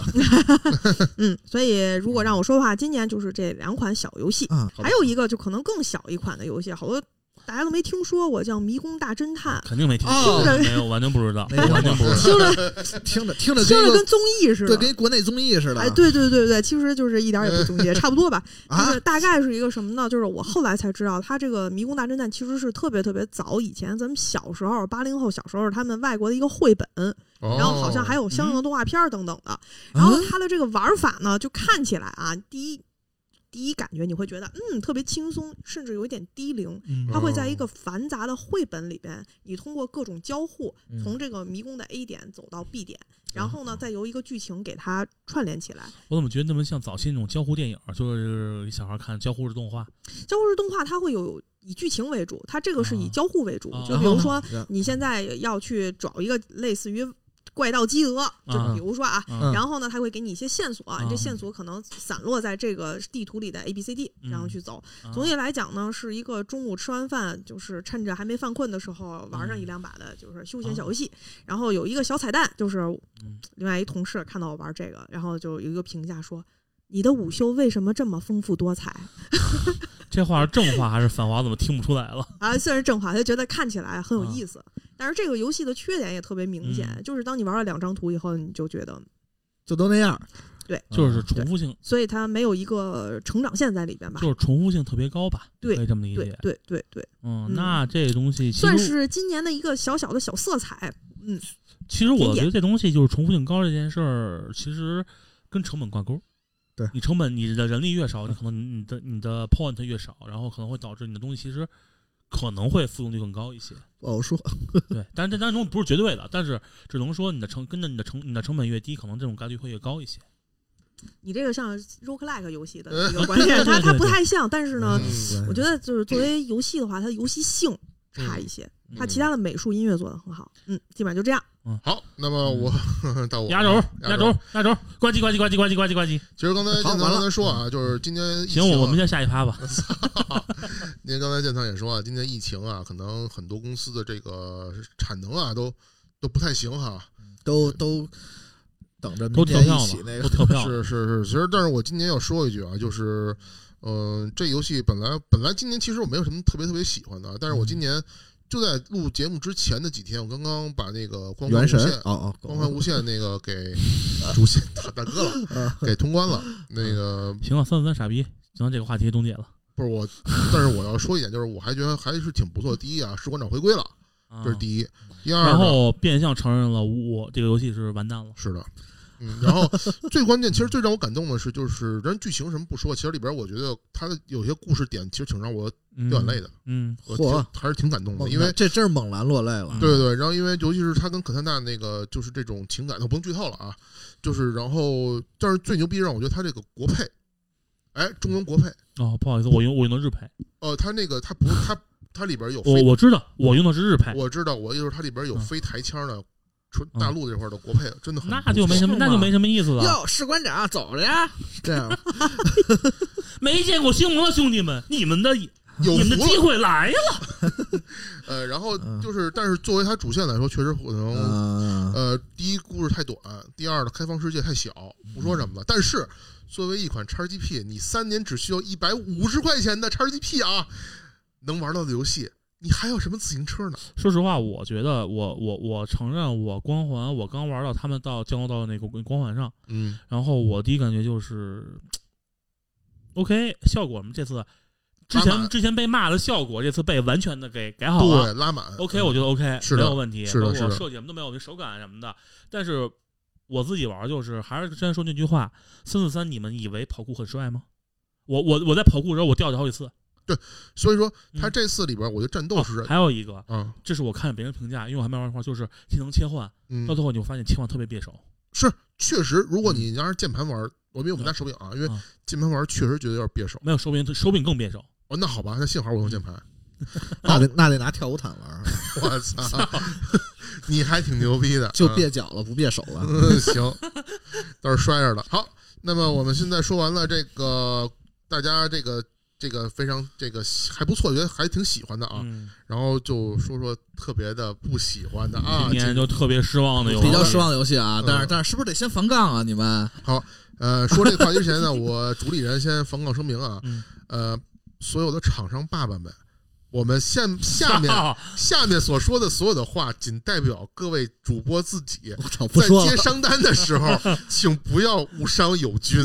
[SPEAKER 5] 嗯，所以如果让我说的话，今年就是这两款小游戏，
[SPEAKER 2] 啊，
[SPEAKER 5] 还有一个就可能更小一款的游戏，好多大家都没听说过叫《迷宫大侦探》，
[SPEAKER 7] 肯定没听
[SPEAKER 2] 哦
[SPEAKER 7] 说，没有，完全不
[SPEAKER 5] [laughs]
[SPEAKER 7] 知
[SPEAKER 2] [laughs]
[SPEAKER 7] 道，
[SPEAKER 2] 没听
[SPEAKER 7] 完全不
[SPEAKER 2] 过
[SPEAKER 7] 知道。
[SPEAKER 5] 听着
[SPEAKER 2] 听着 [laughs] 听着
[SPEAKER 5] 听
[SPEAKER 2] 跟一个
[SPEAKER 5] 着跟综艺似
[SPEAKER 2] 对
[SPEAKER 5] 的。
[SPEAKER 2] 跟一国内综艺似的，
[SPEAKER 5] 哎，对对对对，其实就是一点儿也不
[SPEAKER 2] [laughs]
[SPEAKER 5] 中介，差不多吧。
[SPEAKER 2] 啊
[SPEAKER 5] 就是，大概是一个什么呢？就是我后来才知道，他这个《迷宫大侦探》其实是特别特别早以前，咱们小时候八零后小时候他们外国的一个绘本，
[SPEAKER 10] 然
[SPEAKER 5] 然后
[SPEAKER 3] 哦
[SPEAKER 5] 好像还有相应的动画片儿等等的。然后它的这个玩法呢，就看起来啊，第一第一感觉你会觉得嗯特别轻松，甚至有一点低龄。
[SPEAKER 7] 嗯
[SPEAKER 5] 它会在一个繁杂的绘本里边，你通过各种交互，
[SPEAKER 11] 嗯
[SPEAKER 5] 从这个迷宫的 A 点走到 B 点，然后呢再由一个剧情给它串联起来。
[SPEAKER 7] 我怎么觉得那么像早期那种交互电影，就是给小孩看交互式动画，
[SPEAKER 5] 交互式动画它会有以剧情为主，它这个是以
[SPEAKER 7] 啊
[SPEAKER 5] 交互为主，
[SPEAKER 7] 啊
[SPEAKER 5] 就
[SPEAKER 2] 然
[SPEAKER 5] 比
[SPEAKER 2] 后
[SPEAKER 5] 如
[SPEAKER 2] 呢 [laughs]
[SPEAKER 5] 说你现在要去找一个类似于怪盗基德，就
[SPEAKER 7] 啊
[SPEAKER 5] 比如说啊。
[SPEAKER 7] 嗯
[SPEAKER 2] 嗯
[SPEAKER 5] 然后呢，它会给你一些线索，
[SPEAKER 7] 啊
[SPEAKER 5] 这线索可能散落在这个地图里的 A、B、C、D，
[SPEAKER 7] 嗯
[SPEAKER 5] 然后去走。
[SPEAKER 7] 啊
[SPEAKER 5] 总体来讲呢，是一个中午吃完饭，就是趁着还没犯困的时候玩
[SPEAKER 7] 嗯
[SPEAKER 5] 上一两把的，就是休闲小游戏。然后有一个小彩蛋，就是
[SPEAKER 7] 哦嗯
[SPEAKER 5] 另外一同事看到我玩这个，然后就有一个评价说：“你的午休为什么这么丰富多彩？”
[SPEAKER 7] 这话是正话还是反话？怎么听不出来了？
[SPEAKER 5] 啊，虽然正话，他觉得看起来很有意思，但是这个游戏的缺点也特别明显，
[SPEAKER 7] 哦嗯
[SPEAKER 5] 就是当你玩了两张图以后，你就觉得，
[SPEAKER 2] 就都那样，啊
[SPEAKER 5] 对，
[SPEAKER 2] 嗯
[SPEAKER 7] 就是重复性，
[SPEAKER 5] 所以它没有一个成长线在里边吧
[SPEAKER 7] 就？是重复性特别高吧？
[SPEAKER 5] 对
[SPEAKER 7] 可以这么理
[SPEAKER 5] 对
[SPEAKER 7] 解。
[SPEAKER 5] 对对对，
[SPEAKER 7] 嗯
[SPEAKER 5] 嗯，
[SPEAKER 7] 那这东西其
[SPEAKER 5] 算
[SPEAKER 7] 实
[SPEAKER 5] 是今年的一个小小的小色彩。嗯，
[SPEAKER 7] 其实我
[SPEAKER 5] 经
[SPEAKER 7] 觉
[SPEAKER 5] 典
[SPEAKER 7] 得这东西就是重复性高这件事儿，其实跟成本挂钩。
[SPEAKER 2] 对
[SPEAKER 7] 你成本，你的人力越少，你可能你的你的 point 越少，然后可能会导致你的东西其实可能会复用率更高一些。
[SPEAKER 2] 不好哦说。
[SPEAKER 7] 对，但是这当中不是绝对的，但是只能说你的成跟着你的成你的成本越低，可能这种概率会越高一些。
[SPEAKER 5] 你这个像 roguelike 游戏
[SPEAKER 7] [laughs]
[SPEAKER 5] 的一个观点，
[SPEAKER 7] 对
[SPEAKER 5] 它
[SPEAKER 7] 对
[SPEAKER 5] 它
[SPEAKER 7] 对
[SPEAKER 5] 不太像，但是呢，
[SPEAKER 3] 嗯
[SPEAKER 5] 我觉得就是作为游戏的话，它的游戏性
[SPEAKER 3] 哦
[SPEAKER 7] 嗯
[SPEAKER 5] 差
[SPEAKER 3] 嗯
[SPEAKER 5] 一些，它其他的美术、音乐做的很好。嗯，基本上就这样。
[SPEAKER 3] 好，那么我到我 [laughs] 嗯
[SPEAKER 7] 压轴，
[SPEAKER 3] 压
[SPEAKER 7] 压轴，压轴，呱唧呱唧呱唧呱唧呱唧呱唧。
[SPEAKER 3] 其实刚才
[SPEAKER 2] 好
[SPEAKER 3] 建
[SPEAKER 2] 完
[SPEAKER 3] 仓
[SPEAKER 2] 了
[SPEAKER 3] 刚才说啊，就是今年疫情
[SPEAKER 7] 行，我我
[SPEAKER 3] 啊
[SPEAKER 7] 们先下一趴吧。
[SPEAKER 3] 您刚才建仓也说啊，今年疫情啊，可能很多公司的这个产能啊都都不太行哈。
[SPEAKER 2] 都都等着明
[SPEAKER 7] 都跳
[SPEAKER 2] 年
[SPEAKER 7] 票
[SPEAKER 2] 一
[SPEAKER 7] 嘛
[SPEAKER 2] 起那，
[SPEAKER 7] 都
[SPEAKER 2] 个
[SPEAKER 7] 跳票
[SPEAKER 3] 是
[SPEAKER 7] 了。
[SPEAKER 3] 是是，其实但是我今年要说一句啊，就是，嗯、这游戏本来本来今年其实我没有什么特别特别喜欢的啊，但是我今年就在录节目之前的几天，我刚刚把那个《光环
[SPEAKER 2] 原
[SPEAKER 3] 无
[SPEAKER 2] 神
[SPEAKER 3] 限》
[SPEAKER 2] 哦哦，
[SPEAKER 3] 光环无限》那个给主线大大哥了，
[SPEAKER 2] 啊
[SPEAKER 3] 给通关了。那个
[SPEAKER 7] 行了，三三傻逼，行，这个话题终结了。
[SPEAKER 3] 不是我，但是我要说一点，就是我还觉得还是挺不错的。第一啊，是馆长回归了，
[SPEAKER 7] 啊
[SPEAKER 3] 这是第一。第二呢，
[SPEAKER 7] 然后变相承认了我这个游戏是完蛋了。
[SPEAKER 3] 是的，嗯，然
[SPEAKER 7] [laughs]
[SPEAKER 3] 后最关键，其实最让我感动的是，就是咱剧情什么不说，其实里边我觉得它的有些故事点其实挺让我
[SPEAKER 7] 嗯
[SPEAKER 3] 掉眼泪的，
[SPEAKER 7] 嗯，
[SPEAKER 3] 我
[SPEAKER 2] 嚯
[SPEAKER 3] 挺还是挺感动的，
[SPEAKER 2] 猛
[SPEAKER 3] 因为
[SPEAKER 2] 男这真是猛男落泪了
[SPEAKER 7] 嗯。
[SPEAKER 3] 对对，然后因为尤其是他跟可泰娜那个就是这种情感，我不能剧透了啊，就是然后但是最牛逼让我觉得他这个国配，哎，中文国配，
[SPEAKER 7] 哦，不好意思，我用我用的日配，
[SPEAKER 3] 呃，他那个他不是他他里边有
[SPEAKER 7] 我
[SPEAKER 3] 非
[SPEAKER 7] 我知道，我用的是日配，
[SPEAKER 3] 我知道，我就是它里边有
[SPEAKER 7] 哦嗯
[SPEAKER 3] 非台腔的，纯大陆这块的国配，真的很
[SPEAKER 7] 那就没什么，
[SPEAKER 2] 是吗
[SPEAKER 7] 那就没什么意思了。
[SPEAKER 2] 哟，士官长走着呀，是这样吗
[SPEAKER 7] 没见过新闻了，兄弟们，你们的你
[SPEAKER 3] 有
[SPEAKER 7] 们的
[SPEAKER 3] 福了
[SPEAKER 7] 机会来了。
[SPEAKER 3] 呃，然后
[SPEAKER 2] 嗯
[SPEAKER 3] 就是，但是作为它主线来说，确实可能，
[SPEAKER 2] 嗯，
[SPEAKER 3] 呃，第一故事太短，第二呢，开放世界太小，不说什么了。但是作为一款 XGP，你三年只需要一百五十块钱的 XGP 啊，能玩到的游戏，你还有什么自行车呢？
[SPEAKER 7] 说实话，我觉得我我我承认，我光环我刚玩到他们到降落到那个光环上，
[SPEAKER 3] 嗯，
[SPEAKER 7] 然后我第一感觉就是，OK，效果我们这次之
[SPEAKER 3] 拉
[SPEAKER 7] 前
[SPEAKER 3] 满
[SPEAKER 7] 之前被骂的效果，这次被完全的给改好了。
[SPEAKER 3] 对，拉满
[SPEAKER 7] OK，我觉得 OK，
[SPEAKER 3] 是的
[SPEAKER 7] 没有问题，
[SPEAKER 3] 是的
[SPEAKER 7] 包括
[SPEAKER 3] 是的
[SPEAKER 7] 设计什么都没有问题，手感啊什么的。但是我自己玩儿就是，还是之前说那句话，三四三，你们以为跑酷很帅吗？我我我在跑酷的时候，我掉了好几次。
[SPEAKER 3] 所以说它
[SPEAKER 7] 嗯
[SPEAKER 3] 这次里边，我觉得战斗是
[SPEAKER 7] 哦还有一个，
[SPEAKER 3] 啊，
[SPEAKER 7] 这是我看别人评价，因为我还没玩儿那块儿，就是技能切换，
[SPEAKER 3] 嗯
[SPEAKER 7] 到，最后你会发现切换特别别手。
[SPEAKER 3] 是确实，如
[SPEAKER 7] 嗯
[SPEAKER 3] 果你要是键盘玩，我没有我们家手柄啊，因为
[SPEAKER 7] 啊
[SPEAKER 3] 键盘玩确实觉得有点别手。
[SPEAKER 7] 没有手柄，手柄更别手。
[SPEAKER 3] 哦，那好吧，那幸好我用键
[SPEAKER 7] 嗯
[SPEAKER 3] 盘。
[SPEAKER 2] 那得那得拿跳舞毯 [laughs] 玩儿，
[SPEAKER 7] [laughs]
[SPEAKER 3] 我操， [laughs] 你还挺牛逼的，
[SPEAKER 2] 就
[SPEAKER 3] 嗯
[SPEAKER 2] 别脚了，不别手了。
[SPEAKER 7] [laughs]
[SPEAKER 3] 嗯，行，倒是摔着了。好，那么我们现在说完了这个，大家这个这个非常这个还不错，觉得还挺喜欢的啊。
[SPEAKER 7] 嗯，
[SPEAKER 3] 然后就说说特别的不喜欢的啊
[SPEAKER 7] 今，年就特别失望的有，
[SPEAKER 2] 比较失望的游戏啊
[SPEAKER 3] 嗯，
[SPEAKER 2] 但是但是是不是得先防杠啊？你们
[SPEAKER 3] 呃，说这个话题之前呢，我主理人先防杠声明啊
[SPEAKER 7] [laughs] 嗯，
[SPEAKER 3] 呃，所有的厂商爸爸们，我们下下面下面所说的所有的话，仅代表各位主播自己。
[SPEAKER 2] 我操，不
[SPEAKER 3] 在
[SPEAKER 2] 说了
[SPEAKER 3] 接，商单的时
[SPEAKER 7] [laughs]
[SPEAKER 3] 候，请不要误伤友军。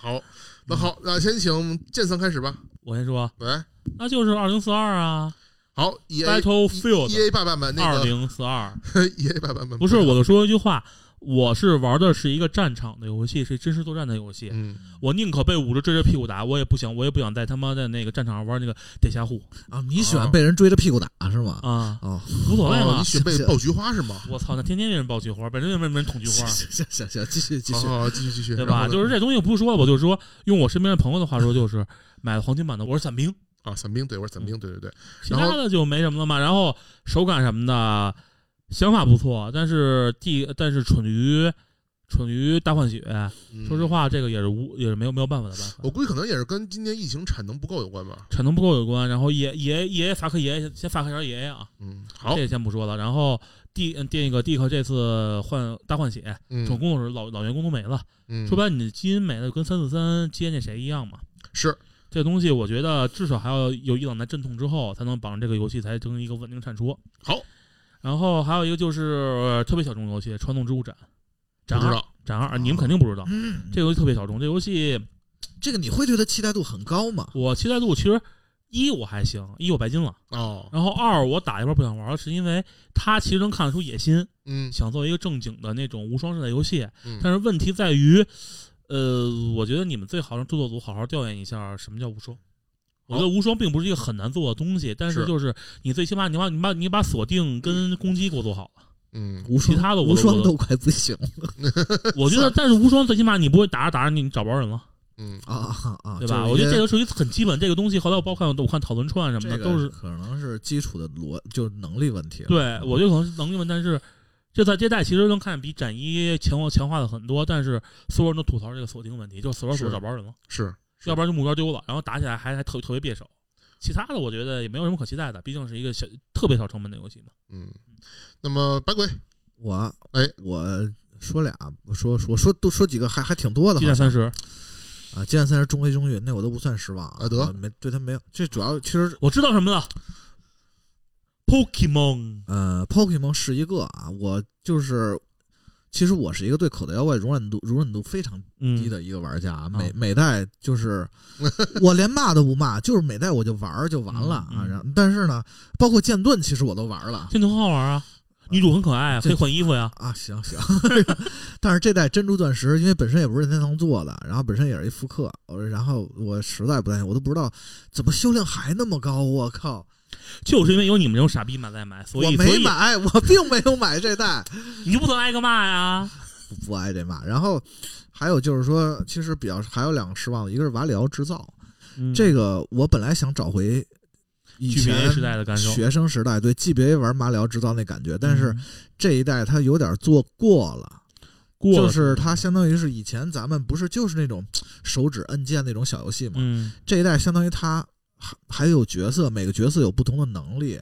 [SPEAKER 3] 好，那好，那先请建仓开始吧。
[SPEAKER 7] [laughs] 我先说，
[SPEAKER 3] 来，
[SPEAKER 7] 那就是二零四二啊
[SPEAKER 3] 好，E A E
[SPEAKER 7] ，Battlefield
[SPEAKER 3] A 爸爸们，那
[SPEAKER 7] 二
[SPEAKER 3] 个
[SPEAKER 7] 零四二。
[SPEAKER 3] [laughs] E A 爸爸们
[SPEAKER 7] 不是，我就说一句话，我是玩的是一个战场的游戏，是真实作战的游戏。
[SPEAKER 3] 嗯，
[SPEAKER 7] 我宁可被捂着追着屁股打，我也不想，我也不想在他妈的那个战场上玩那个点下户
[SPEAKER 2] 啊，你喜欢被人追着屁股打是吗？
[SPEAKER 7] 啊，
[SPEAKER 2] 哦，
[SPEAKER 7] 无所谓
[SPEAKER 3] 哦
[SPEAKER 7] 嘛
[SPEAKER 3] 你。选被
[SPEAKER 2] 行行
[SPEAKER 3] 爆菊花是吗？
[SPEAKER 7] 我操，那天天被人爆菊花，本身就没人捅菊
[SPEAKER 2] 行
[SPEAKER 7] 花，
[SPEAKER 2] 行行行，继续继
[SPEAKER 3] 好
[SPEAKER 7] 啊
[SPEAKER 2] 续。
[SPEAKER 3] 好，好继续继续，
[SPEAKER 7] 对
[SPEAKER 3] 然后
[SPEAKER 7] 吧？
[SPEAKER 3] 呢
[SPEAKER 7] 就是这东西我不说了，我就说用我身边的朋友的话说，就是买了黄金版的，我是伞兵，
[SPEAKER 3] 啊，伞兵对，我是伞兵，对对对，
[SPEAKER 7] 其他的就没什么了嘛。然后手感什么的，想法不错，但是第但是蠢于蠢于大换血，
[SPEAKER 3] 嗯哦
[SPEAKER 7] 说实，话，这个也是无也是没有没有办法的办法。
[SPEAKER 3] 我估计可能也是跟今年疫情产能不够有关吧。
[SPEAKER 7] 产能不够有关，然后爷爷爷法克爷先法克一下爷爷啊，
[SPEAKER 3] 嗯，好
[SPEAKER 7] 这，个先不说了。然后 D 嗯那个 D 克这次换大换血，
[SPEAKER 3] 嗯
[SPEAKER 7] 整工作室老老员工都没了，
[SPEAKER 3] 嗯
[SPEAKER 7] 说白了你的基因没了，跟三四三接那谁一样嘛。
[SPEAKER 3] 是
[SPEAKER 7] 这东西我觉得至少还要有一两代阵痛之后，才能保证这个游戏才能一个稳定产出。
[SPEAKER 3] 好，
[SPEAKER 7] 然后还有一个就是、呃特别小众的游戏《传送之物展》，
[SPEAKER 3] 不
[SPEAKER 7] 展
[SPEAKER 3] 知
[SPEAKER 7] 二
[SPEAKER 3] 道，哦
[SPEAKER 7] 展二，你们肯定不知道，
[SPEAKER 2] 嗯，
[SPEAKER 7] 这个游戏特别小众。这游戏
[SPEAKER 2] 这个你会觉得期待度很高吗？
[SPEAKER 7] 我期待度其实一我还行，一我白金了。
[SPEAKER 3] 哦，
[SPEAKER 7] 然后二我打一半不想玩了，是因为它其实能看得出野心，
[SPEAKER 3] 嗯
[SPEAKER 7] 想做一个正经的那种无双式的游戏
[SPEAKER 3] 嗯。
[SPEAKER 7] 但是问题在于，呃，我觉得你们最好让制作组好好调研一下什么叫无双。我觉得无双并不是一个很难做的东西，但是
[SPEAKER 3] 是
[SPEAKER 7] 就是你最起码你把你把你把锁定跟攻击给我做
[SPEAKER 2] [laughs]
[SPEAKER 7] 好了，
[SPEAKER 3] 嗯，
[SPEAKER 2] 无双，
[SPEAKER 7] 其他的我
[SPEAKER 2] 无双
[SPEAKER 7] 我
[SPEAKER 2] 都快不行
[SPEAKER 7] 我觉得。但是无双最起码你不会打着打着你找不着人了，
[SPEAKER 3] 嗯，
[SPEAKER 2] 啊啊啊！
[SPEAKER 7] 对吧？
[SPEAKER 2] 就是
[SPEAKER 7] 我
[SPEAKER 2] 因
[SPEAKER 7] 觉得
[SPEAKER 2] 为
[SPEAKER 7] 这个属于很基本，这个东西后来我包括我看讨论串什么
[SPEAKER 2] 这
[SPEAKER 7] 的
[SPEAKER 2] 个
[SPEAKER 7] 都是
[SPEAKER 2] 可能是基础的逻，就是能力问题了。
[SPEAKER 7] 对，我觉得可能是能力问题，但是这在这代其实能看比展一强化强化了很多，但是所有人都吐槽这个锁定问题，就是锁着锁着
[SPEAKER 3] 是
[SPEAKER 7] 找不着人了，
[SPEAKER 3] 是是
[SPEAKER 7] 要不然就目标丢了，然后打起来还还特特别别手。其他的我觉得也没有什么可期待的，毕竟是一个小特别小成本的游戏嘛。
[SPEAKER 3] 嗯，那么百鬼
[SPEAKER 2] 我啊
[SPEAKER 3] 哎，
[SPEAKER 2] 我说俩，我说说说多说几个，还还挺多的。
[SPEAKER 7] 激战三十，
[SPEAKER 2] 啊，《激战三》是中规中矩，那我都不算失望
[SPEAKER 3] 啊得
[SPEAKER 2] 我没对他没有。这主要其实，
[SPEAKER 7] 我知道什么了，Pokemon
[SPEAKER 2] 呃，Pokemon 是一个啊，我就是，其实我是一个对口袋妖怪容忍度容忍度非常低
[SPEAKER 7] 嗯，
[SPEAKER 2] 的一个玩家，啊每每代就是
[SPEAKER 3] [laughs]
[SPEAKER 2] 我连骂都不骂，就是每代我就玩儿就完了
[SPEAKER 7] 嗯
[SPEAKER 2] 啊。
[SPEAKER 7] 嗯
[SPEAKER 2] 然后但是呢，包括剑盾，其实我都玩了。
[SPEAKER 7] 这很好玩啊，女主很可爱，可以换衣服呀。
[SPEAKER 2] 啊，行行， [laughs] 但是这代珍珠钻石，因为本身也不是任天堂做的，然后本身也是一复刻，我然后我实在不太，我都不知道怎么销量还那么高，我靠！
[SPEAKER 7] 就是因为有你们这种傻逼买在买，所
[SPEAKER 2] 我
[SPEAKER 7] 以所
[SPEAKER 2] 没
[SPEAKER 7] 以
[SPEAKER 2] 买，我并没有买这代，
[SPEAKER 7] 你就不能挨个骂呀。
[SPEAKER 2] 不不挨这骂。然后还有就是说，其实比较还有两个失望的，一个是瓦里奥制造，
[SPEAKER 7] 嗯
[SPEAKER 2] 这个我本来想找回以
[SPEAKER 7] GBA
[SPEAKER 2] 前
[SPEAKER 7] 时代的感受，
[SPEAKER 2] 学生时代对 GBA 玩马里奥制造那感觉，但是
[SPEAKER 7] 嗯
[SPEAKER 2] 这一代它有点做过了。
[SPEAKER 7] 过
[SPEAKER 2] 就
[SPEAKER 7] 了
[SPEAKER 2] 是它相当于是以前咱们不是就是那种手指按键那种小游戏嘛，
[SPEAKER 7] 嗯
[SPEAKER 2] 这一代相当于它还还有角色，每个角色有不同的能力，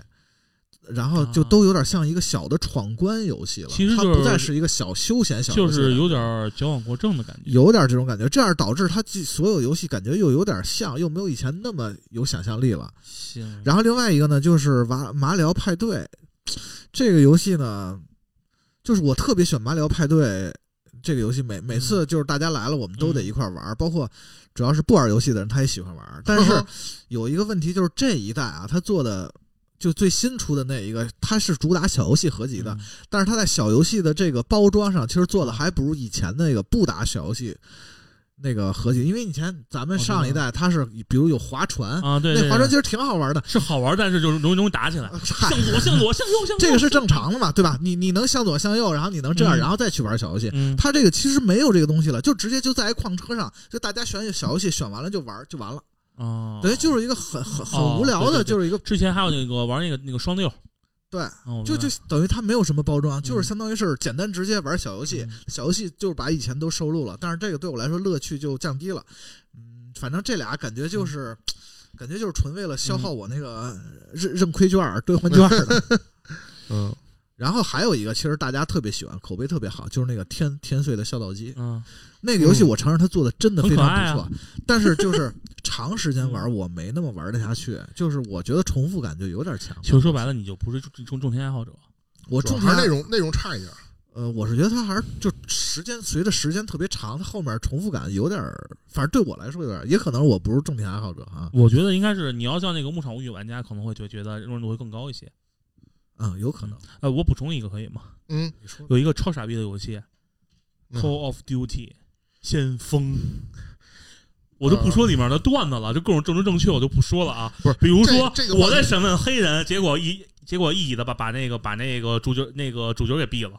[SPEAKER 2] 然后就
[SPEAKER 7] 啊
[SPEAKER 2] 都有点像一个小的闯关游戏了。
[SPEAKER 7] 其实
[SPEAKER 2] 它
[SPEAKER 7] 就
[SPEAKER 2] 不
[SPEAKER 7] 是
[SPEAKER 2] 再是一个小休闲小游
[SPEAKER 7] 就
[SPEAKER 2] 戏
[SPEAKER 7] 是
[SPEAKER 2] 了
[SPEAKER 7] 有点儿矫枉过正的感觉。
[SPEAKER 2] 有点这种感觉，这样导致它既所有游戏感觉又有点像，又没有以前那么有想象力了。
[SPEAKER 7] 行，
[SPEAKER 2] 然后另外一个呢，就是瓦马里奥派对这个游戏呢，就是我特别喜欢马里奥派对这个游戏每，每次就是大家来了，我们都得一块儿玩儿，包括主要是不玩游戏的人，他也喜欢玩儿。但
[SPEAKER 7] [laughs]
[SPEAKER 2] 是有一个问题就是这一代啊，他做的。就最新出的那一个，它是主打小游戏合集
[SPEAKER 7] 嗯
[SPEAKER 2] 的，但是它在小游戏的这个包装上，其实做的还不如以前那个不打小游戏那个合集，因为以前咱们
[SPEAKER 7] 我知
[SPEAKER 2] 上一
[SPEAKER 7] 道
[SPEAKER 2] 代它是比如有划船，
[SPEAKER 7] 啊，对，
[SPEAKER 2] 那
[SPEAKER 7] 对
[SPEAKER 2] 划船
[SPEAKER 7] 对
[SPEAKER 2] 其实挺好玩的，
[SPEAKER 7] 是好玩，但是就是容易容易打起
[SPEAKER 2] [laughs]
[SPEAKER 7] 来， [laughs]
[SPEAKER 2] 嗨
[SPEAKER 7] 向，左向左向右向右，
[SPEAKER 2] 这个是正常的嘛，对吧？你你能向左向右，然后你能这样，
[SPEAKER 7] 嗯
[SPEAKER 2] 然后再去玩小游戏。
[SPEAKER 7] 嗯，
[SPEAKER 2] 它这个其实没有这个东西了，就直接就在一矿车上，就大家选小游戏，选完了就玩就完了，
[SPEAKER 7] 哦，
[SPEAKER 2] 等于就是一个很很
[SPEAKER 7] 哦
[SPEAKER 2] 很无聊
[SPEAKER 7] 对
[SPEAKER 2] 的，
[SPEAKER 7] 对对
[SPEAKER 2] 就是一个
[SPEAKER 7] 之前还有那个玩那个那个双六，
[SPEAKER 2] 对，
[SPEAKER 7] 哦我
[SPEAKER 2] 就就
[SPEAKER 7] 明
[SPEAKER 2] 等于它没有什么包装，就是相当于是简单直接玩小游戏，
[SPEAKER 7] 嗯
[SPEAKER 2] 小游戏就是把以前都收录了，但是这个对我来说乐趣就降低了。嗯，反正这俩感觉
[SPEAKER 7] 嗯
[SPEAKER 2] 就是，感觉就是纯为了消耗我那个认认亏券儿兑换券儿的。 [laughs]
[SPEAKER 3] 嗯，
[SPEAKER 2] 然后还有一个，其实大家特别喜欢，口碑特别好，就是那个天天岁的孝道机
[SPEAKER 7] 白嗯，
[SPEAKER 2] 那个游戏，我承认它做的真的非常
[SPEAKER 7] 很可爱
[SPEAKER 2] 不
[SPEAKER 7] 啊 [laughs] 嗯
[SPEAKER 2] 错，但是就是长时间玩我没那么玩得下去，就是我觉得重复感就有点强。
[SPEAKER 7] 其实说白了，你就不是种种种田爱好者。
[SPEAKER 2] 我
[SPEAKER 3] 主
[SPEAKER 2] 重
[SPEAKER 3] 要
[SPEAKER 2] 点
[SPEAKER 3] 还是内容内容差一点儿。
[SPEAKER 2] 呃，我是觉得它还是就时间随着时间特别长，它后面重复感有点儿，反正对我来说有点儿，也可能我不是重点爱好者啊，
[SPEAKER 7] 我觉得应该是你要像那个牧场物语玩家，可能会觉觉得容忍度会更高一些。
[SPEAKER 2] 嗯，有可能。
[SPEAKER 7] 呃，我补充一个可以吗？
[SPEAKER 3] 嗯，
[SPEAKER 2] 你说
[SPEAKER 7] 有一个超傻逼的游戏《
[SPEAKER 3] 嗯
[SPEAKER 7] Call of Duty》先锋。我就不说里面的段子了，就各种政治正确，我就不说了啊。
[SPEAKER 3] 嗯不是
[SPEAKER 7] 比如说
[SPEAKER 3] 这这个话题
[SPEAKER 7] 我在审问黑人，结果一结果一一的把把那个把那个主角那个主角给毙了。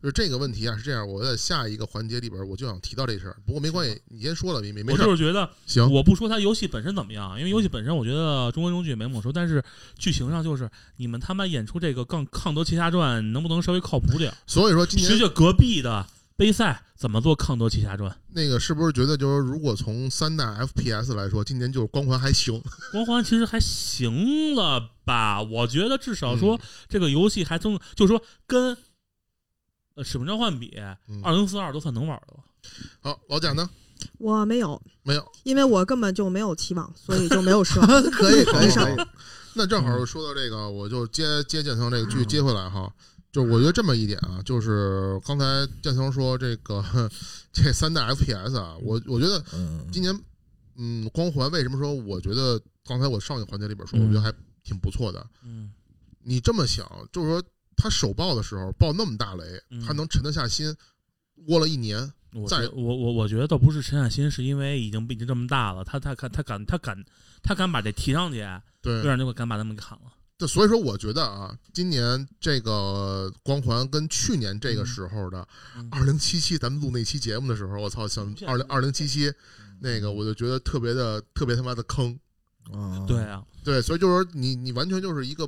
[SPEAKER 3] 就是这个问题啊，是这样，我在下一个环节里边我就想提到这事儿，不过没关系，你先说了，没没没
[SPEAKER 7] 我
[SPEAKER 3] 事
[SPEAKER 7] 就
[SPEAKER 3] 儿，
[SPEAKER 7] 是觉得，
[SPEAKER 3] 行，
[SPEAKER 7] 我不说它游戏本身怎么样，因为游戏本身我觉得中规中矩没什么说，但是剧情上就是你们他妈演出这个《抗抗德奇侠传》能不能稍微靠谱点儿？
[SPEAKER 3] 所以说今
[SPEAKER 7] 学
[SPEAKER 3] 年
[SPEAKER 7] 学隔壁的杯赛怎么做《抗德奇侠传》。
[SPEAKER 3] 那个是不是觉得就是如果从三代 FPS 来说，今年就是光环还行，
[SPEAKER 7] 光环其实还行了吧？我觉得至少
[SPEAKER 3] 嗯
[SPEAKER 7] 说这个游戏还真，就是说跟呃《使命召唤》比，《
[SPEAKER 3] 嗯
[SPEAKER 7] 二零四二》都算能玩的了。
[SPEAKER 3] 好，老贾呢？
[SPEAKER 5] 我没有，
[SPEAKER 3] 没有，
[SPEAKER 5] 因为我根本就没有期望，所以就没有失望。 [laughs]
[SPEAKER 2] 可
[SPEAKER 3] [laughs]
[SPEAKER 2] 以可以
[SPEAKER 3] 好
[SPEAKER 2] 可
[SPEAKER 3] 好
[SPEAKER 2] 以，
[SPEAKER 3] 那正
[SPEAKER 7] 嗯
[SPEAKER 3] 好说到这个，我就接接建成这个剧接回来哈。就是我觉得这么一点啊，就是刚才建成说这个 [laughs] 哼这三代 FPS 啊，我我觉得
[SPEAKER 2] 嗯，
[SPEAKER 3] 今年嗯，光环为什么说我觉得刚才我上一个环节里边说，
[SPEAKER 7] 嗯
[SPEAKER 3] 我觉得还挺不错的。
[SPEAKER 7] 嗯，
[SPEAKER 3] 你这么想，就是说他首爆的时候爆那么大雷
[SPEAKER 7] 嗯，
[SPEAKER 3] 他能沉得下心，窝了一年，
[SPEAKER 7] 我
[SPEAKER 3] 在
[SPEAKER 7] 觉我我我觉得倒不是陈雅欣，是因为已经已经这么大了，他他敢他敢他敢他敢把这提上去，
[SPEAKER 3] 对
[SPEAKER 7] 有，点就敢把他们给砍了。
[SPEAKER 3] 这所以说，我觉得啊，今年这个光环跟去年这个时候的
[SPEAKER 7] 嗯
[SPEAKER 3] 二零七七，咱们录那期节目的时候，我操，想
[SPEAKER 7] 这
[SPEAKER 3] 二
[SPEAKER 7] 样
[SPEAKER 3] 零二零七七
[SPEAKER 7] 嗯
[SPEAKER 3] 那个，我就觉得特别的特别他妈的坑。嗯
[SPEAKER 2] 啊
[SPEAKER 7] 对啊，
[SPEAKER 3] 对，所以就是说你你完全就是一个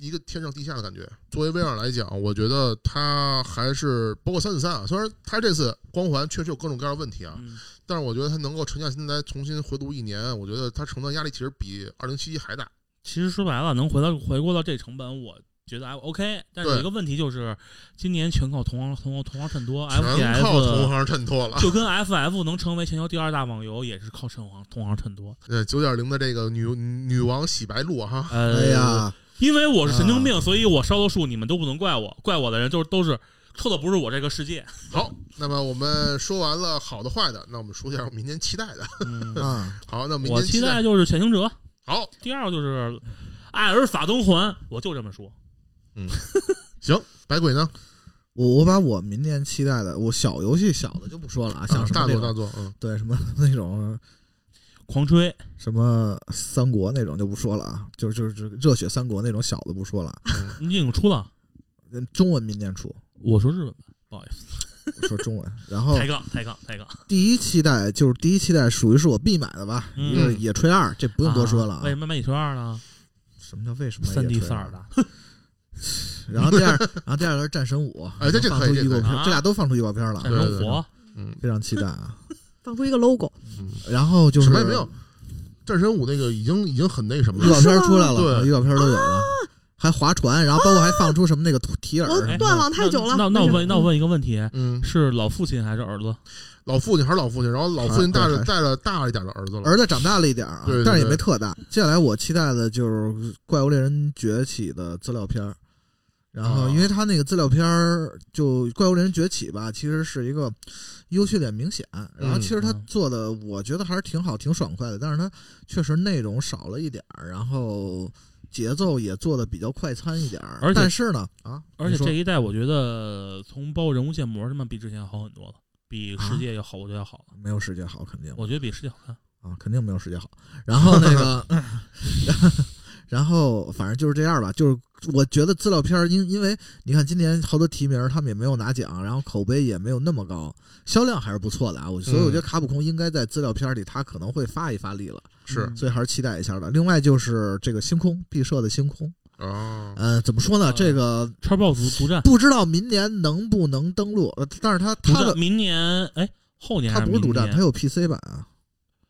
[SPEAKER 3] 一个天上地下的感觉。作为微软来讲，我觉得它还是包括三四三啊，虽然它这次光环确实有各种各样的问题啊，
[SPEAKER 7] 嗯
[SPEAKER 3] 但是我觉得它能够沉下心来重新回读一年，我觉得它承担压力其实比二零七七还大。
[SPEAKER 7] 其实说白了，能回到回过到这成本，我觉得还啊 OK。但是有一个问题就是，今年全靠同行同行同行衬托
[SPEAKER 3] 全靠同
[SPEAKER 7] ，FPS
[SPEAKER 3] 行衬托了。
[SPEAKER 7] [laughs] 就跟 FF 能成为全球第二大网游，也是靠同行同行衬托。
[SPEAKER 3] 呃，九点零的这个女女王洗白露啊哈，
[SPEAKER 7] 呃，
[SPEAKER 2] 哎，呀，
[SPEAKER 7] 因为我是神经
[SPEAKER 3] 啊
[SPEAKER 7] 病，所以我烧的树你们都不能怪我，怪我的人就是都是错的不是我这个世界。
[SPEAKER 3] 好，那么我们说完了好的坏的，那我们说一下我们明年期待的。
[SPEAKER 7] 嗯，
[SPEAKER 2] 啊，
[SPEAKER 3] 好，那明
[SPEAKER 7] 我
[SPEAKER 3] 年
[SPEAKER 7] 期
[SPEAKER 3] 待
[SPEAKER 7] 待就是《潜行者》，
[SPEAKER 3] 好，
[SPEAKER 7] 第二就是《艾尔法东环》，我就这么说。
[SPEAKER 3] 百鬼呢？
[SPEAKER 2] 我我把我明年期待的，我小游戏小的就不说了啊，像
[SPEAKER 3] 啊
[SPEAKER 2] 什
[SPEAKER 3] 大
[SPEAKER 2] 么那
[SPEAKER 3] 作
[SPEAKER 2] 种
[SPEAKER 3] 大作，嗯，
[SPEAKER 2] 对什么那种
[SPEAKER 7] 狂吹，
[SPEAKER 2] 什么三国那种就不说了啊，就是就是就是热血三国那种小的不说了，
[SPEAKER 7] 你已经出了，
[SPEAKER 2] 嗯中文明年出，
[SPEAKER 7] 我说日本吧，不好意思，
[SPEAKER 2] 我说
[SPEAKER 7] [laughs]
[SPEAKER 2] 中文，然
[SPEAKER 3] 哦
[SPEAKER 2] 后
[SPEAKER 7] 抬杠抬杠抬杠。
[SPEAKER 2] 第一期待就是第一期待属于是我必买的吧，
[SPEAKER 7] 嗯
[SPEAKER 2] 一个是《野炊二》，这不用多说了
[SPEAKER 7] 啊为什么买你车二呢？
[SPEAKER 2] 什么叫为什么
[SPEAKER 7] 三 D
[SPEAKER 2] 野炊 [laughs]
[SPEAKER 7] 塞尔达，
[SPEAKER 2] 然后第二，然后第二个是《战神五》，
[SPEAKER 3] [laughs] 哎这这
[SPEAKER 2] 放
[SPEAKER 3] 可以
[SPEAKER 2] 出
[SPEAKER 3] 这
[SPEAKER 2] 预
[SPEAKER 3] 可
[SPEAKER 2] 告
[SPEAKER 3] 以
[SPEAKER 2] 片
[SPEAKER 7] 啊，
[SPEAKER 2] 这俩都放出预告片了
[SPEAKER 7] 战
[SPEAKER 2] 啊，
[SPEAKER 3] 对
[SPEAKER 7] 神
[SPEAKER 3] 对对
[SPEAKER 7] 佛，
[SPEAKER 2] 非常期待啊。
[SPEAKER 5] 放出一个 logo，
[SPEAKER 2] 然后就是
[SPEAKER 3] 什么也没有，战神五那个已经已经很那什么
[SPEAKER 2] 预告
[SPEAKER 3] 了。
[SPEAKER 2] 片出来了，
[SPEAKER 3] 对
[SPEAKER 2] 预告片都有
[SPEAKER 3] 啊
[SPEAKER 2] 了，还划船，然后包括还放出什么那个图提尔，
[SPEAKER 5] 我
[SPEAKER 2] 什么
[SPEAKER 5] 断
[SPEAKER 2] 的
[SPEAKER 5] 网太久了。
[SPEAKER 7] 哎那那我
[SPEAKER 5] 没事
[SPEAKER 7] 问，那我问一个问题，
[SPEAKER 3] 嗯，
[SPEAKER 7] 是老父亲还是儿子？
[SPEAKER 3] 老父亲还是老父亲，然后老父亲
[SPEAKER 2] 还
[SPEAKER 3] 带
[SPEAKER 2] 是
[SPEAKER 3] 着
[SPEAKER 2] 还是
[SPEAKER 3] 带着大一点的儿
[SPEAKER 7] 嗯
[SPEAKER 3] 子了。
[SPEAKER 2] 啊儿子长大了一点儿啊
[SPEAKER 3] 对对，
[SPEAKER 2] 但是也
[SPEAKER 3] 对
[SPEAKER 2] 没特大。接下来我期待的就是《怪物猎人崛起》的资料片儿，然后
[SPEAKER 7] 哦
[SPEAKER 3] 啊
[SPEAKER 2] 因为他那个资料片儿就《怪物猎人崛起》吧，其实是一个优缺点明显。然后
[SPEAKER 3] 嗯
[SPEAKER 2] 其实他
[SPEAKER 7] 嗯
[SPEAKER 2] 做的我觉得还是挺好、挺爽快的，但是他确实内容少了一点儿，然后节奏也做的比较快餐一点儿。
[SPEAKER 7] 而且
[SPEAKER 2] 但是呢，啊，
[SPEAKER 7] 而
[SPEAKER 2] 你
[SPEAKER 7] 且
[SPEAKER 2] 说
[SPEAKER 7] 这一代，我觉得从包括人物建模什么，比之前好很多了，比
[SPEAKER 2] 啊
[SPEAKER 7] 世界要好，我觉得要好了。
[SPEAKER 2] 没有世界好，肯定
[SPEAKER 7] 我觉得比世界好看。
[SPEAKER 2] 啊，肯定没有世界好。然后那个，
[SPEAKER 7] [laughs]
[SPEAKER 2] 然后反正就是这样吧。就是我觉得资料片儿，因因为你看今年好多提名，他们也没有拿奖，然后口碑也没有那么高，销量还是不错的啊。我所以我觉得
[SPEAKER 7] 嗯
[SPEAKER 2] 卡普空应该在资料片儿里，他可能会发一发力了，
[SPEAKER 3] 是
[SPEAKER 7] 嗯
[SPEAKER 2] 所以还是期待一下吧。另外就是这个星空毕设的星空，
[SPEAKER 3] 啊，
[SPEAKER 7] 嗯
[SPEAKER 2] 呃，怎么说呢？这个
[SPEAKER 7] 叉 box 独占，
[SPEAKER 2] 不知道明年能不能登录，呃但是他
[SPEAKER 7] 独
[SPEAKER 2] 他
[SPEAKER 7] 占
[SPEAKER 2] 的
[SPEAKER 7] 明年哎后年
[SPEAKER 2] 他
[SPEAKER 7] 还
[SPEAKER 2] 不是独
[SPEAKER 7] 明
[SPEAKER 2] 占，
[SPEAKER 7] 年
[SPEAKER 2] 他有 PC 版啊，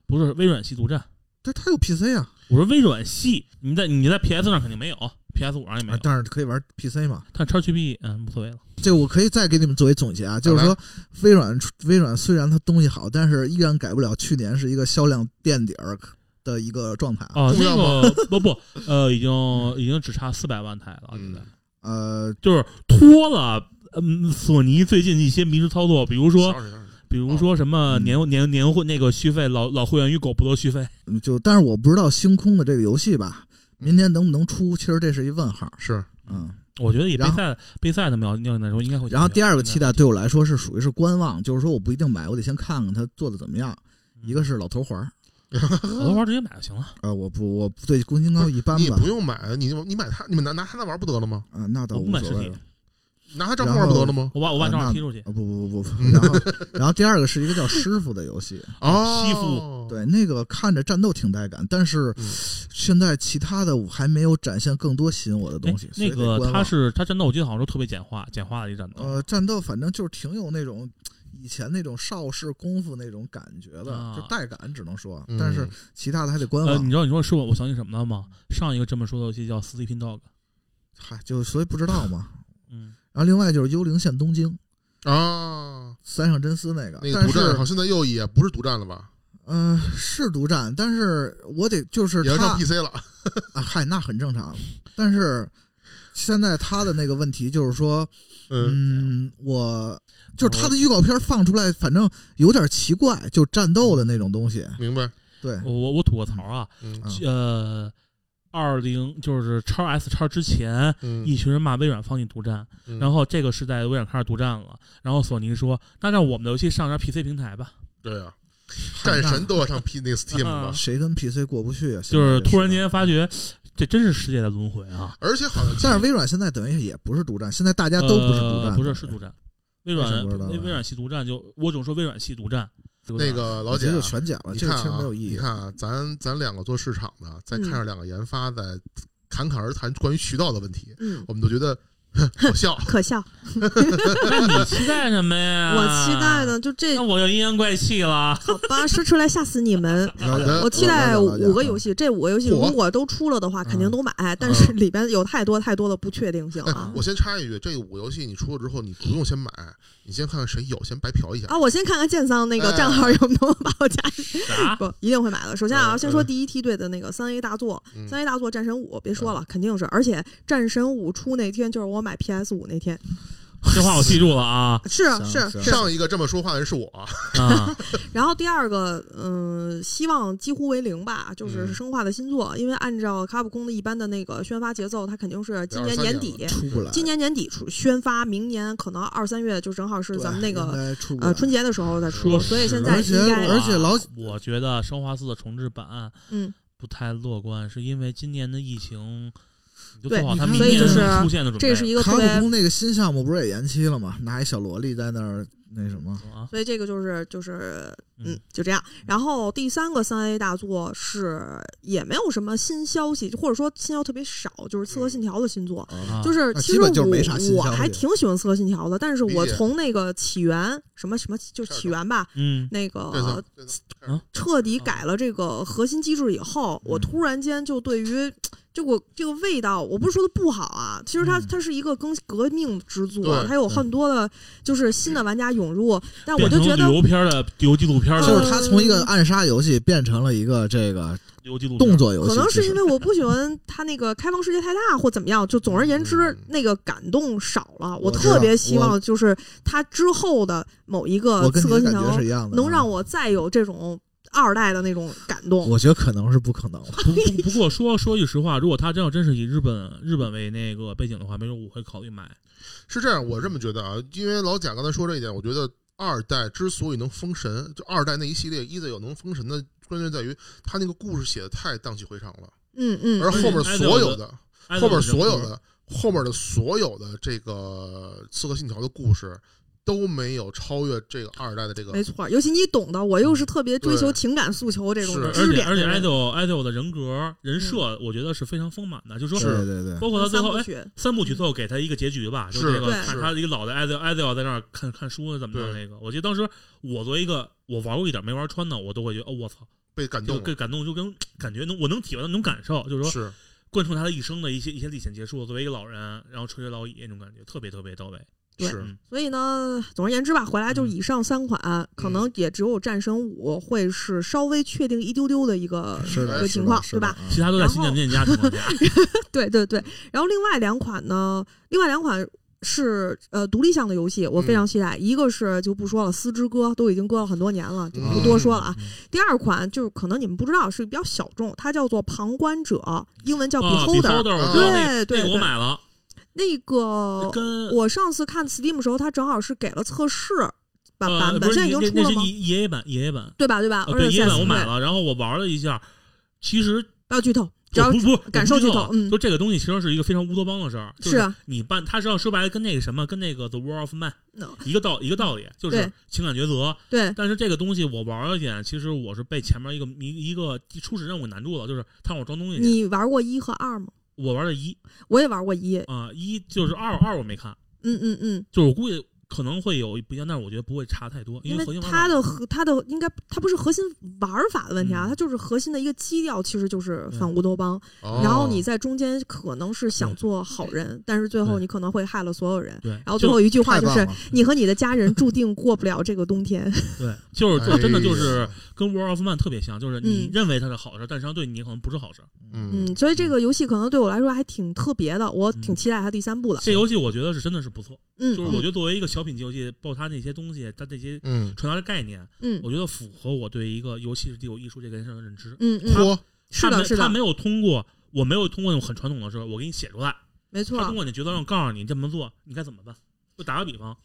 [SPEAKER 7] 不是微软系独占。
[SPEAKER 2] 对，他有 PC 啊，
[SPEAKER 7] 我说微软系，你在你在 PS 上肯定没有，PS 五上也没
[SPEAKER 2] 啊
[SPEAKER 7] 有，
[SPEAKER 2] 但是可以玩 PC 嘛。
[SPEAKER 7] 但叉 GP 嗯无所谓了。
[SPEAKER 2] 这我可以再给你们作为总结啊，就是
[SPEAKER 3] 好
[SPEAKER 2] 说，微软微软虽然它东西好，但是依然改不了去年是一个销量垫底儿，的一个状态啊。
[SPEAKER 7] 哦，
[SPEAKER 3] 重
[SPEAKER 7] 那
[SPEAKER 3] 要
[SPEAKER 7] 个不不，呃，已经已经只差四百万台了，现在
[SPEAKER 3] 嗯
[SPEAKER 2] 呃，
[SPEAKER 7] 就是拖了。嗯，索尼最近一些迷之操作，比如说，
[SPEAKER 3] 小点声
[SPEAKER 7] 比如说什么
[SPEAKER 2] 嗯
[SPEAKER 7] 年年年会那个续费，老老会员与狗不得续费，
[SPEAKER 2] 就但是我不知道星空的这个游戏吧，
[SPEAKER 7] 嗯
[SPEAKER 2] 明年能不能出，其实这是一问号。
[SPEAKER 3] 是
[SPEAKER 2] 嗯，
[SPEAKER 7] 我觉得以杯
[SPEAKER 2] 然后
[SPEAKER 7] 赛杯赛他们要要来说，应该会。
[SPEAKER 2] 然后第二个期
[SPEAKER 7] 待，
[SPEAKER 2] 待对我来说是属于是观望，就是说我不一定买，我得先看看它做的怎么样。
[SPEAKER 7] 嗯
[SPEAKER 2] 一个是老头环儿，
[SPEAKER 7] 我头玩直接买就行了，
[SPEAKER 2] 呃，我不我对宫心高一般
[SPEAKER 3] 你也
[SPEAKER 2] 吧
[SPEAKER 3] 不，用买，你你买它，你们拿拿它那玩儿不得了吗？
[SPEAKER 2] 啊，那倒
[SPEAKER 7] 我不
[SPEAKER 2] 无
[SPEAKER 7] 买
[SPEAKER 2] 所
[SPEAKER 7] 实
[SPEAKER 2] 谓
[SPEAKER 7] 体
[SPEAKER 2] 了。
[SPEAKER 3] 拿它照片玩儿不得了吗？
[SPEAKER 7] 我把我把
[SPEAKER 2] 啊
[SPEAKER 7] 正好
[SPEAKER 2] 那
[SPEAKER 7] 踢出去
[SPEAKER 2] 啊，。不不不不不，然后 [laughs] 然后第二个是一个叫师傅的游戏，
[SPEAKER 3] 哦，
[SPEAKER 7] 西服
[SPEAKER 2] 对，那个看着战斗挺带感，但是
[SPEAKER 3] 嗯
[SPEAKER 2] 现在其他的我还没有展现更多吸引我的
[SPEAKER 7] 哎
[SPEAKER 2] 东西。，所以
[SPEAKER 7] 那
[SPEAKER 2] 得
[SPEAKER 7] 个
[SPEAKER 2] 观
[SPEAKER 7] 他
[SPEAKER 2] 望
[SPEAKER 7] 是他战斗，我记得好像说特别简化，简化的一战斗。
[SPEAKER 2] 呃，战斗反正就是挺有那种以前那种邵氏功夫那种感觉的，
[SPEAKER 7] 啊
[SPEAKER 2] 就带感，只能说，
[SPEAKER 3] 嗯
[SPEAKER 2] 但是其他的还得观
[SPEAKER 7] 呃，
[SPEAKER 2] 望。
[SPEAKER 7] 你知道你说是我我想起什么了吗？上一个这么说的游戏叫《Sleeping Dog》，
[SPEAKER 2] 嗨，就所以不知道嘛。
[SPEAKER 7] 嗯，
[SPEAKER 2] 然后另外就是《幽灵线：东京》，
[SPEAKER 3] 啊，
[SPEAKER 2] 三上真司那个，
[SPEAKER 3] 那个
[SPEAKER 2] 但
[SPEAKER 3] 独占好，
[SPEAKER 2] 是
[SPEAKER 3] 像现在又也不是独占了吧？
[SPEAKER 2] 嗯、是独占，但是我得就是
[SPEAKER 3] 也要
[SPEAKER 2] 他
[SPEAKER 3] 上 PC 了。
[SPEAKER 2] 啊，嗨，那很正常。但是现在他的那个问题就是说，
[SPEAKER 3] 嗯，
[SPEAKER 2] [laughs] 嗯，我就是他的预告片放出来，反正有点奇怪，就战斗的那种东西，
[SPEAKER 3] 明白。
[SPEAKER 2] 对。
[SPEAKER 7] 我我我吐个槽啊，
[SPEAKER 3] 嗯
[SPEAKER 2] 嗯
[SPEAKER 7] 呃，二零就是叉 S 叉之前，
[SPEAKER 3] 嗯
[SPEAKER 7] 一群人骂微软放弃独占，
[SPEAKER 3] 嗯
[SPEAKER 7] 然后这个时代微软开始独占了，然后索尼说，那让我们的游戏上上 PC 平台吧，
[SPEAKER 3] 对啊，战神都要上 P 那个 Steam
[SPEAKER 7] 啊
[SPEAKER 3] 了。
[SPEAKER 2] 谁跟 PC 过不去啊？
[SPEAKER 7] 就
[SPEAKER 2] 现在
[SPEAKER 7] 是
[SPEAKER 2] 这
[SPEAKER 7] 突然
[SPEAKER 2] 时代
[SPEAKER 7] 间发觉，这真是世界的轮回啊！
[SPEAKER 3] 而且好像
[SPEAKER 2] 但是微软现在等于也不是独占，现在大家都不是独占，
[SPEAKER 7] 呃不是是独占，微软
[SPEAKER 2] 为什么不知道啊
[SPEAKER 7] 微微软系独占就我总说微软系独占，
[SPEAKER 3] 那个老
[SPEAKER 2] 我觉
[SPEAKER 3] 姐
[SPEAKER 2] 得就
[SPEAKER 3] 啊，
[SPEAKER 2] 全假了，
[SPEAKER 3] 你
[SPEAKER 2] 这个
[SPEAKER 3] 看
[SPEAKER 2] 其实没有
[SPEAKER 3] 啊，
[SPEAKER 2] 意
[SPEAKER 3] 你
[SPEAKER 2] 义。
[SPEAKER 3] 看啊，咱咱两个做市场的，再看着
[SPEAKER 5] 嗯
[SPEAKER 3] 两个研发在侃侃而谈关于渠道的问题，
[SPEAKER 7] [laughs]
[SPEAKER 5] 嗯，
[SPEAKER 3] 我们都觉得哼可笑。
[SPEAKER 5] 可笑。
[SPEAKER 7] 那你期待什么呀？
[SPEAKER 5] 我期待呢，，就这
[SPEAKER 7] 那我就阴阳怪
[SPEAKER 2] [laughs]
[SPEAKER 7] 气了。
[SPEAKER 5] 好吧，说出来吓死你
[SPEAKER 7] [laughs]
[SPEAKER 5] 们。
[SPEAKER 2] [laughs] 了解
[SPEAKER 3] 好的
[SPEAKER 5] 我期待五个游。
[SPEAKER 2] 了解了解
[SPEAKER 5] 戏，这五个游戏
[SPEAKER 3] 火
[SPEAKER 5] 如果都出了的话，
[SPEAKER 7] 嗯
[SPEAKER 5] 肯定都买。但是里边有太多太多的不确定性
[SPEAKER 3] 哎
[SPEAKER 7] [laughs]
[SPEAKER 5] 啊，！
[SPEAKER 3] 我先插一句，这五个游戏你出了之后，你不用先买，你先看看谁有，先白嫖一下
[SPEAKER 5] 啊，。我先看看建桑那个
[SPEAKER 3] 哎
[SPEAKER 5] 账号有没有把我加
[SPEAKER 7] 啥？
[SPEAKER 5] 不，一定会买的。首先啊，
[SPEAKER 3] 嗯
[SPEAKER 5] 先说
[SPEAKER 3] 嗯
[SPEAKER 5] 第一梯队的那个三 A 大作，
[SPEAKER 3] 嗯
[SPEAKER 5] 三 A 大作《战神五》，别说了，肯定是。而且《战神五》出那天就是我买 PS 五那天，
[SPEAKER 7] 这话我记住了啊
[SPEAKER 5] 是啊
[SPEAKER 2] 行
[SPEAKER 5] 是啊
[SPEAKER 2] 行
[SPEAKER 5] 是啊。
[SPEAKER 3] 上一个这么说话的人是 [laughs] 我，
[SPEAKER 7] 啊！
[SPEAKER 5] 然后第二个，嗯，希望几乎为零吧，就是
[SPEAKER 3] 嗯
[SPEAKER 5] 生化的新作，因为按照卡普空的一般的那个宣发节奏，它肯定是今年
[SPEAKER 3] 23年
[SPEAKER 5] 年底
[SPEAKER 3] 了。
[SPEAKER 2] 出不来。
[SPEAKER 5] 今年年底出宣发，明年可能二三月就正好是
[SPEAKER 2] 对
[SPEAKER 5] 咱们那
[SPEAKER 2] 应
[SPEAKER 5] 个
[SPEAKER 2] 该出不来
[SPEAKER 5] 呃春节的时候再出，
[SPEAKER 7] 说
[SPEAKER 5] 所以
[SPEAKER 7] 实
[SPEAKER 5] 现在
[SPEAKER 2] 而且
[SPEAKER 5] 应该
[SPEAKER 2] [laughs] 而且老
[SPEAKER 7] 我觉得《生化四》的重置版
[SPEAKER 5] 嗯，
[SPEAKER 7] 不太乐观，是因为今年的疫情，你就
[SPEAKER 5] 对
[SPEAKER 7] 做好它
[SPEAKER 2] 你
[SPEAKER 7] 明
[SPEAKER 2] 看
[SPEAKER 7] 年
[SPEAKER 2] 所以就是
[SPEAKER 7] 出现的准备。
[SPEAKER 5] 这是一个
[SPEAKER 2] 卡
[SPEAKER 5] 特
[SPEAKER 2] 普
[SPEAKER 5] 别，
[SPEAKER 2] 空那个新项目不是也延期了吗？拿一小萝莉在那儿那什么，
[SPEAKER 7] 啊，
[SPEAKER 5] 所以这个就是就是嗯
[SPEAKER 7] 嗯，
[SPEAKER 5] 就这样。然后第三个三 A 大作是也没有什么新消息，或者说新消息特别少，就是《刺客信条》的新作。
[SPEAKER 7] 嗯啊
[SPEAKER 5] 就是
[SPEAKER 2] 那
[SPEAKER 5] 其
[SPEAKER 2] 基
[SPEAKER 5] 实
[SPEAKER 2] 本就是没啥新
[SPEAKER 5] 我我
[SPEAKER 2] 消息
[SPEAKER 5] 还挺喜欢《刺客信条》的，但是
[SPEAKER 3] 理
[SPEAKER 5] 我
[SPEAKER 3] 解
[SPEAKER 5] 从那个起源什么什么就是起源吧，
[SPEAKER 7] 嗯，
[SPEAKER 3] 这
[SPEAKER 5] 那个
[SPEAKER 3] 次这次
[SPEAKER 5] 彻底改了这个核心机制以后，
[SPEAKER 7] 嗯
[SPEAKER 5] 我突然间就对于这个这个味道，我不是说它不好啊，其实它
[SPEAKER 7] 嗯
[SPEAKER 5] 它是一个更革命之作，
[SPEAKER 3] 对
[SPEAKER 5] 它有很多的就是新的玩家涌入，但我
[SPEAKER 7] 变
[SPEAKER 5] 就
[SPEAKER 7] 成
[SPEAKER 5] 觉
[SPEAKER 7] 旅
[SPEAKER 5] 得
[SPEAKER 7] 游片儿的旅游纪录片儿
[SPEAKER 2] 就
[SPEAKER 7] 的
[SPEAKER 2] 是他从一个暗杀游戏变成了一个这个
[SPEAKER 7] 旅游纪录片儿
[SPEAKER 2] 动，作游戏，
[SPEAKER 5] 可能
[SPEAKER 2] 其
[SPEAKER 5] 是
[SPEAKER 2] 实
[SPEAKER 5] 因为
[SPEAKER 2] [laughs]
[SPEAKER 5] 我不喜欢它那个开放世界太大或怎么样，就总而言之
[SPEAKER 3] 嗯，
[SPEAKER 5] 那个感动少了。我
[SPEAKER 2] 我知道
[SPEAKER 5] 特别希
[SPEAKER 2] 我
[SPEAKER 5] 望就是它之后的某一个
[SPEAKER 2] 我跟
[SPEAKER 5] 刺
[SPEAKER 2] 你
[SPEAKER 5] 客
[SPEAKER 2] 的
[SPEAKER 5] 信
[SPEAKER 2] 感
[SPEAKER 5] 条
[SPEAKER 2] 觉是一样的，啊
[SPEAKER 5] 能让。我再有这种二代的那种感动。
[SPEAKER 2] 我觉得可能是不可能了，
[SPEAKER 7] 不不不过说说句实话，如果他真要真是以日本日本为那个背景的话，没准我会考虑买。
[SPEAKER 3] 是这样，我这么觉得啊，因为老贾刚才说这一点，我觉得二代之所以能封神，就二代那一系列一代有能封神的关键在于他那个故事写的太荡气回肠了，
[SPEAKER 5] 嗯嗯，
[SPEAKER 3] 而后面
[SPEAKER 7] 嗯
[SPEAKER 3] 所有的
[SPEAKER 7] 哎
[SPEAKER 3] 后面所有的后面的所有的这个《刺客信条》的故事都没有超越这个二代的这个
[SPEAKER 5] 没错，尤其你懂的，我又是特别追求
[SPEAKER 3] 对
[SPEAKER 5] 情感诉求这种
[SPEAKER 3] 是
[SPEAKER 7] 而
[SPEAKER 5] 支
[SPEAKER 7] 且
[SPEAKER 5] 点的
[SPEAKER 7] 而且
[SPEAKER 5] 人。嗯
[SPEAKER 7] idol idol 的人格人设，我觉得是非常丰满的，就说
[SPEAKER 2] 对对对，
[SPEAKER 7] 包括他最
[SPEAKER 5] 三
[SPEAKER 7] 后
[SPEAKER 5] 部
[SPEAKER 7] 哎
[SPEAKER 5] 曲
[SPEAKER 7] 三部曲最后给他一个结局吧，就是那个
[SPEAKER 5] 对
[SPEAKER 7] 看
[SPEAKER 3] 是
[SPEAKER 7] 他一个老的 idol idol 在那儿看看书啊怎么着
[SPEAKER 3] 对
[SPEAKER 7] 那个，我记得当时我作为一个我玩过一点没玩穿的，我都会觉得哦我操，
[SPEAKER 3] 被感
[SPEAKER 7] 就
[SPEAKER 3] 动
[SPEAKER 7] 跟
[SPEAKER 3] 了，
[SPEAKER 7] 感动就跟感觉能我能体会到那种感受，就是说
[SPEAKER 3] 是
[SPEAKER 7] 啊贯穿他的一生的一些一些历险结束，作为一个老人，然后垂垂老矣那种感觉，特别特别到位。
[SPEAKER 5] 对
[SPEAKER 12] 是
[SPEAKER 7] 嗯
[SPEAKER 5] 所以呢，总而言之吧，回来
[SPEAKER 2] 嗯
[SPEAKER 5] 就是以上三款，可能也只有战神五会是稍微确定一丢丢的一个
[SPEAKER 2] 是
[SPEAKER 5] 一
[SPEAKER 2] 的，
[SPEAKER 5] 个情况，
[SPEAKER 2] 是
[SPEAKER 5] 对
[SPEAKER 2] 的嗯
[SPEAKER 5] 吧？？
[SPEAKER 7] 其他都在
[SPEAKER 5] 然
[SPEAKER 7] 新建店家情况下，
[SPEAKER 5] 嗯对对对，然后另外两款呢，另外两款是呃独立项的游戏，我非常期待。一个是就不说了，《丝之歌》都已经搁了很多年了，就不多说了啊。第二款就是可能你们不知道，是比较小众，它叫做《旁观者》，英文叫
[SPEAKER 7] 啊
[SPEAKER 5] Beholder、
[SPEAKER 7] Beholder，
[SPEAKER 3] 啊
[SPEAKER 7] 我知道
[SPEAKER 5] 对
[SPEAKER 7] 那个
[SPEAKER 5] 对
[SPEAKER 7] 那个我
[SPEAKER 5] 对哦
[SPEAKER 7] 买了，
[SPEAKER 5] 那个
[SPEAKER 7] 跟
[SPEAKER 5] 我上次看 Steam 的时候，它正好是给了测试版
[SPEAKER 7] 呃
[SPEAKER 5] 版
[SPEAKER 7] 不
[SPEAKER 5] 本，
[SPEAKER 7] 是
[SPEAKER 5] 现在已
[SPEAKER 7] 那
[SPEAKER 5] 经出
[SPEAKER 7] 那
[SPEAKER 5] 了
[SPEAKER 7] 是
[SPEAKER 5] 吗？
[SPEAKER 7] 爷爷版爷爷版，
[SPEAKER 5] 对吧？对吧？
[SPEAKER 7] 呃
[SPEAKER 5] 而
[SPEAKER 7] 对
[SPEAKER 5] 且
[SPEAKER 7] 爷
[SPEAKER 5] 现
[SPEAKER 7] 爷版
[SPEAKER 5] 在
[SPEAKER 7] 我买
[SPEAKER 5] 对
[SPEAKER 7] 了，然后我玩了一下，其实
[SPEAKER 5] 不要剧透，只
[SPEAKER 7] 我
[SPEAKER 5] 要
[SPEAKER 7] 不不
[SPEAKER 5] 感受
[SPEAKER 7] 就
[SPEAKER 5] 就好嗯
[SPEAKER 7] 就这个东西其实是一个非常乌托邦的事儿，就是
[SPEAKER 5] 啊
[SPEAKER 7] 你办，它实际上说白了跟那个什么，跟那个 The War of Man
[SPEAKER 5] 嗯
[SPEAKER 7] 一个道一个道理，就
[SPEAKER 5] 对
[SPEAKER 7] 是情感抉择。
[SPEAKER 5] 对
[SPEAKER 7] 但是这个东西我玩了一点，其实我是被前面一个一一个初始任务难住了，就是他让我装东西去，
[SPEAKER 5] 你玩过一和二吗？
[SPEAKER 7] 我玩的一
[SPEAKER 5] 我也玩过一，
[SPEAKER 7] 啊一就是二二我没看，
[SPEAKER 5] 嗯嗯嗯，
[SPEAKER 7] 就是我估计可能会有不一样，但是我觉得不会差太多，
[SPEAKER 5] 因
[SPEAKER 7] 为核心玩法
[SPEAKER 5] 它的核它的应该它不是核心玩法的问题啊，
[SPEAKER 7] 嗯
[SPEAKER 5] 它就是核心的一个基调，其实就是
[SPEAKER 7] 对
[SPEAKER 5] 反乌托邦。
[SPEAKER 3] 哦
[SPEAKER 5] 然后你在中间可能是想做好人，但是最后
[SPEAKER 7] 对
[SPEAKER 5] 你可能会害了所有人。
[SPEAKER 7] 对，
[SPEAKER 5] 然后最
[SPEAKER 7] 就
[SPEAKER 5] 后一句话
[SPEAKER 2] 太
[SPEAKER 5] 就
[SPEAKER 2] 棒
[SPEAKER 5] 是
[SPEAKER 2] 了。
[SPEAKER 5] 你和你的家人注定过不了这个冬天。
[SPEAKER 7] 对，就是就真的就是。
[SPEAKER 3] 哎呀
[SPEAKER 7] 跟 War of Man 特别像，就是你
[SPEAKER 5] 嗯
[SPEAKER 7] 认为它是好事，但实际上对你可能不是好事。
[SPEAKER 3] 嗯
[SPEAKER 5] 嗯，所以这个游戏可能对我来说还挺特别的，我挺
[SPEAKER 7] 嗯
[SPEAKER 5] 期待它第三部的。
[SPEAKER 7] 这游戏我觉得是真的是不错，
[SPEAKER 5] 嗯，
[SPEAKER 7] 就是我觉得作为一个小品级游戏，包括它那些东西，它这些
[SPEAKER 3] 嗯，
[SPEAKER 7] 传达的概念，
[SPEAKER 5] 嗯
[SPEAKER 7] 我觉得符合我对一个尤其是对有艺术这件事儿的认知。
[SPEAKER 5] 嗯嗯，嗯
[SPEAKER 3] 嚯，
[SPEAKER 5] 是
[SPEAKER 7] 它
[SPEAKER 5] 的，
[SPEAKER 7] 没
[SPEAKER 5] 是
[SPEAKER 7] 它
[SPEAKER 5] 的，
[SPEAKER 7] 没有通过，我没有通过那种很传统的事儿，我给你写出来，
[SPEAKER 5] 没
[SPEAKER 7] 他通
[SPEAKER 5] 错，
[SPEAKER 7] 过你角色让告诉你这么做，你该怎么办。就打个比方，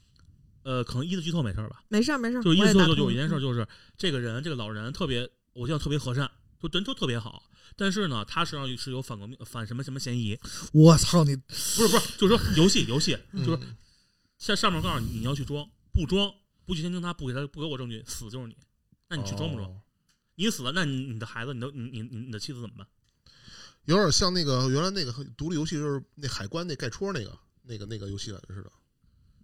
[SPEAKER 7] 呃，可能一的剧透没事儿吧，
[SPEAKER 5] 没事儿没事儿。
[SPEAKER 7] 就是
[SPEAKER 5] 嗯
[SPEAKER 7] 一
[SPEAKER 5] 我
[SPEAKER 7] 次
[SPEAKER 5] 也打
[SPEAKER 7] 就
[SPEAKER 5] 通
[SPEAKER 7] 有一件事，
[SPEAKER 5] 了，
[SPEAKER 7] 就是这个人，这个老人特别，我觉得特别和善，就人都特别好，但是呢，他实际上是有反革命、反什么什么嫌疑。
[SPEAKER 2] 我操你！
[SPEAKER 7] 不是不是，就是说游戏游戏，
[SPEAKER 3] 嗯
[SPEAKER 7] 就是像上面告诉你你要去装，不装不去监听他，不给他不给我证据，死就是你。那哎你去装不装？
[SPEAKER 3] 哦
[SPEAKER 7] 你死了，那你你的孩子，你的你你你你的妻子怎么办？
[SPEAKER 3] 有点像那个原来那个独立游戏，就是那海关那盖戳那个那个那个游戏感觉似的。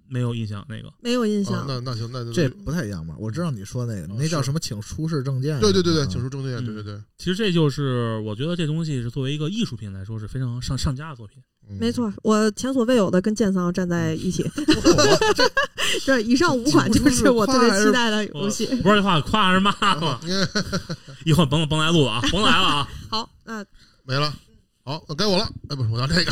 [SPEAKER 7] 没有印象那个，
[SPEAKER 5] 没有印
[SPEAKER 3] 啊，
[SPEAKER 5] 象。
[SPEAKER 3] 那那行，那那
[SPEAKER 2] 这不太一样吧？我知道你说那个，
[SPEAKER 3] 哦
[SPEAKER 2] 那叫
[SPEAKER 3] 是
[SPEAKER 2] 什么？请出示证件。
[SPEAKER 3] 对对对
[SPEAKER 2] 啊
[SPEAKER 3] 对，请出证件，对对对，
[SPEAKER 2] 嗯
[SPEAKER 7] 其实这就是我觉得这东西是作为一个艺术品来说是非常上上佳的作品。
[SPEAKER 3] 嗯
[SPEAKER 5] 没错，我前所未有的跟剑桑站在一
[SPEAKER 7] [laughs]
[SPEAKER 5] 起。对，以上五款
[SPEAKER 2] 这
[SPEAKER 5] 就
[SPEAKER 2] 不
[SPEAKER 5] 是我特别
[SPEAKER 2] 是
[SPEAKER 5] 期待的游戏。
[SPEAKER 7] 不知道这话夸还是骂吧？
[SPEAKER 3] 嗯
[SPEAKER 7] [laughs] 以后甭甭来录了啊，甭来了啊！
[SPEAKER 5] 好，那
[SPEAKER 3] [laughs] 没了。好，那该我了。哎，不是，我要这个。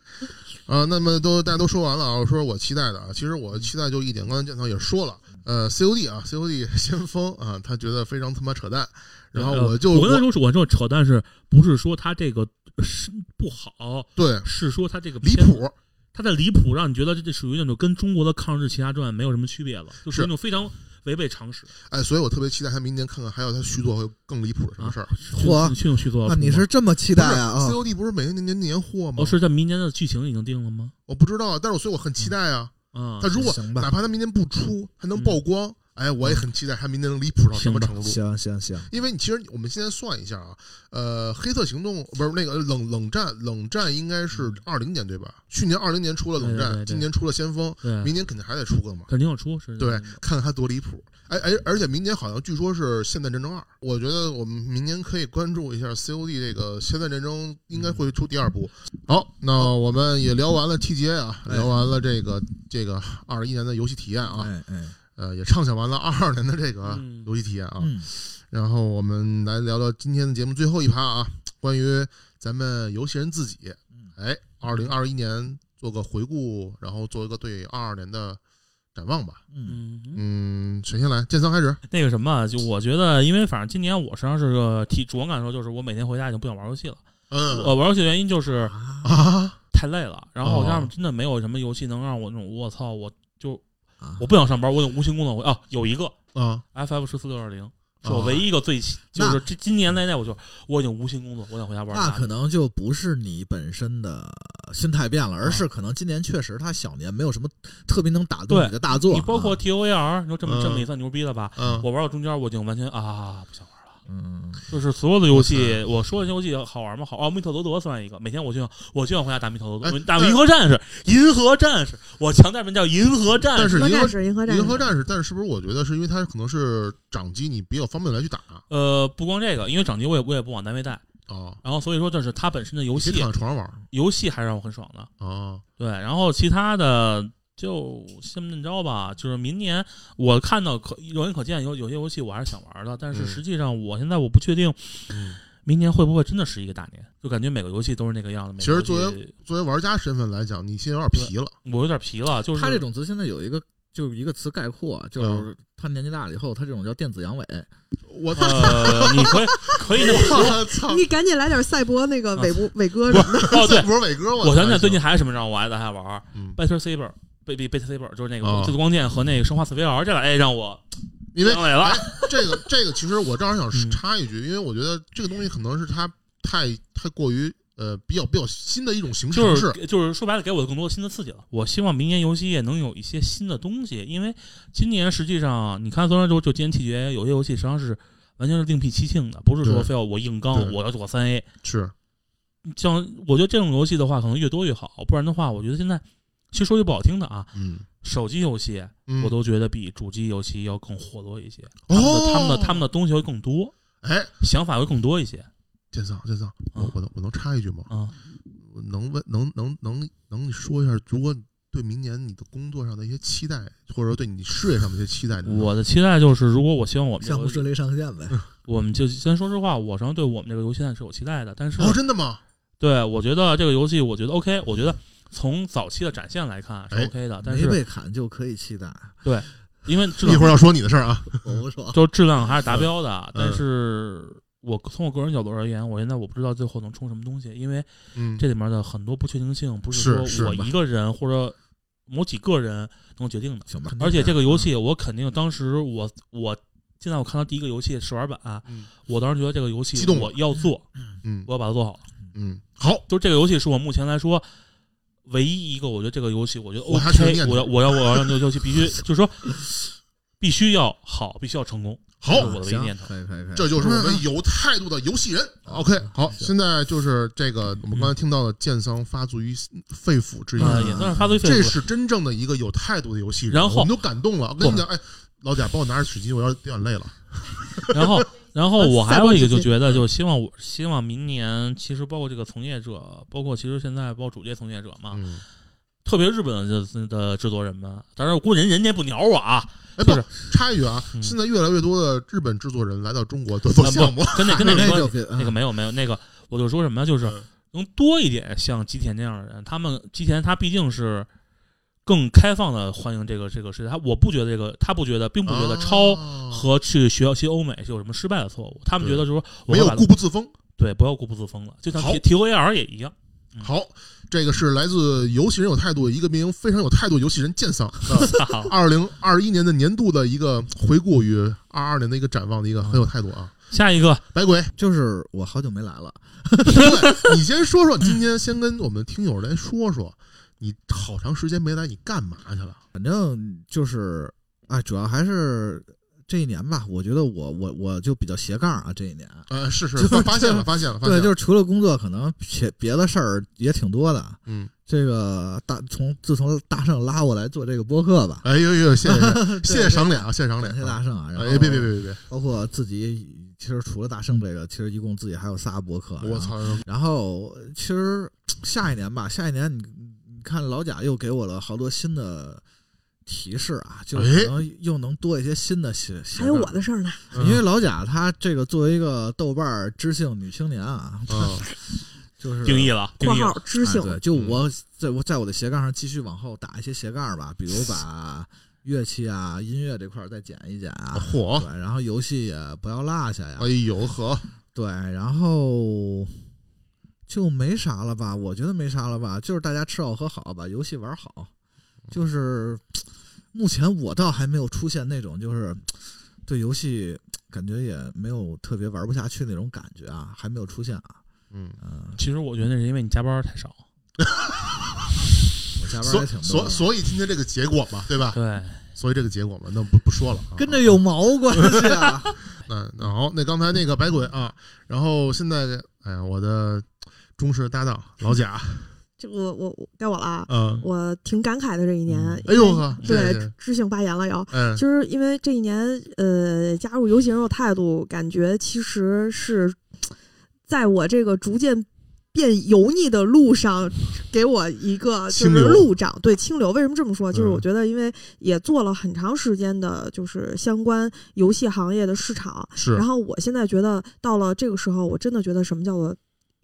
[SPEAKER 3] [laughs] 啊，那么都大家都说完了啊，我说我期待的啊，其实我期待就一点，刚才建涛也说了，
[SPEAKER 2] 嗯
[SPEAKER 3] 呃，COD 啊，COD 先锋啊，他觉得非常他妈扯淡， [laughs] 然后我就
[SPEAKER 7] 呃我跟他说是我说扯淡，是不是说他这个是不好？
[SPEAKER 3] 对
[SPEAKER 7] 是说他这个
[SPEAKER 3] 离
[SPEAKER 7] 片子
[SPEAKER 3] 谱，
[SPEAKER 7] 它的离谱让你觉得这这属于那种跟中国的抗日奇侠传没有什么区别了，就属于那种非常违背常识
[SPEAKER 3] 哎，所以我特别期待他明年看看还有他续作会更离谱的什么事儿。
[SPEAKER 2] 嚯
[SPEAKER 7] 去去做。
[SPEAKER 2] 啊，你是这么期待啊？啊
[SPEAKER 3] c，o d 不是每年年年货吗？
[SPEAKER 7] 哦，是在明年的剧情已经定了吗？
[SPEAKER 3] 我不知道啊，但是我所以我很期待啊。
[SPEAKER 7] 啊
[SPEAKER 3] 他，如果
[SPEAKER 2] 行
[SPEAKER 3] 哪
[SPEAKER 2] 吧，
[SPEAKER 3] 怕他明年不出，还能曝光，哎，我也很期待他明年能离谱到什么
[SPEAKER 7] 嗯行吧
[SPEAKER 3] 程度。
[SPEAKER 2] 行行行，
[SPEAKER 3] 因为你其实我们现在算一下啊，呃，黑色行动不是那个冷冷战，冷战应该是二零年对吧？去年二零年出了冷
[SPEAKER 7] 嗯对对
[SPEAKER 3] 战，
[SPEAKER 7] 对对嗯
[SPEAKER 3] 今年出了先锋，
[SPEAKER 7] 对
[SPEAKER 3] 明，年肯定还得出个嘛。
[SPEAKER 7] 肯定要出是。
[SPEAKER 3] 对，看看他多离谱。哎哎，而且明年好像据说是《现代战争二》，我觉得我们明年可以关注一下 COD 这个《现代战争》，应该会出第二部。嗯好，那我们也聊完了 TGA 啊，
[SPEAKER 2] 哎
[SPEAKER 3] 聊完了这个这个二一年的游戏体验啊，
[SPEAKER 2] 哎哎，
[SPEAKER 3] 呃，也畅想完了二二年的这个
[SPEAKER 7] 嗯
[SPEAKER 3] 游戏体验啊。
[SPEAKER 2] 嗯，
[SPEAKER 3] 然后我们来聊聊今天的节目最后一趴啊，关于咱们游戏人自己
[SPEAKER 2] 嗯，
[SPEAKER 3] 哎，二零二一年做个回顾，然后做一个对二二年的展望吧。
[SPEAKER 2] 嗯，
[SPEAKER 7] 嗯，
[SPEAKER 3] 嗯，谁先来？建仓开始。
[SPEAKER 7] 那个什么，就我觉得，因为反正今年我实际上是个体主观感受，就是我每天回家已经不想玩游戏了。
[SPEAKER 3] 嗯
[SPEAKER 7] 呃，玩游戏的原因就是
[SPEAKER 3] 啊，
[SPEAKER 7] 太累了，然后
[SPEAKER 3] 哦
[SPEAKER 7] 加上真的没有什么游戏能让我那种我操，我就
[SPEAKER 2] 啊
[SPEAKER 7] 我不想上班，我有无形功能，我啊有一个
[SPEAKER 3] 啊，
[SPEAKER 7] FF 十四六二零是
[SPEAKER 3] 啊
[SPEAKER 7] 我唯一一个最喜就
[SPEAKER 2] 那
[SPEAKER 7] 是这今年来内，我就我已经无心工作，我想回家玩儿
[SPEAKER 2] 那
[SPEAKER 7] 去
[SPEAKER 2] 可能就不是你本身的心态变了，而是可能今年确实他小年没有什么特别能打动
[SPEAKER 7] 对
[SPEAKER 2] 你的大作啊。
[SPEAKER 7] 你包括 T O A R，你说这
[SPEAKER 3] 嗯
[SPEAKER 7] 么这么也算牛逼了吧？
[SPEAKER 3] 嗯
[SPEAKER 7] 我玩到中间我已经完全啊不想玩了，
[SPEAKER 2] 嗯，
[SPEAKER 7] 就是所有的游戏，我说的游戏好玩吗？好，哦，密特罗德算一个，每天我就想我就想回家打密特罗
[SPEAKER 3] 哎
[SPEAKER 7] 德，打
[SPEAKER 3] 但
[SPEAKER 7] 银河战士，银河战士，我强调名叫银河战
[SPEAKER 3] 但
[SPEAKER 7] 士。
[SPEAKER 3] 是银
[SPEAKER 5] 银河
[SPEAKER 3] 河
[SPEAKER 5] 战士，银河战士，
[SPEAKER 3] 银河战士，但是是不是我觉得是因为它可能是掌机，你比较方便来去打
[SPEAKER 7] 呃，不光这个，因为掌机我也我也不往单位带，
[SPEAKER 3] 啊？
[SPEAKER 7] 然后所以说这是它本身的游
[SPEAKER 3] 你可以
[SPEAKER 7] 戏啊
[SPEAKER 3] 躺在，床上玩
[SPEAKER 7] 游戏还是让我很爽的。
[SPEAKER 3] 啊？
[SPEAKER 7] 对，然后其他的就先这么着吧。就是明年我看到可肉眼可见有有些游戏我还是想玩的，但是
[SPEAKER 3] 嗯
[SPEAKER 7] 实际上我现在我不确定
[SPEAKER 3] 嗯，
[SPEAKER 7] 明年会不会真的是一个大年，就感觉每个游戏都是那个样子。每个
[SPEAKER 3] 其实
[SPEAKER 7] 游戏
[SPEAKER 3] 作为作为玩家身份来讲，你现在有点皮了。
[SPEAKER 7] 我有点疲了，就是
[SPEAKER 2] 他这种词现在有一个就是一个词概括，就是他年纪大了以后，他这种叫电子阳痿。
[SPEAKER 3] 我
[SPEAKER 7] [laughs]
[SPEAKER 3] 操！
[SPEAKER 7] 呃，你可以可以那么说。
[SPEAKER 3] 我操！
[SPEAKER 13] 你赶紧来点赛博那个
[SPEAKER 7] 啊
[SPEAKER 13] 伟不伟哥什么的，
[SPEAKER 7] 哦，对，
[SPEAKER 3] 不是伟哥，
[SPEAKER 7] 我想起来最近还有什么让我还在还玩儿
[SPEAKER 3] 嗯
[SPEAKER 7] ，Better Saber。贝贝贝特 saber 就是那个
[SPEAKER 3] 啊
[SPEAKER 7] 《最速光剑》和那个《生化四 VR》，这俩哎让我
[SPEAKER 3] 因为
[SPEAKER 7] 上来了
[SPEAKER 3] 哎，这个这个，其实我正好想
[SPEAKER 7] 嗯
[SPEAKER 3] 插一句，因为我觉得这个东西可能是它太太过于呃比较比较新的一种形
[SPEAKER 7] 就
[SPEAKER 3] 式，是
[SPEAKER 7] 是就是说白了，给我更多新的刺激了。我希望明年游戏业能有一些新的东西，因为今年实际上你看，虽然说就今年 TGA 有些游戏实际上是完全是另辟蹊径的，不是说
[SPEAKER 3] 对
[SPEAKER 7] 非要我
[SPEAKER 3] 对
[SPEAKER 7] 硬刚，我要做三 A。
[SPEAKER 3] 是
[SPEAKER 7] 像我觉得这种游戏的话，可能越多越好，不然的话，我觉得现在其实说句不好听的啊，
[SPEAKER 3] 嗯，
[SPEAKER 7] 手机游戏
[SPEAKER 3] 嗯
[SPEAKER 7] 我都觉得比主机游戏要更活络一些，他们的、
[SPEAKER 3] 哦
[SPEAKER 7] 他们的他们的东西会更多，
[SPEAKER 3] 哎，
[SPEAKER 7] 想法会更多一些
[SPEAKER 3] 建桑建桑，我
[SPEAKER 7] 啊
[SPEAKER 3] 我能我能插一句吗？
[SPEAKER 7] 啊。
[SPEAKER 3] 我能问能能能能说一下，如果对明年你的工作上的一些期待，或者说对你事业上的一些期待，
[SPEAKER 7] 我的期待就是，如果我希望我们这
[SPEAKER 2] 项
[SPEAKER 7] 个
[SPEAKER 2] 目顺利上线呗。
[SPEAKER 7] 我们就先说实话，我实际上对我们这个游戏现在是有期待的，但是、
[SPEAKER 3] 哦，真的吗？
[SPEAKER 7] 对我觉得这个游戏，我觉得 OK，我觉得从早期的展现来看是
[SPEAKER 3] 哎
[SPEAKER 7] OK 的，但
[SPEAKER 2] 没
[SPEAKER 7] 是
[SPEAKER 2] 被砍就可以期待，
[SPEAKER 7] 因为质
[SPEAKER 3] 一
[SPEAKER 7] 量
[SPEAKER 3] 会儿要说你的事儿啊，
[SPEAKER 2] 我不
[SPEAKER 3] [laughs]
[SPEAKER 2] 说。
[SPEAKER 7] 就质量还是达标的，
[SPEAKER 3] 嗯
[SPEAKER 7] 但是我从我个人角度而言，我现在我不知道最后能冲什么东西，因为
[SPEAKER 3] 嗯，
[SPEAKER 7] 这里面的很多不确定性不
[SPEAKER 3] 是
[SPEAKER 7] 是
[SPEAKER 3] 是
[SPEAKER 7] 说我一个人或者某几个人能决定的，
[SPEAKER 2] 行吧，
[SPEAKER 7] 而且这个
[SPEAKER 3] 嗯
[SPEAKER 2] 啊
[SPEAKER 7] 游戏我肯定当时我我。现在我看到第一个游戏试玩版，
[SPEAKER 3] 嗯
[SPEAKER 7] 我当时觉得这个游
[SPEAKER 3] 激
[SPEAKER 7] 戏
[SPEAKER 3] 动了
[SPEAKER 7] 我要做，
[SPEAKER 3] 嗯
[SPEAKER 7] 我要把它做好。
[SPEAKER 3] 嗯，好，
[SPEAKER 7] 就这个游戏是我目前来说唯一一个我觉得这个游戏，我觉得
[SPEAKER 3] 我还是
[SPEAKER 7] OK，
[SPEAKER 3] 念叨
[SPEAKER 7] 我要我要我要让这个游戏必须 [laughs] 就是说必须要好，必须要成功。
[SPEAKER 3] 好
[SPEAKER 7] 这是我的唯一
[SPEAKER 2] 行
[SPEAKER 7] 念头。
[SPEAKER 2] 可以可以可以，
[SPEAKER 3] 这就是我们有态度的游戏人。OK，好，
[SPEAKER 7] 啊
[SPEAKER 2] 是
[SPEAKER 3] 现在就是这个我们刚才听到的剑桑发自于肺腑之言，
[SPEAKER 7] 啊，也算是发自
[SPEAKER 3] 嗯
[SPEAKER 7] 肺
[SPEAKER 3] 这
[SPEAKER 7] 腑。
[SPEAKER 3] 是真正的一个有态度的游戏人，
[SPEAKER 7] 然后
[SPEAKER 3] 我们都感动了。我跟你讲，哎，老贾，帮我拿着纸巾，我要有点累了。
[SPEAKER 7] 然后，然后我还
[SPEAKER 13] 赛
[SPEAKER 7] 有
[SPEAKER 13] 博
[SPEAKER 7] 一个
[SPEAKER 13] 世
[SPEAKER 7] 就
[SPEAKER 13] 界
[SPEAKER 7] 觉得，就希望我希望明年，其实包括这个从业者，包括其实现在包括主业从业者嘛，
[SPEAKER 3] 嗯，
[SPEAKER 7] 特别日本的的制作人们，当然我估计人人家不鸟
[SPEAKER 3] [laughs]
[SPEAKER 7] 我啊，
[SPEAKER 3] 哎，
[SPEAKER 7] 就
[SPEAKER 3] 不
[SPEAKER 7] 是
[SPEAKER 3] 插一句啊，
[SPEAKER 7] 嗯
[SPEAKER 3] 现在越来越多的日本制作人来到中国做做
[SPEAKER 7] 啊
[SPEAKER 3] 项目，
[SPEAKER 7] 跟那跟那
[SPEAKER 2] 那
[SPEAKER 7] 没关系
[SPEAKER 2] 就可以
[SPEAKER 3] 嗯
[SPEAKER 7] 那个没有没有那个，我就说什么呀就是能多一点像吉田这样的人，他们吉田他毕竟是更开放的欢迎这个这个世界，他我不觉得这个他不觉得，并不觉得抄
[SPEAKER 3] 啊
[SPEAKER 7] 和去学习欧美是有什么失败的错误，他们觉得就是说我
[SPEAKER 3] 没有
[SPEAKER 7] 会把它
[SPEAKER 3] 固步自封。
[SPEAKER 7] 对不要固步自封了，就像
[SPEAKER 3] 好
[SPEAKER 7] T T O A R 也一样，嗯
[SPEAKER 3] 好，这个是来自游戏人有态度一个名非常有态度的游戏人剑桑， [laughs]
[SPEAKER 7] 好
[SPEAKER 3] 二零二一年的年度的一个回顾与二二年的一个展望的一个很有态度啊。
[SPEAKER 7] 下一个
[SPEAKER 3] 白鬼，
[SPEAKER 2] 就是我好久没来了，
[SPEAKER 3] 对，你先说说，今天先跟我们听友来说说，你好长时间没来，你干嘛去了？
[SPEAKER 2] 反正就是哎，主要还是这一年吧。我觉得我我我就比较斜杠啊，这一年。
[SPEAKER 3] 呃，是是
[SPEAKER 2] 就，是
[SPEAKER 3] 发发现了，发现了，发现了。
[SPEAKER 2] 对，就是除了工作，可能别别的事儿也挺多的。
[SPEAKER 3] 嗯，
[SPEAKER 2] 这个大从自从大圣拉我来做这个播客吧，
[SPEAKER 3] 哎呦呦，谢谢谢谢
[SPEAKER 2] 对
[SPEAKER 3] 赏脸啊，谢谢赏脸
[SPEAKER 2] 感谢大
[SPEAKER 3] 啊。
[SPEAKER 2] 圣啊，然后
[SPEAKER 3] 哎，别别别别别！
[SPEAKER 2] 包括自己，其实除了大圣这个，其实一共自己还有仨博客。
[SPEAKER 3] 我！操！
[SPEAKER 2] 然后其实下一年吧，下一年你你看老贾又给我了好多新的提示啊，
[SPEAKER 7] 哎
[SPEAKER 2] 就是可能又能多一些新的写写。
[SPEAKER 5] 还有我的事儿呢，
[SPEAKER 3] 嗯
[SPEAKER 2] 因为老贾他这个作为一个豆瓣儿知性女青年啊，
[SPEAKER 3] 嗯，
[SPEAKER 5] [laughs]
[SPEAKER 2] 就是
[SPEAKER 7] 定义嗯了，定
[SPEAKER 5] 括
[SPEAKER 7] 义
[SPEAKER 5] 号
[SPEAKER 7] 了，
[SPEAKER 5] 知
[SPEAKER 3] 啊
[SPEAKER 5] 性
[SPEAKER 2] 哎、对，就我在我在我的斜杠上继续往后打一些斜杠吧，比如把乐器啊、音乐这块儿再剪一剪啊，
[SPEAKER 7] 哦
[SPEAKER 3] 嚯！
[SPEAKER 2] 对，然后游戏也不要落下呀
[SPEAKER 3] 哎，呦呵，
[SPEAKER 2] 对，然后就没啥了吧？我觉得没啥了吧，就是大家吃好喝好，把游戏玩好。就是目前我倒还没有出现那种就是对游戏感觉也没有特别玩不下去那种感觉啊，还没有出现啊。
[SPEAKER 3] 嗯，
[SPEAKER 2] 嗯，
[SPEAKER 7] 其实我觉得是因为你加班太少，
[SPEAKER 2] 我
[SPEAKER 5] 嗯
[SPEAKER 2] 加班
[SPEAKER 3] 所
[SPEAKER 2] 也挺多
[SPEAKER 3] 所
[SPEAKER 2] 的，
[SPEAKER 3] 所以今天这个结果嘛，对吧？
[SPEAKER 7] 对，
[SPEAKER 3] 所以这个结果嘛，那不不说了啊。
[SPEAKER 2] 跟这有毛关系
[SPEAKER 3] [laughs]
[SPEAKER 2] 啊？
[SPEAKER 3] 那那好，那刚才那个白鬼啊，然后现在哎呀，我的忠实搭档老贾，
[SPEAKER 5] 这我我我该我了啊，
[SPEAKER 3] 嗯，
[SPEAKER 5] 我挺感慨的这一年。
[SPEAKER 3] 哎呦呵，谢谢谢
[SPEAKER 5] 对
[SPEAKER 3] 谢，
[SPEAKER 5] 知性发言了要。
[SPEAKER 3] 嗯
[SPEAKER 5] 其实因为这一年，呃，加入游戏人有态度，感觉其实是在我这个逐渐变油腻的路上，给我一个就
[SPEAKER 3] 清
[SPEAKER 5] 是
[SPEAKER 3] 流
[SPEAKER 5] 路障，对清流。为什么这么说？就是
[SPEAKER 3] 嗯
[SPEAKER 5] 我觉得，因为也做了很长时间的，就是相关游戏行业的市场。
[SPEAKER 3] 是
[SPEAKER 5] 然后我现在觉得，到了这个时候，我真的觉得什么叫做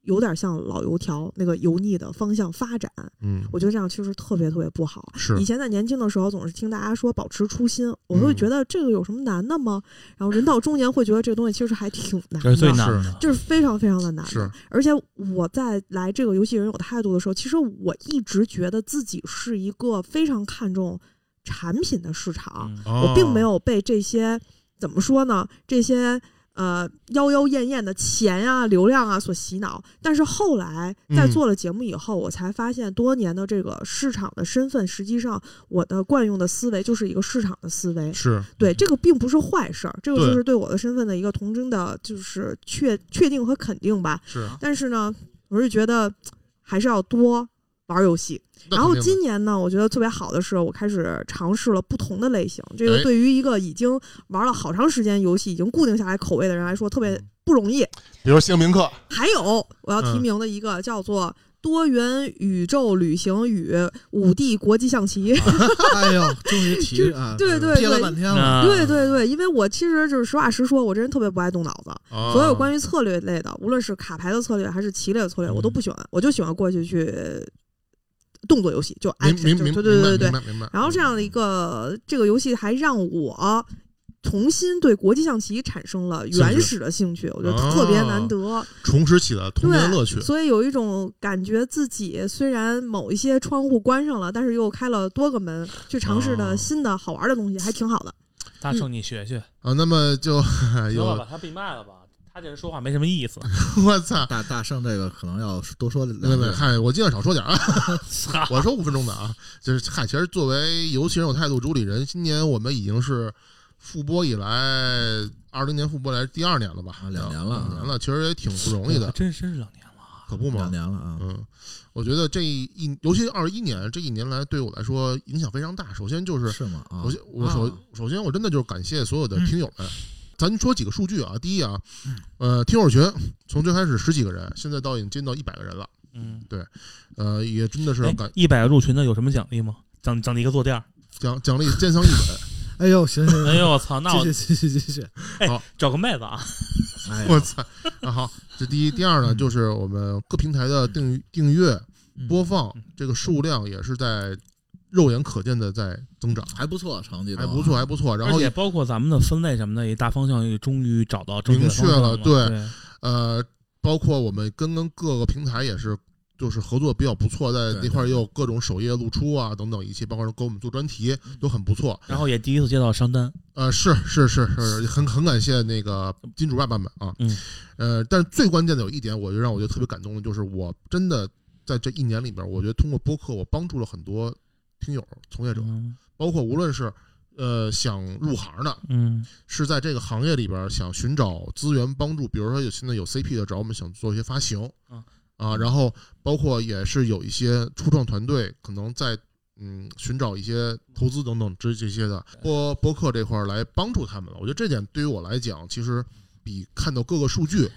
[SPEAKER 5] 有点像老油条那个油腻的方向发展。
[SPEAKER 3] 嗯
[SPEAKER 5] 我觉得这样其实特别特别不好。
[SPEAKER 3] 是嗯
[SPEAKER 5] 以前在年轻的时候，总是听大家说保持初心，我会觉得这个有什么难的吗？然后人到中年会觉得这个东西其实还挺难
[SPEAKER 7] 这是最
[SPEAKER 5] 的。
[SPEAKER 7] 难的。
[SPEAKER 5] 就是非常非常的难
[SPEAKER 3] 是
[SPEAKER 5] 的，而且我在来这个游戏人有态度的时候，其实我一直觉得自己是一个非常看重产品的市场，
[SPEAKER 7] 嗯
[SPEAKER 3] 我
[SPEAKER 5] 我并没有被这些怎么说呢？这些呃妖妖艳艳的钱啊、流量啊所洗脑。但是后来在
[SPEAKER 3] 嗯
[SPEAKER 5] 做了节目以后，我才发现多年的这个市场的身份，实际上我的惯用的思维就是一个市场的思维。
[SPEAKER 3] 是
[SPEAKER 5] 对，这个并不是坏事儿，这个
[SPEAKER 3] 对
[SPEAKER 5] 就是对我的身份的一个童真的，就是确确定和肯定吧。
[SPEAKER 3] 是，
[SPEAKER 5] 但是呢，我是觉得还是要多玩儿游戏，
[SPEAKER 3] 那
[SPEAKER 5] 然后
[SPEAKER 3] 肯定的
[SPEAKER 5] 今年呢，我觉得特别好的是，我开始尝试了不同的类型。这
[SPEAKER 3] 哎
[SPEAKER 5] 个对于一个已经玩了好长时间游戏、已经固定下来口味的人来说，特
[SPEAKER 3] 嗯
[SPEAKER 5] 别不容易。
[SPEAKER 9] 比如星明课，
[SPEAKER 5] 还有，我要提名的一个叫做《多元宇宙旅行与五 D 国际象棋》。
[SPEAKER 2] 哎呦，终于提啊，
[SPEAKER 5] 对对
[SPEAKER 2] 憋了
[SPEAKER 5] 对
[SPEAKER 2] 半天了，
[SPEAKER 3] 啊
[SPEAKER 7] 那
[SPEAKER 5] [laughs] 对对对，因为我其实就是实话实说，我这人特别不爱动脑子，
[SPEAKER 3] 啊
[SPEAKER 5] 所有关于策略类的，无论是卡牌的策略还是棋类的策略，我
[SPEAKER 3] 嗯
[SPEAKER 5] 都不喜欢，我就喜欢过去去呃动作游哎戏，就按
[SPEAKER 3] 明明
[SPEAKER 5] 对对
[SPEAKER 3] 明
[SPEAKER 5] 对对
[SPEAKER 3] 明
[SPEAKER 5] 对对
[SPEAKER 3] 白，明白明白，
[SPEAKER 5] 然后这样的一个这个游戏还让我重新对国际象棋产生了原始的兴趣，我觉得特别难得。
[SPEAKER 3] 重拾起了童年乐趣
[SPEAKER 5] 对，，所以有一种感觉自己虽然某一些窗户关上了，但是又开了多个门，去尝试
[SPEAKER 3] 哦
[SPEAKER 5] 的新的好玩的东西，还挺好的。
[SPEAKER 7] 大圣，你学学，
[SPEAKER 3] 啊，那么就 [laughs]
[SPEAKER 7] 要不
[SPEAKER 3] 有
[SPEAKER 7] 把他闭麦了吧？他这人说话没什么意思。
[SPEAKER 3] 我操，
[SPEAKER 2] 大大圣这个可能要多说两
[SPEAKER 3] 对
[SPEAKER 2] 句
[SPEAKER 3] 对，嗨，我尽量少
[SPEAKER 2] [laughs]
[SPEAKER 3] 说点啊，我说五分钟的啊，就是嗨，其实作为游戏人有态度主理人，今年我们已经是复播以来二零年复播以来第二年了吧
[SPEAKER 2] 啊，两年了啊
[SPEAKER 3] 两年了，其实也挺不容易
[SPEAKER 7] 还
[SPEAKER 3] 的，
[SPEAKER 7] 真真是两年了。
[SPEAKER 3] 可不嘛
[SPEAKER 2] 两，年了啊，
[SPEAKER 3] 嗯，我觉得这一，尤其二一年这一年来对我来说影响非常大，首先就是
[SPEAKER 2] 是吗？啊
[SPEAKER 3] 首，先，我首、
[SPEAKER 2] 啊嗯
[SPEAKER 3] 首先我真的就是感谢所有的听友们。咱说几个数据啊，第一啊，呃，听友群从最开始十几个人，现在到已经进到一百个人了，
[SPEAKER 7] 嗯，
[SPEAKER 3] 呃，也真的是
[SPEAKER 7] 哎
[SPEAKER 3] 感，
[SPEAKER 7] 一百入群的有什么奖励吗？奖奖励一个坐垫儿。
[SPEAKER 3] 奖奖励鉴赏一本，
[SPEAKER 2] 哎呦，行行
[SPEAKER 7] 哎呦我操，那
[SPEAKER 2] 行，
[SPEAKER 7] 我
[SPEAKER 2] 继续继续继续，
[SPEAKER 7] 找个妹子啊。
[SPEAKER 2] 哎呀，
[SPEAKER 3] 我操！啊好，这第一，第二呢，就是我们各平台的订阅订阅
[SPEAKER 2] 嗯
[SPEAKER 3] 播放这个数量也是在肉眼可见的在增长，
[SPEAKER 2] 还不错，成绩都啊
[SPEAKER 3] 还不错，还不错。然
[SPEAKER 7] 而
[SPEAKER 3] 后
[SPEAKER 7] 且包括咱们的分类什么的，也大方向也终于找到正确
[SPEAKER 3] 明
[SPEAKER 7] 的
[SPEAKER 3] 确
[SPEAKER 7] 方向
[SPEAKER 3] 了
[SPEAKER 7] 了。
[SPEAKER 3] 对
[SPEAKER 7] 对，
[SPEAKER 3] 呃，包括我们跟跟各个平台也是，就是合作比较不错，在
[SPEAKER 2] 对
[SPEAKER 3] 那块儿
[SPEAKER 2] 对
[SPEAKER 3] 也有各种首页露出啊等等一些，包括给我们做专题
[SPEAKER 2] 嗯
[SPEAKER 3] 都很不错。
[SPEAKER 7] 然后也第一次接到商单，
[SPEAKER 3] 呃，是是是是，很很感谢那个金主爸爸们啊。
[SPEAKER 7] 嗯，
[SPEAKER 3] 呃，但是最关键的有一点，我就让我觉得特别感动的就是，我真的在这一年里边儿，我觉得通过播客，我帮助了很多听友、从业者，
[SPEAKER 7] 嗯
[SPEAKER 3] 包括无论是呃想入行的，
[SPEAKER 7] 嗯
[SPEAKER 3] 是在这个行业里边儿想寻找资源帮助，比如说有现在有 CP 的找我们想做一些发行
[SPEAKER 7] 嗯，
[SPEAKER 3] 啊，然后包括也是有一些初创团队可能在嗯寻找一些投资等等这这些的播播客这块儿来帮助他们了。我觉得这点对于我来讲，其实比看到各个数据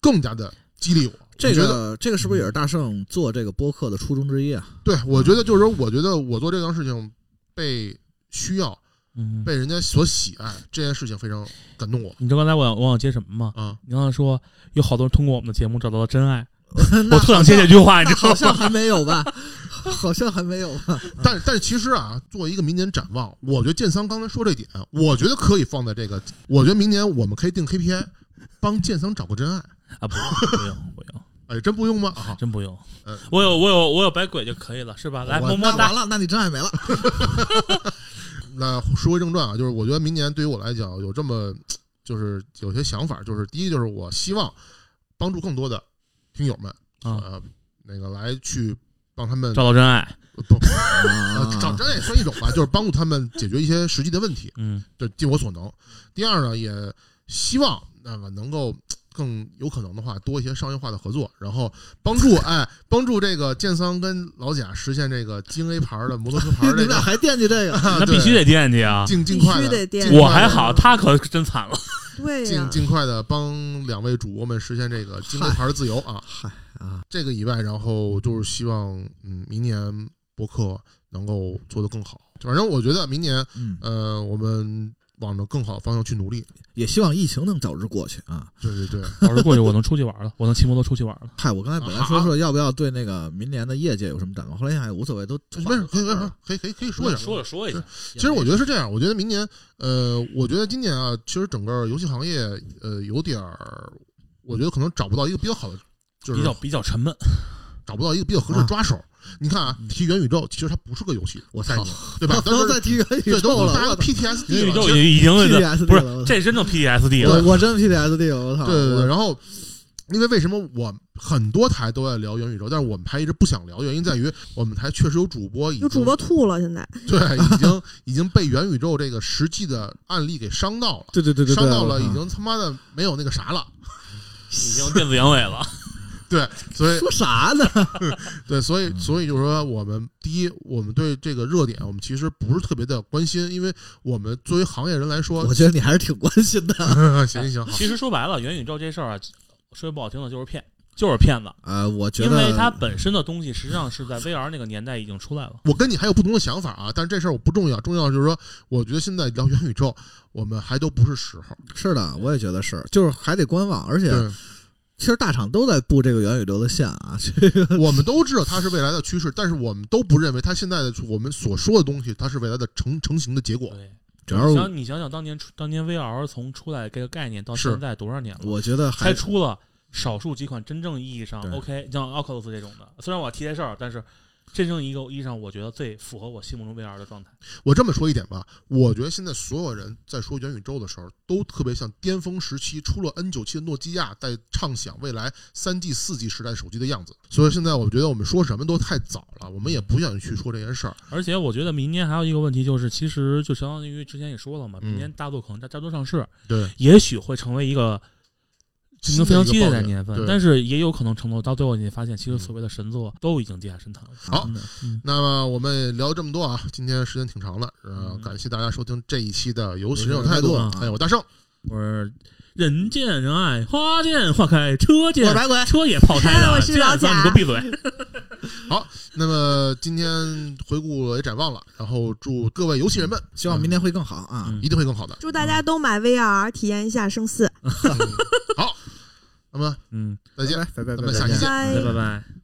[SPEAKER 3] 更加的激励我。
[SPEAKER 2] 这
[SPEAKER 3] 我觉得
[SPEAKER 2] 个这个是不是也是大圣做这个播客的初衷之一啊？ [laughs]
[SPEAKER 3] 对，我觉得就是说，我觉得我做这件事情被需要、
[SPEAKER 7] 嗯。
[SPEAKER 3] 被人家所喜爱，这件事情非常感动我
[SPEAKER 7] 你知道刚才我想我想接什么吗？
[SPEAKER 3] 啊。
[SPEAKER 7] 你刚才说有好多人通过我们的节目找到了
[SPEAKER 3] [laughs]
[SPEAKER 7] 真爱，
[SPEAKER 2] 我
[SPEAKER 7] 我特想接这句话，你知道
[SPEAKER 2] 好
[SPEAKER 7] 吗？
[SPEAKER 2] 像还没有吧？好像还没有吧？
[SPEAKER 7] 嗯
[SPEAKER 3] 但但其实啊，作为一个明年展望，我觉得建桑刚才说这点，我觉得可以放在这个。我觉得明年我们可以定 KPI，帮建桑找个真爱。
[SPEAKER 7] 啊，不用不用不用，
[SPEAKER 3] 哎，真不用吗？啊，
[SPEAKER 7] [laughs] 真不用
[SPEAKER 3] 嗯。
[SPEAKER 7] 我有我有我有百鬼就可以了，是吧？来
[SPEAKER 3] 我
[SPEAKER 7] 么么
[SPEAKER 2] 那完
[SPEAKER 7] 哒。
[SPEAKER 2] 了，那你真爱没了。
[SPEAKER 3] 那书归正传啊，就是我觉得明年对于我来讲有这么，就是有些想法，就是第一就是我希望帮助更多的听友们
[SPEAKER 7] 啊
[SPEAKER 3] 呃，那个来去帮他们
[SPEAKER 7] 找到真爱，
[SPEAKER 2] [laughs]
[SPEAKER 3] 不
[SPEAKER 2] 啊
[SPEAKER 3] 呃，找真爱也算一种吧，就是帮助他们解决一些实际的问题。
[SPEAKER 7] 嗯
[SPEAKER 3] 对，尽我所能。第二呢，也希望那个能够更有可能的话多一些商业化的合作，然后帮助哎帮助这个剑桑跟老贾实现这个京 A 牌的摩托车牌
[SPEAKER 2] 你
[SPEAKER 3] 这
[SPEAKER 2] 们
[SPEAKER 3] 个啊
[SPEAKER 2] 俩，还惦记这
[SPEAKER 3] [laughs]
[SPEAKER 2] 个？
[SPEAKER 7] 那必须得惦记啊！
[SPEAKER 3] 尽尽快
[SPEAKER 5] 必须
[SPEAKER 3] 的
[SPEAKER 5] 得惦记
[SPEAKER 3] 尽
[SPEAKER 7] 我
[SPEAKER 3] 快地
[SPEAKER 7] 还好，他可真惨
[SPEAKER 3] [laughs]
[SPEAKER 7] 了。
[SPEAKER 5] 对呀
[SPEAKER 3] 尽、尽快的帮两位主播们实现这个京 A 牌自由啊！
[SPEAKER 2] 嗨啊，
[SPEAKER 3] 这个以外，然后就是希望嗯明年播客能够做得更好，反正我觉得明年
[SPEAKER 2] 嗯，
[SPEAKER 3] 呃我们往着更好的方向去努力。
[SPEAKER 2] 也希望疫情能早日过去啊！
[SPEAKER 3] 对对对，
[SPEAKER 7] 老师过去，我能出去玩了，我能骑摩托出去玩了。
[SPEAKER 2] 嗨，我刚才本
[SPEAKER 7] 啊
[SPEAKER 2] 来说说要不要对那个明年的业界有什么展望，后来想哎想也无所谓，都
[SPEAKER 3] 哎
[SPEAKER 2] 啊
[SPEAKER 3] 没事，可以没
[SPEAKER 2] 嗯
[SPEAKER 3] 事，可以可以可以说一下。
[SPEAKER 7] 着说一
[SPEAKER 3] 下，其实我觉得是这样，我觉得明年，呃，我觉得今年啊，其实整个游戏行业，呃，有点儿，我觉得可能找不到一个比较好的，就是
[SPEAKER 7] 比较比较沉闷。
[SPEAKER 3] 找不到一个比较合适的抓手。你看啊
[SPEAKER 7] 嗯，
[SPEAKER 3] 提元宇宙，其实它不是个游戏，
[SPEAKER 2] 我
[SPEAKER 3] 概
[SPEAKER 2] 操
[SPEAKER 3] 念，对吧？
[SPEAKER 2] 不
[SPEAKER 3] 但
[SPEAKER 2] 能
[SPEAKER 3] 是
[SPEAKER 2] 再提元宇
[SPEAKER 3] 对，都
[SPEAKER 2] 宙了，
[SPEAKER 3] 搭了
[SPEAKER 2] 我
[SPEAKER 3] PTSD
[SPEAKER 7] 宇
[SPEAKER 3] 了
[SPEAKER 7] 宙已经
[SPEAKER 2] 操
[SPEAKER 7] 已经
[SPEAKER 2] PTSD
[SPEAKER 7] 不
[SPEAKER 2] 了
[SPEAKER 7] 是，这真正 PTSD 了。
[SPEAKER 2] 我我真 PTSD，了我操！
[SPEAKER 3] 对对对，
[SPEAKER 2] 我
[SPEAKER 3] 然后。因为为什么我很多台都在聊元宇宙，但是我们台一直不想聊，原因在于我们台确实有主播已经
[SPEAKER 5] 有主播吐了，现在
[SPEAKER 3] 对已经已经被元宇宙这个实际的案例给伤到了，
[SPEAKER 2] 对对对嗯对，
[SPEAKER 3] 伤到了
[SPEAKER 2] 我操
[SPEAKER 3] 已经他妈的没有那个啥了，
[SPEAKER 7] 已经电子阳痿了，
[SPEAKER 2] [laughs]
[SPEAKER 3] 所以
[SPEAKER 2] 说啥呢？
[SPEAKER 3] 对，所以所以就是说，我们第一，我们对这个热点，我们其实不是特别的关心，因为我们作为行业人来说
[SPEAKER 2] 我，觉得你还是挺关心的 [laughs]
[SPEAKER 3] 行行行，
[SPEAKER 7] 其实说白了，元宇宙这事儿啊，说句不好听的，就是骗，就是骗子。
[SPEAKER 2] 啊！我觉
[SPEAKER 7] 因为它
[SPEAKER 2] 得
[SPEAKER 7] 本身的东西实际上是在 VR 那个年代已经出来了。
[SPEAKER 3] 我跟你还有不同的想法啊，但是这事儿我不重要，重要就是说，我觉得现在聊元宇宙，我们还都不是时候，
[SPEAKER 2] 是的，我也觉得是，就是还得观望，而且
[SPEAKER 3] 对，
[SPEAKER 2] 其实大厂都在布这个元宇宙的线啊， [laughs] 这个
[SPEAKER 3] 我们都知道它是未来的趋势，但是我们都不认为它现在的我们所说的东西，它是未来的成成型的结果。
[SPEAKER 7] 对，
[SPEAKER 2] 主要是
[SPEAKER 7] 想你想想当年出当年 VR 从出来这个概念到
[SPEAKER 3] 是
[SPEAKER 7] 现在多少年了？
[SPEAKER 2] 我觉得
[SPEAKER 7] 才
[SPEAKER 2] 还
[SPEAKER 7] 出了少数几款真正意义上
[SPEAKER 2] 对
[SPEAKER 7] OK，像 Oculus 这种的。虽然我提这事儿，但是真正一个意义上，我觉得最符合我心目中 VR 的状态。
[SPEAKER 3] 我这么说一点吧，我觉得现在所有人在说元宇宙的时候，都特别像巅峰时期出了 N 九七的诺基亚在畅想未来三 G、四 G 时代手机的样子。所以现在我觉得我们说什么都太早了，我们也不想去说这件事儿。
[SPEAKER 7] 而且我觉得明年还有一个问题就是，其实就相当于之前也说了嘛，
[SPEAKER 3] 嗯
[SPEAKER 7] 明年大陆可能在加州上市，
[SPEAKER 3] 对，
[SPEAKER 7] 也许会成为一个
[SPEAKER 3] 新
[SPEAKER 7] 个
[SPEAKER 3] 的
[SPEAKER 7] 非常激
[SPEAKER 3] 一
[SPEAKER 7] 烈
[SPEAKER 3] 个
[SPEAKER 7] 的
[SPEAKER 3] 爆
[SPEAKER 7] 年份，
[SPEAKER 3] 对
[SPEAKER 7] 但是也有可能承诺到最后，你发现其实所谓的神作都已经地下深潭了。嗯
[SPEAKER 3] 好
[SPEAKER 2] 真的
[SPEAKER 3] 那么我们聊这么多啊，今天时间挺长了，呃
[SPEAKER 7] 嗯，
[SPEAKER 3] 感谢大家收听这一期的《有始人有
[SPEAKER 2] 有始人
[SPEAKER 3] 态
[SPEAKER 2] 有
[SPEAKER 3] 度
[SPEAKER 2] 态》。度啊
[SPEAKER 3] 哎，我大圣，
[SPEAKER 7] 我是人见人爱，花见花开，车见
[SPEAKER 2] 我白鬼
[SPEAKER 7] 车也泡胎了，
[SPEAKER 5] 我是
[SPEAKER 7] 见
[SPEAKER 5] 老
[SPEAKER 7] 啊咱们
[SPEAKER 5] 贾
[SPEAKER 7] 都闭嘴。
[SPEAKER 3] 那么今天回顾了也展望了，然后祝各位游戏人们
[SPEAKER 2] 希望明年会更好啊！
[SPEAKER 7] 嗯
[SPEAKER 3] 一定会更好的。
[SPEAKER 5] 祝大家都买 VR 体验一下生四，
[SPEAKER 3] 好，那么
[SPEAKER 7] 嗯，
[SPEAKER 3] 再见，
[SPEAKER 2] 拜拜，
[SPEAKER 3] 咱
[SPEAKER 2] 拜
[SPEAKER 3] 们
[SPEAKER 2] 拜，
[SPEAKER 3] 下
[SPEAKER 2] 再见
[SPEAKER 3] 期见。
[SPEAKER 5] 拜
[SPEAKER 7] 嗯拜拜拜。